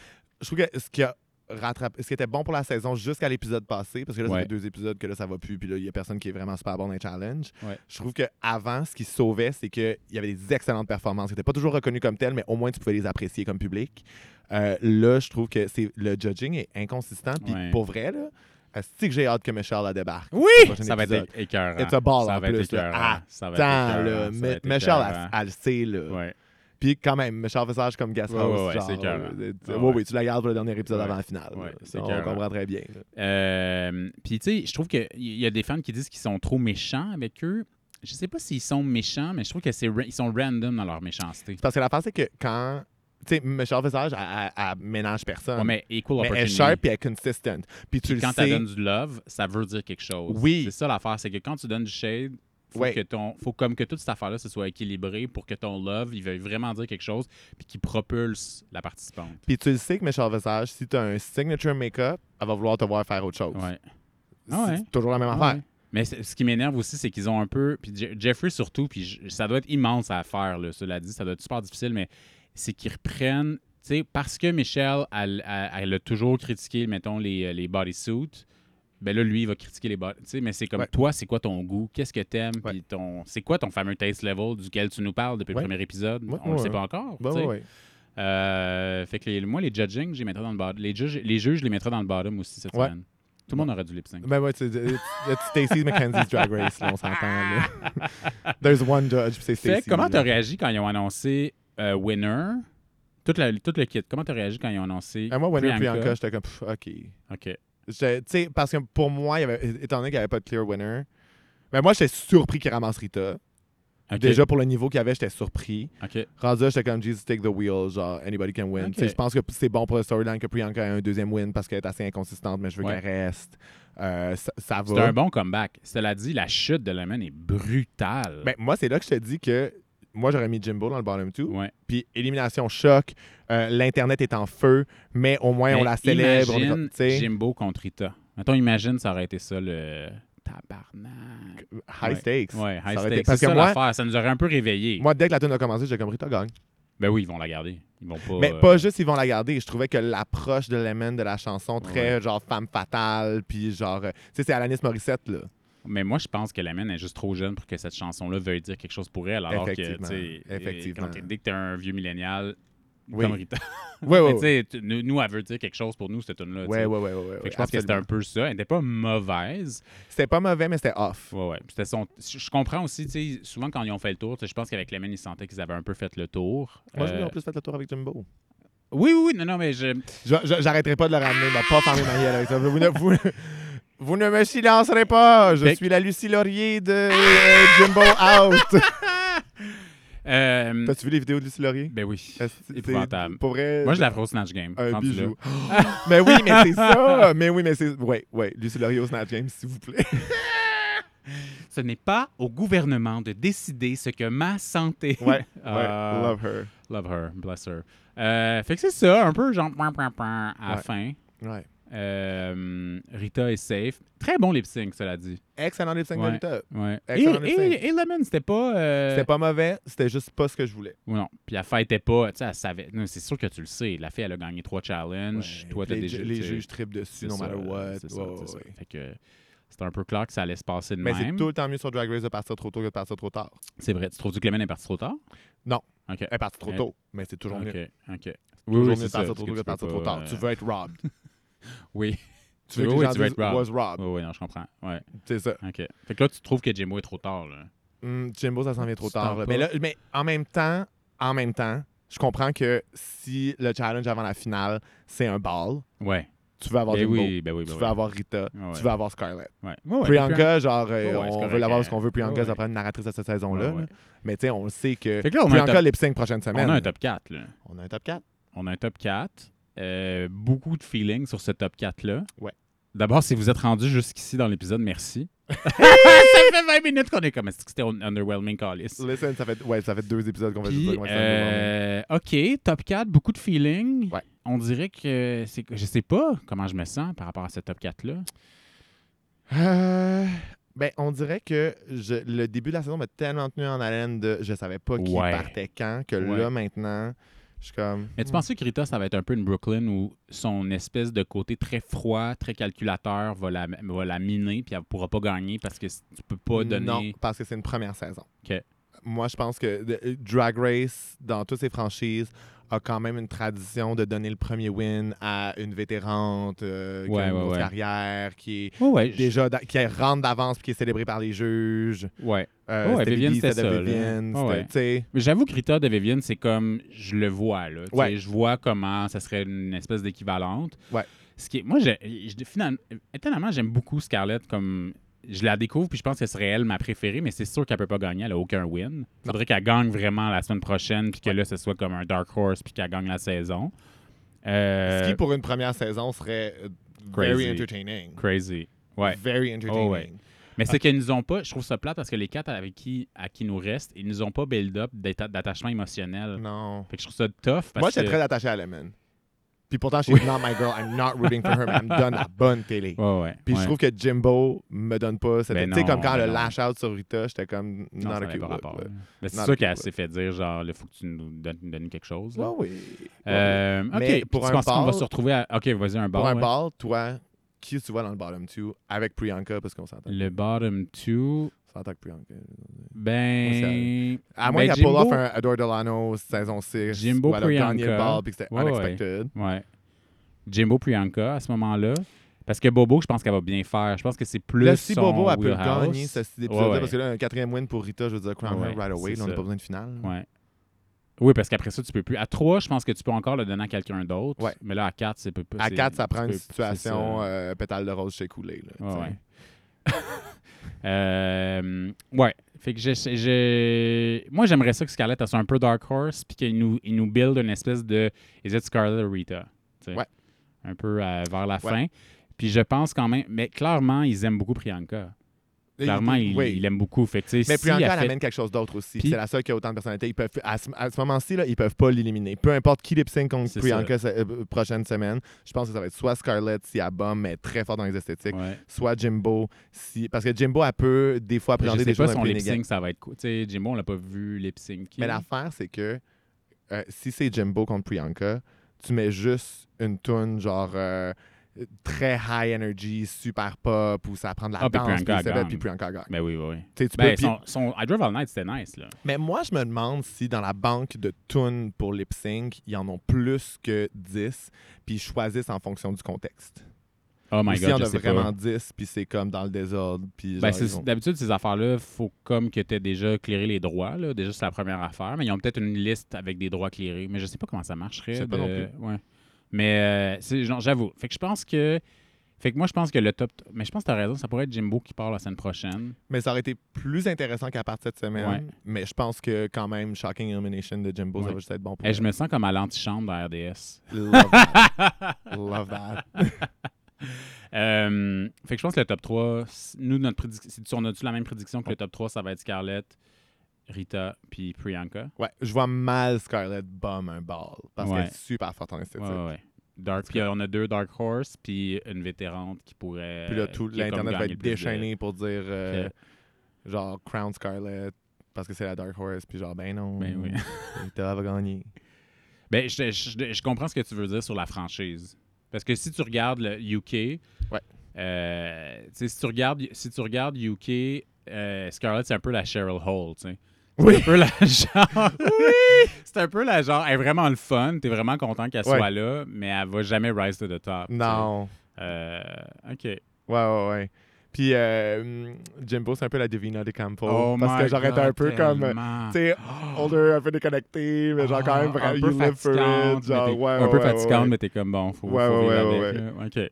Speaker 2: je trouve que ce qui a rattrapé, ce qui était bon pour la saison jusqu'à l'épisode passé, parce que là, ça
Speaker 1: Ouais.
Speaker 2: fait deux épisodes que là, ça va plus, puis là, il y a personne qui est vraiment super bon dans les challenges.
Speaker 1: Ouais.
Speaker 2: Je trouve que avant, ce qui sauvait, c'est qu'il y avait des excellentes performances qui n'étaient pas toujours reconnues comme telles, mais au moins tu pouvais les apprécier comme public. Euh, là, je trouve que c'est le judging est inconsistant, puis
Speaker 1: Ouais.
Speaker 2: pour vrai, là, c'est que j'ai hâte que Michelle la débarque.
Speaker 1: Oui!
Speaker 2: prochain
Speaker 1: Ça va
Speaker 2: épisode.
Speaker 1: être écœurant.
Speaker 2: It's a ball,
Speaker 1: ça
Speaker 2: en
Speaker 1: va être
Speaker 2: plus, là.
Speaker 1: écœurant.
Speaker 2: Ah,
Speaker 1: ça va être
Speaker 2: Tant,
Speaker 1: écœurant,
Speaker 2: là,
Speaker 1: ça va
Speaker 2: Mi-
Speaker 1: être
Speaker 2: Michelle, elle,
Speaker 1: écœurant.
Speaker 2: elle le sait, là.
Speaker 1: Ouais.
Speaker 2: Puis quand même, Michel Visage comme guest
Speaker 1: Ouais,
Speaker 2: host,
Speaker 1: ouais, ouais,
Speaker 2: genre,
Speaker 1: c'est écœurant.
Speaker 2: euh, euh,
Speaker 1: Ouais,
Speaker 2: oui,
Speaker 1: ouais.
Speaker 2: oui, tu la gardes pour le dernier épisode
Speaker 1: Ouais.
Speaker 2: avant la finale.
Speaker 1: Ouais,
Speaker 2: là.
Speaker 1: c'est
Speaker 2: on
Speaker 1: écœurant.
Speaker 2: comprend très bien. là.
Speaker 1: Euh, Puis, tu sais, je trouve qu'il y a des fans qui disent qu'ils sont trop méchants avec eux. Je sais pas s'ils sont méchants, mais je trouve qu'ils sont random dans leur méchanceté.
Speaker 2: C'est Parce que l'affaire, c'est que quand... Tu sais, Michel Visage, elle, elle- elle ménage personne.
Speaker 1: Ouais, mais
Speaker 2: Mais
Speaker 1: equal
Speaker 2: elle est
Speaker 1: opportunity.
Speaker 2: sharp et elle est consistent. Puis tu
Speaker 1: Puis
Speaker 2: le
Speaker 1: quand
Speaker 2: sais...
Speaker 1: tu donnes du love, ça veut dire quelque chose.
Speaker 2: Oui.
Speaker 1: C'est ça l'affaire, c'est que quand tu donnes du shade, faut
Speaker 2: Ouais.
Speaker 1: que ton faut comme que toute cette affaire là se soit équilibrée pour que ton love, il veuille vraiment dire quelque chose puis qu'il propulse la participante.
Speaker 2: Puis tu le sais que Michel Visage, si tu as un signature make-up, elle va vouloir te voir faire autre chose.
Speaker 1: Ouais.
Speaker 2: C'est
Speaker 1: Ah ouais.
Speaker 2: c'est toujours la même
Speaker 1: Ah
Speaker 2: affaire.
Speaker 1: ouais. Mais c'est- ce qui m'énerve aussi, c'est qu'ils ont un peu. Puis Je- Jeffrey surtout, puis je- ça doit être immense à faire, là, cela dit, ça doit être super difficile, mais c'est qu'ils reprennent. Tu sais, parce que Michelle, elle, elle- elle a toujours critiqué, mettons, les, les bodysuits. Ben là, lui, il va critiquer les bodysuits. Tu sais, mais c'est comme
Speaker 2: Ouais.
Speaker 1: toi, c'est quoi ton goût? Qu'est-ce que t'aimes?
Speaker 2: Ouais.
Speaker 1: Puis ton. C'est quoi ton fameux taste level duquel tu nous parles depuis
Speaker 2: Ouais.
Speaker 1: le premier épisode?
Speaker 2: Ouais,
Speaker 1: On le
Speaker 2: ouais,
Speaker 1: sait
Speaker 2: ouais.
Speaker 1: pas encore.
Speaker 2: Bah
Speaker 1: tu
Speaker 2: ouais,
Speaker 1: sais.
Speaker 2: ouais.
Speaker 1: Euh, fait que les- moi, les judging, je les mettrais dans le bottom. Les juges, les juges, je les mettrais dans le bottom aussi cette
Speaker 2: Ouais.
Speaker 1: semaine. Tout le monde aurait du lip sync.
Speaker 2: Ben ouais, tu tu- tu- Stacey McKenzie's Drag Race, là, on s'entend. là. There's one judge, puis c'est
Speaker 1: Fait
Speaker 2: Stacey.
Speaker 1: que comment
Speaker 2: là.
Speaker 1: t'as réagi quand ils ont annoncé euh, Winner? Tout, la- tout le kit. Comment t'as réagi quand ils ont annoncé
Speaker 2: Ah, Moi, Winner
Speaker 1: Priyanka?
Speaker 2: Priyanka, j'étais comme, pff, OK.
Speaker 1: OK.
Speaker 2: J'étais- Tu sais, parce que pour moi, il y avait- étant donné qu'il n'y avait pas de clear winner, ben moi, j'étais surpris qu'il ramasse Rita.
Speaker 1: OK.
Speaker 2: Déjà, pour le niveau qu'il y avait, j'étais surpris.
Speaker 1: OK.
Speaker 2: Rendu là, j'étais comme, Jesus, take the wheel, genre, anybody can win.
Speaker 1: Ok.
Speaker 2: Tu sais, Je pense que c'est bon pour le storyline que Priyanka ait un deuxième win parce qu'elle est assez inconsistante, mais je veux
Speaker 1: Ouais.
Speaker 2: qu'elle reste. Euh, ça, ça
Speaker 1: C'était
Speaker 2: va.
Speaker 1: un bon comeback. Cela dit, la chute de Lemon est brutale.
Speaker 2: Ben, moi, c'est là que je te dis que moi, j'aurais mis Jimbo dans le bottom two.
Speaker 1: ouais.
Speaker 2: Puis élimination choc, euh, l'Internet est en feu, mais au moins, on
Speaker 1: Mais
Speaker 2: la célèbre. on est
Speaker 1: Imagine
Speaker 2: comme- tu sais,
Speaker 1: Jimbo contre Rita. Mettons, imagine, ça aurait été ça le tabarnak.
Speaker 2: high stakes.
Speaker 1: Ouais, high
Speaker 2: Ça aurait été-
Speaker 1: stakes. C'est
Speaker 2: Parce que
Speaker 1: ça
Speaker 2: moi,
Speaker 1: l'affaire. Ça nous aurait un peu réveillés.
Speaker 2: moi, dès que la tune a commencé, j'ai compris, t'as gagné.
Speaker 1: Ben oui, ils vont la garder. Ils vont pas.
Speaker 2: Mais
Speaker 1: euh,
Speaker 2: pas juste ils vont la garder. Je trouvais que l'approche de Lemon de la chanson, très genre femme fatale, puis genre. euh, Tu sais, c'est Alanis Morissette, là.
Speaker 1: Mais moi, je pense que la mienne est juste trop jeune pour que cette chanson-là veuille dire quelque chose pour elle. Alors
Speaker 2: Effectivement.
Speaker 1: que, tu sais, euh,
Speaker 2: Effectivement.
Speaker 1: quand t'es- dès que t'es un vieux millénial,
Speaker 2: Oui.
Speaker 1: comme Rita,
Speaker 2: Ouais, ouais,
Speaker 1: mais
Speaker 2: ouais.
Speaker 1: tu sais, tu- nous, nous, elle veut dire quelque chose pour nous, cette tune-là. tu
Speaker 2: Ouais, ouais,
Speaker 1: sais.
Speaker 2: ouais, ouais, ouais,
Speaker 1: Fait que je pense que c'était
Speaker 2: absolument.
Speaker 1: un peu ça. Elle n'était pas mauvaise.
Speaker 2: C'était pas mauvais, mais c'était off.
Speaker 1: Ouais, ouais. C'était son- Je comprends aussi, tu sais, souvent quand ils ont fait le tour, tu sais, je pense qu'avec la mienne, ils sentaient qu'ils avaient un peu fait le tour.
Speaker 2: Moi, je
Speaker 1: Euh,
Speaker 2: voulais en plus fait le tour avec Jimbo.
Speaker 1: Oui, oui, oui, non, non, mais je...
Speaker 2: Je- je- J'arrêterai pas de le ramener, il m'a pas fermé ma gueule avec ça. Vous ne, vous, vous ne me silencerez pas. Je
Speaker 1: Fait que-
Speaker 2: suis la Lucie Laurier de euh, Jimbo Out.
Speaker 1: Euh,
Speaker 2: T'as-tu vu les vidéos de Lucie Laurier?
Speaker 1: Ben oui,
Speaker 2: Est-ce que c'est-
Speaker 1: épouvantable.
Speaker 2: Pour vrai,
Speaker 1: Moi, je la ferai au Snatch Game.
Speaker 2: un
Speaker 1: rendu là.
Speaker 2: bijou. mais oui, mais c'est ça. Mais oui, mais c'est. Ouais, ouais. Lucie Laurier au Snatch Game, s'il vous plaît.
Speaker 1: Ce n'est pas au gouvernement de décider ce que ma santé...
Speaker 2: Ouais, ouais.
Speaker 1: Ah.
Speaker 2: Love her.
Speaker 1: Love her, bless her. Euh, fait que c'est ça, un peu genre point, point, point, à la
Speaker 2: Ouais.
Speaker 1: fin.
Speaker 2: Ouais.
Speaker 1: Euh, Rita est safe. Très bon lip sync, cela dit.
Speaker 2: Excellent lip sync
Speaker 1: Ouais.
Speaker 2: de Rita.
Speaker 1: Ouais. Et,
Speaker 2: Excellent lip sync.
Speaker 1: et, et Lemon, c'était pas. euh,
Speaker 2: C'était pas mauvais, c'était juste pas ce que je voulais.
Speaker 1: ou non. Puis la fête était pas. Tu sais, elle savait. non, C'est sûr que tu le sais. La fille, elle a gagné trois challenges. Toi, t'as
Speaker 2: les,
Speaker 1: déjà.
Speaker 2: ju- les
Speaker 1: tu sais,
Speaker 2: juges tripent
Speaker 1: c'est
Speaker 2: dessus, no
Speaker 1: ça,
Speaker 2: matter what.
Speaker 1: c'est ça,
Speaker 2: Ouais,
Speaker 1: c'est
Speaker 2: ouais,
Speaker 1: ça.
Speaker 2: ouais.
Speaker 1: Fait que c'était un peu clair que ça allait se passer de
Speaker 2: Mais c'est
Speaker 1: même.
Speaker 2: tout le temps mieux sur Drag Race de partir trop tôt que de partir trop tard.
Speaker 1: C'est vrai. Tu trouves que Lemon est parti trop tard?
Speaker 2: Non.
Speaker 1: Ok.
Speaker 2: Elle est partie trop
Speaker 1: Ouais.
Speaker 2: tôt, mais c'est toujours mieux.
Speaker 1: Ok. Ok. Oui,
Speaker 2: Toujours
Speaker 1: oui,
Speaker 2: mieux
Speaker 1: c'est
Speaker 2: de
Speaker 1: ça.
Speaker 2: partir
Speaker 1: parce
Speaker 2: trop
Speaker 1: que
Speaker 2: tôt que de
Speaker 1: tu peux
Speaker 2: partir trop
Speaker 1: pas,
Speaker 2: tard.
Speaker 1: euh,
Speaker 2: Tu veux être robbed.
Speaker 1: Oui.
Speaker 2: Tu veux que
Speaker 1: Oui,
Speaker 2: les gens
Speaker 1: tu veux être
Speaker 2: disent
Speaker 1: robbed.
Speaker 2: was robbed.
Speaker 1: Oui, oui, non, je comprends. Ah, Ouais.
Speaker 2: C'est ça.
Speaker 1: OK. Fait que là, tu trouves que Jimbo est trop tard, là.
Speaker 2: Hum, Jimbo, ça s'en vient trop
Speaker 1: Tu t'en
Speaker 2: tard. là.
Speaker 1: pas.
Speaker 2: Mais, là, mais en même temps, en même temps, je comprends que si le challenge avant la finale, c'est un ball,
Speaker 1: Ouais.
Speaker 2: tu veux avoir
Speaker 1: Ben
Speaker 2: Jimbo,
Speaker 1: oui, ben oui, ben
Speaker 2: tu
Speaker 1: oui.
Speaker 2: veux avoir Rita,
Speaker 1: Ouais,
Speaker 2: tu
Speaker 1: ouais.
Speaker 2: veux avoir Scarlett.
Speaker 1: Ouais. Ouais, ouais,
Speaker 2: Priyanka, genre, euh,
Speaker 1: Ouais, ouais, c'est
Speaker 2: on
Speaker 1: correct,
Speaker 2: veut l'avoir
Speaker 1: euh,
Speaker 2: parce qu'on veut. Priyanka,
Speaker 1: ouais,
Speaker 2: ça prend une narratrice de cette saison-là.
Speaker 1: Ouais, ouais.
Speaker 2: là. Mais tu sais, on le sait que.
Speaker 1: Fait que là, on a, un
Speaker 2: Priyanka,
Speaker 1: top,
Speaker 2: lip sync prochaine semaine.
Speaker 1: on a un top 4, là.
Speaker 2: On a un top 4.
Speaker 1: On a un top 4. Euh, beaucoup de feeling sur ce top 4-là.
Speaker 2: Ouais.
Speaker 1: D'abord, si vous êtes rendu jusqu'ici dans l'épisode, merci. ça fait 20 minutes qu'on est comme... Est-ce que C'était un- underwhelming, Callis.
Speaker 2: Listen, ça fait, ouais, ça fait deux épisodes qu'on va
Speaker 1: Puis,
Speaker 2: juste dire comment ça va nous
Speaker 1: euh, OK, top 4, beaucoup de feeling.
Speaker 2: Ouais.
Speaker 1: On dirait que... c'est Je sais pas comment je me sens par rapport à ce top 4-là.
Speaker 2: voir. Euh, Ben, on dirait que je- le début de la saison m'a tellement tenu en haleine de je savais pas qui
Speaker 1: Ouais.
Speaker 2: partait quand, que
Speaker 1: Ouais.
Speaker 2: là, maintenant, je suis comme.
Speaker 1: Mais tu pensais que Rita, ça va être un peu une Brooklyn où son espèce de côté très froid, très calculateur va la, va la miner, puis elle pourra pas gagner parce que c- tu peux pas donner.
Speaker 2: Non, parce que c'est une première saison.
Speaker 1: OK.
Speaker 2: Moi, je pense que de- euh, Drag Race, dans toutes ses franchises, a quand même une tradition de donner le premier win à une vétérante euh, qui
Speaker 1: Ouais,
Speaker 2: a une
Speaker 1: ouais,
Speaker 2: grosse
Speaker 1: ouais.
Speaker 2: carrière, qui est
Speaker 1: Ouais, ouais, je-
Speaker 2: déjà da- qui rentre d'avance puis qui est célébrée par les juges.
Speaker 1: ouais.
Speaker 2: Euh,
Speaker 1: Ouais,
Speaker 2: c'était
Speaker 1: Vivienne,
Speaker 2: Bibi,
Speaker 1: c'était
Speaker 2: c'était
Speaker 1: ça, là.
Speaker 2: Vivienne,
Speaker 1: Ouais,
Speaker 2: c'était-
Speaker 1: ouais.
Speaker 2: tu sais,
Speaker 1: Mais j'avoue que Rita de Vivienne, c'est comme je le vois là. Tu sais,
Speaker 2: Ouais.
Speaker 1: Je vois comment ça serait une espèce d'équivalente.
Speaker 2: Ouais.
Speaker 1: Ce qui est- moi, je, je- finalement, étonnamment, j'aime beaucoup Scarlett comme. Je la découvre, puis je pense que ce serait elle ma préférée, mais c'est sûr qu'elle peut pas gagner, elle a aucun win. Il faudrait qu'elle gagne vraiment la semaine prochaine, puis que là, ce soit comme un Dark Horse, puis qu'elle gagne la saison. Euh,
Speaker 2: Ce qui, pour une première saison, serait euh,
Speaker 1: Crazy.
Speaker 2: very entertaining.
Speaker 1: Crazy. Ouais.
Speaker 2: Very entertaining.
Speaker 1: Oh, ouais. Mais c'est qu'ils nous ont pas, je trouve ça plate parce que les quatre avec qui, à qui nous reste, ils nous ont pas build-up d'atta- d'attachement émotionnel.
Speaker 2: Non.
Speaker 1: Fait que je trouve ça tough parce
Speaker 2: Mm. Moi,
Speaker 1: que...
Speaker 2: j'étais très attaché à Lemon. Puis pourtant, je suis not my girl, I'm not rooting for her, mais elle me donne la bonne télé.
Speaker 1: Ouais, ouais.
Speaker 2: Puis
Speaker 1: ouais.
Speaker 2: je trouve que Jimbo me donne pas cette.
Speaker 1: Ben
Speaker 2: tu sais,
Speaker 1: non,
Speaker 2: comme quand
Speaker 1: ben
Speaker 2: le
Speaker 1: non.
Speaker 2: lash out sur Rita, j'étais comme.
Speaker 1: Non,
Speaker 2: not
Speaker 1: ça
Speaker 2: a
Speaker 1: n'avait
Speaker 2: cute
Speaker 1: pas
Speaker 2: look,
Speaker 1: rapport.
Speaker 2: là. Not
Speaker 1: Mais c'est
Speaker 2: a
Speaker 1: sûr
Speaker 2: cute
Speaker 1: qu'elle
Speaker 2: look.
Speaker 1: s'est fait dire, genre, il faut que tu nous donnes, donnes quelque chose. là.
Speaker 2: Ouais, oui. Ouais, oui.
Speaker 1: Euh, OK.
Speaker 2: Mais
Speaker 1: Puis
Speaker 2: pour
Speaker 1: tu
Speaker 2: un
Speaker 1: penses qu'on va
Speaker 2: ball-
Speaker 1: se retrouver à... OK, vas-y, un bar.
Speaker 2: Pour un ball, toi, qui tu vois dans le bottom two avec Priyanka, parce qu'on s'entend.
Speaker 1: Le bottom two,
Speaker 2: Ça attaque plus. hein, que-
Speaker 1: Ben.
Speaker 2: À moins
Speaker 1: ben,
Speaker 2: qu'elle pull off
Speaker 1: Jimbo-
Speaker 2: un Adore Delano saison 6.
Speaker 1: Jimbo
Speaker 2: où elle a gagné le
Speaker 1: Priyanka.
Speaker 2: ball puis que c'était
Speaker 1: Ouais, ouais.
Speaker 2: unexpected.
Speaker 1: Ouais. Jimbo Priyanka à ce moment-là. Parce que Bobo, je pense qu'elle va bien faire. Je pense que c'est plus.
Speaker 2: Là, si
Speaker 1: son
Speaker 2: Bobo a pu le
Speaker 1: wheelhouse.
Speaker 2: gagner ce cet
Speaker 1: Ouais,
Speaker 2: épisode-là,
Speaker 1: ouais.
Speaker 2: parce que là, un quatrième win pour Rita, je veux dire, crown her
Speaker 1: Ouais,
Speaker 2: right away,
Speaker 1: c'est
Speaker 2: là, on n'a
Speaker 1: ça.
Speaker 2: pas besoin de finale.
Speaker 1: Ouais. Oui, parce qu'après ça, tu peux plus. À 3, je pense que tu peux encore le donner à quelqu'un d'autre.
Speaker 2: Ouais.
Speaker 1: Mais là, à 4, c'est peu
Speaker 2: À 4, ça prend une
Speaker 1: peux- c'est
Speaker 2: situation
Speaker 1: ça.
Speaker 2: euh, pétale de rose chez Coulé. là,
Speaker 1: Ouais.
Speaker 2: tu sais.
Speaker 1: Ouais. Euh, ouais. Fait que j'ai- j'ai- moi, j'aimerais ça que Scarlett soit un peu Dark Horse, puis qu'il nous, il nous build une espèce de Is it Scarlett or Rita? tu sais.
Speaker 2: Ouais.
Speaker 1: Un peu euh, vers la
Speaker 2: Ouais.
Speaker 1: fin. Puis je pense quand même, mais clairement, ils aiment beaucoup Priyanka.
Speaker 2: Et
Speaker 1: Clairement, il,
Speaker 2: oui.
Speaker 1: il aime beaucoup. Fait que, tu sais,
Speaker 2: Mais
Speaker 1: si
Speaker 2: Priyanka,
Speaker 1: elle
Speaker 2: elle
Speaker 1: fait-
Speaker 2: amène quelque chose d'autre aussi.
Speaker 1: Puis-
Speaker 2: C'est la seule qui a autant de personnalité. Ils peuvent, à ce, à ce moment-ci, là, ils peuvent pas l'éliminer. Peu importe qui lip sync contre
Speaker 1: C'est
Speaker 2: Priyanka la prochaine semaine, je pense que ça va être soit Scarlett si elle bombe, mais très fort dans les esthétiques,
Speaker 1: Ouais.
Speaker 2: soit Jimbo. Si... Parce que Jimbo, elle peut des fois
Speaker 1: Je
Speaker 2: appréhender
Speaker 1: sais
Speaker 2: des
Speaker 1: pas
Speaker 2: choses
Speaker 1: si
Speaker 2: un
Speaker 1: on
Speaker 2: peu
Speaker 1: lip
Speaker 2: négatives.
Speaker 1: sync, ça va être cool. Tu sais, Jimbo, on l'a pas vu lip sync.
Speaker 2: Mais l'affaire, c'est que euh, si c'est Jimbo contre Priyanka, tu mets juste une tune genre euh, très high energy, super pop, où ça prend de la
Speaker 1: Ah, puis
Speaker 2: danse,
Speaker 1: Priyanka,
Speaker 2: puis
Speaker 1: elle
Speaker 2: Isabelle,
Speaker 1: gagne.
Speaker 2: puis Priyanka gagne.
Speaker 1: Ben oui, oui, oui.
Speaker 2: Tu sais, tu peux-
Speaker 1: Ben,
Speaker 2: puis-
Speaker 1: son, son I Drive All Night, c'était nice, là.
Speaker 2: Mais moi, je me demande si dans la banque de tunes pour lip sync, ils en ont plus que 10, puis ils choisissent en fonction du contexte.
Speaker 1: Oh
Speaker 2: Ou
Speaker 1: my
Speaker 2: si
Speaker 1: God,
Speaker 2: en
Speaker 1: je
Speaker 2: a
Speaker 1: sais
Speaker 2: vraiment
Speaker 1: pas.
Speaker 2: 10, puis c'est comme dans le désordre. Puis
Speaker 1: Ben,
Speaker 2: genre, ils
Speaker 1: c'est-
Speaker 2: ont-
Speaker 1: D'habitude, ces affaires-là, faut comme que tu aies déjà clearé les droits. Là. Déjà, c'est la première affaire. Mais ils ont peut-être une liste avec des droits clearés. Mais je sais pas comment ça marcherait.
Speaker 2: Je sais pas non plus.
Speaker 1: Ouais. Mais euh, c'est- genre, j'avoue. Fait que je pense que. Fait que moi, je pense que le top. Mais je pense que tu as raison. Ça pourrait être Jimbo qui part la semaine prochaine.
Speaker 2: Mais ça aurait été plus intéressant qu'à partir de cette semaine.
Speaker 1: Ouais.
Speaker 2: Mais je pense que quand même, Shocking Elimination de Jimbo, ça
Speaker 1: Ouais.
Speaker 2: va juste être bon pour
Speaker 1: Et
Speaker 2: elle.
Speaker 1: Eh, je me sens comme à l'antichambre de la RDS.
Speaker 2: Love that. Love that.
Speaker 1: Euh, fait que je pense que le top 3, c- nous, notre prédic- si on a-tu la même prédiction
Speaker 2: Ah.
Speaker 1: que le top 3, ça va être Scarlett, Rita, puis Priyanka.
Speaker 2: Ouais, je vois mal Scarlett bomb un ball parce
Speaker 1: Ouais.
Speaker 2: qu'elle est super forte en esthétique.
Speaker 1: Ouais, ouais, ouais. Dark, puis on a deux Dark Horse, puis une vétérante qui pourrait.
Speaker 2: Puis là, tout
Speaker 1: Euh, qui a comme
Speaker 2: l'Internet va
Speaker 1: gagné le
Speaker 2: être
Speaker 1: plus de-
Speaker 2: déchaîné pour dire euh,
Speaker 1: Ok.
Speaker 2: genre Crown Scarlet parce que c'est la Dark Horse. Puis genre, ben non.
Speaker 1: Ben oui.
Speaker 2: Rita va gagner.
Speaker 1: Ben, je, je- je comprends ce que tu veux dire sur la franchise. Parce que si tu regardes le UK,
Speaker 2: Ouais.
Speaker 1: euh, tu sais, si, tu regardes, si tu regardes UK, euh, Scarlett, c'est un peu la Cheryl Hall. tu sais. C'est
Speaker 2: Oui.
Speaker 1: un peu la genre. oui! C'est un peu la genre. Elle est vraiment le fun. T'es vraiment content qu'elle
Speaker 2: Ouais.
Speaker 1: soit là, mais elle va jamais rise to the top. tu sais.
Speaker 2: Non.
Speaker 1: Euh, OK.
Speaker 2: Ouais, ouais, ouais. Puis euh, hmm, Jimbo, c'est un peu la Divina de Campo.
Speaker 1: Oh
Speaker 2: parce que
Speaker 1: my
Speaker 2: j'aurais été un
Speaker 1: God,
Speaker 2: peu comme. euh,
Speaker 1: tellement.
Speaker 2: Tu sais, older, un peu déconnecté, mais genre quand même,
Speaker 1: Ah,
Speaker 2: vraiment,
Speaker 1: un
Speaker 2: you
Speaker 1: peu
Speaker 2: live for it.
Speaker 1: fatigante,
Speaker 2: Genre,
Speaker 1: mais t'es-
Speaker 2: ouais, ouais,
Speaker 1: un peu
Speaker 2: ouais, ouais,
Speaker 1: fatigante,
Speaker 2: ouais.
Speaker 1: mais t'es comme bon, faut,
Speaker 2: Ouais,
Speaker 1: faut
Speaker 2: ouais,
Speaker 1: vivre
Speaker 2: ouais,
Speaker 1: avec, là. Ok,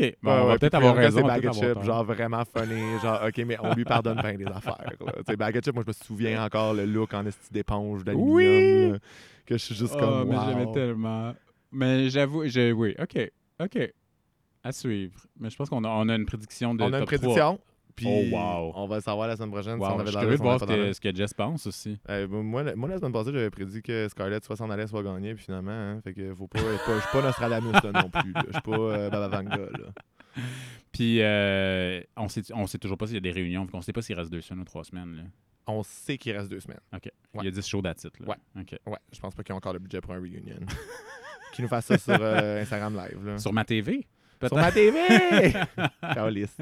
Speaker 1: ok, bon,
Speaker 2: Ouais,
Speaker 1: on
Speaker 2: ouais,
Speaker 1: va peut-être
Speaker 2: puis
Speaker 1: avoir
Speaker 2: Priyanka,
Speaker 1: raison. on va
Speaker 2: C'est
Speaker 1: peut-être
Speaker 2: Baggage
Speaker 1: avoir
Speaker 2: Chip,
Speaker 1: tort.
Speaker 2: genre vraiment funny, genre OK, mais on lui pardonne bien des affaires. là. Tu sais, Baggage Chip, moi je me souviens encore le look en esti d'éponge d'aluminium
Speaker 1: Oui!
Speaker 2: là, que je suis juste
Speaker 1: Oh,
Speaker 2: comme
Speaker 1: mais
Speaker 2: wow.
Speaker 1: j'aimais tellement. Mais j'avoue, j'ai- oui, ok, ok, à suivre. Mais je pense qu'on a, on a une prédiction de
Speaker 2: On a une
Speaker 1: top trois.
Speaker 2: prédiction. Puis
Speaker 1: Oh, wow.
Speaker 2: on va le savoir la semaine prochaine
Speaker 1: Wow,
Speaker 2: si on
Speaker 1: je
Speaker 2: avait
Speaker 1: suis
Speaker 2: la
Speaker 1: curieux de
Speaker 2: raison, on
Speaker 1: voir
Speaker 2: avait
Speaker 1: ce
Speaker 2: pas la
Speaker 1: que,
Speaker 2: raison.
Speaker 1: ce que Jess pense aussi.
Speaker 2: Euh, moi, la- moi, la semaine passée, j'avais prédit que Scarlett soit s'en allait, soit gagnée, puis finalement, hein, fait que faut pas, faut pas- je suis pas Nostradamus là, non plus. là. Je suis pas euh, Baba Vanga. Là.
Speaker 1: Puis euh, on, sait, on sait toujours pas s'il y a des réunions, on sait pas s'il reste deux semaines ou trois semaines. là.
Speaker 2: On sait qu'il reste deux semaines.
Speaker 1: Ok,
Speaker 2: Ouais.
Speaker 1: il y a 10 shows d'attitude.
Speaker 2: Ouais.
Speaker 1: Ok.
Speaker 2: Ouais, je pense pas qu'ils ont encore le budget pour un reunion. Qu'ils nous fassent ça sur euh, Instagram Live. Là.
Speaker 1: Sur ma TV.
Speaker 2: Sur
Speaker 1: Peut-être.
Speaker 2: ma TV! Calisse.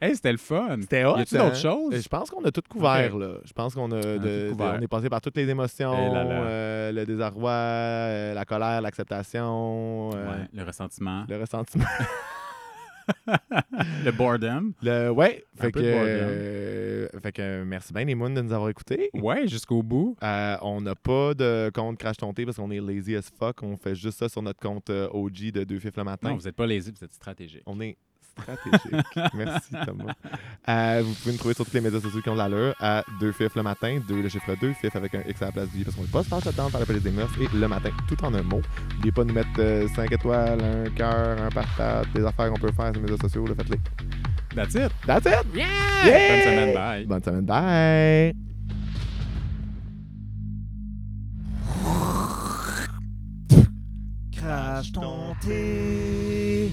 Speaker 1: Hey, c'était le fun.
Speaker 2: C'était
Speaker 1: Y
Speaker 2: hot.
Speaker 1: a-tu
Speaker 2: hein?
Speaker 1: d'autres choses?
Speaker 2: Je pense qu'on a tout couvert, là. Je pense qu'on a de-
Speaker 1: tout couvert.
Speaker 2: de- on est passé par toutes les émotions,
Speaker 1: Eh là là.
Speaker 2: euh, le désarroi, euh, la colère, l'acceptation, euh,
Speaker 1: Ouais, le ressentiment.
Speaker 2: le ressentiment.
Speaker 1: Le boredom.
Speaker 2: Le, ouais,
Speaker 1: Un
Speaker 2: fait que,
Speaker 1: peu de boredom.
Speaker 2: euh, fait que euh, merci bien les moons de nous avoir écoutés.
Speaker 1: Ouais, jusqu'au bout.
Speaker 2: Euh, on n'a pas de compte Crash Tonté parce qu'on est lazy as fuck. On fait juste ça sur notre compte euh, OG de Deux Fifs le matin.
Speaker 1: Non, vous n'êtes pas lazy, vous êtes stratégique.
Speaker 2: On est stratégique. Merci, Thomas. Euh, vous pouvez nous trouver sur tous les médias sociaux qui ont de l'allure à 2 fifs le matin, 2 le chiffre 2, fif avec un X à la place du i parce qu'on ne pas se faire attendre par la police des mœurs et le matin, tout en un mot. N'oubliez pas de nous mettre 5 étoiles, un cœur, un partage, des affaires qu'on peut faire sur les médias sociaux, là, faites-les.
Speaker 1: That's it.
Speaker 2: That's it!
Speaker 1: Yeah!
Speaker 2: Yeah!
Speaker 1: Bonne semaine,
Speaker 2: Bonne
Speaker 1: bye.
Speaker 2: semaine, bye!
Speaker 3: Crash ton thé.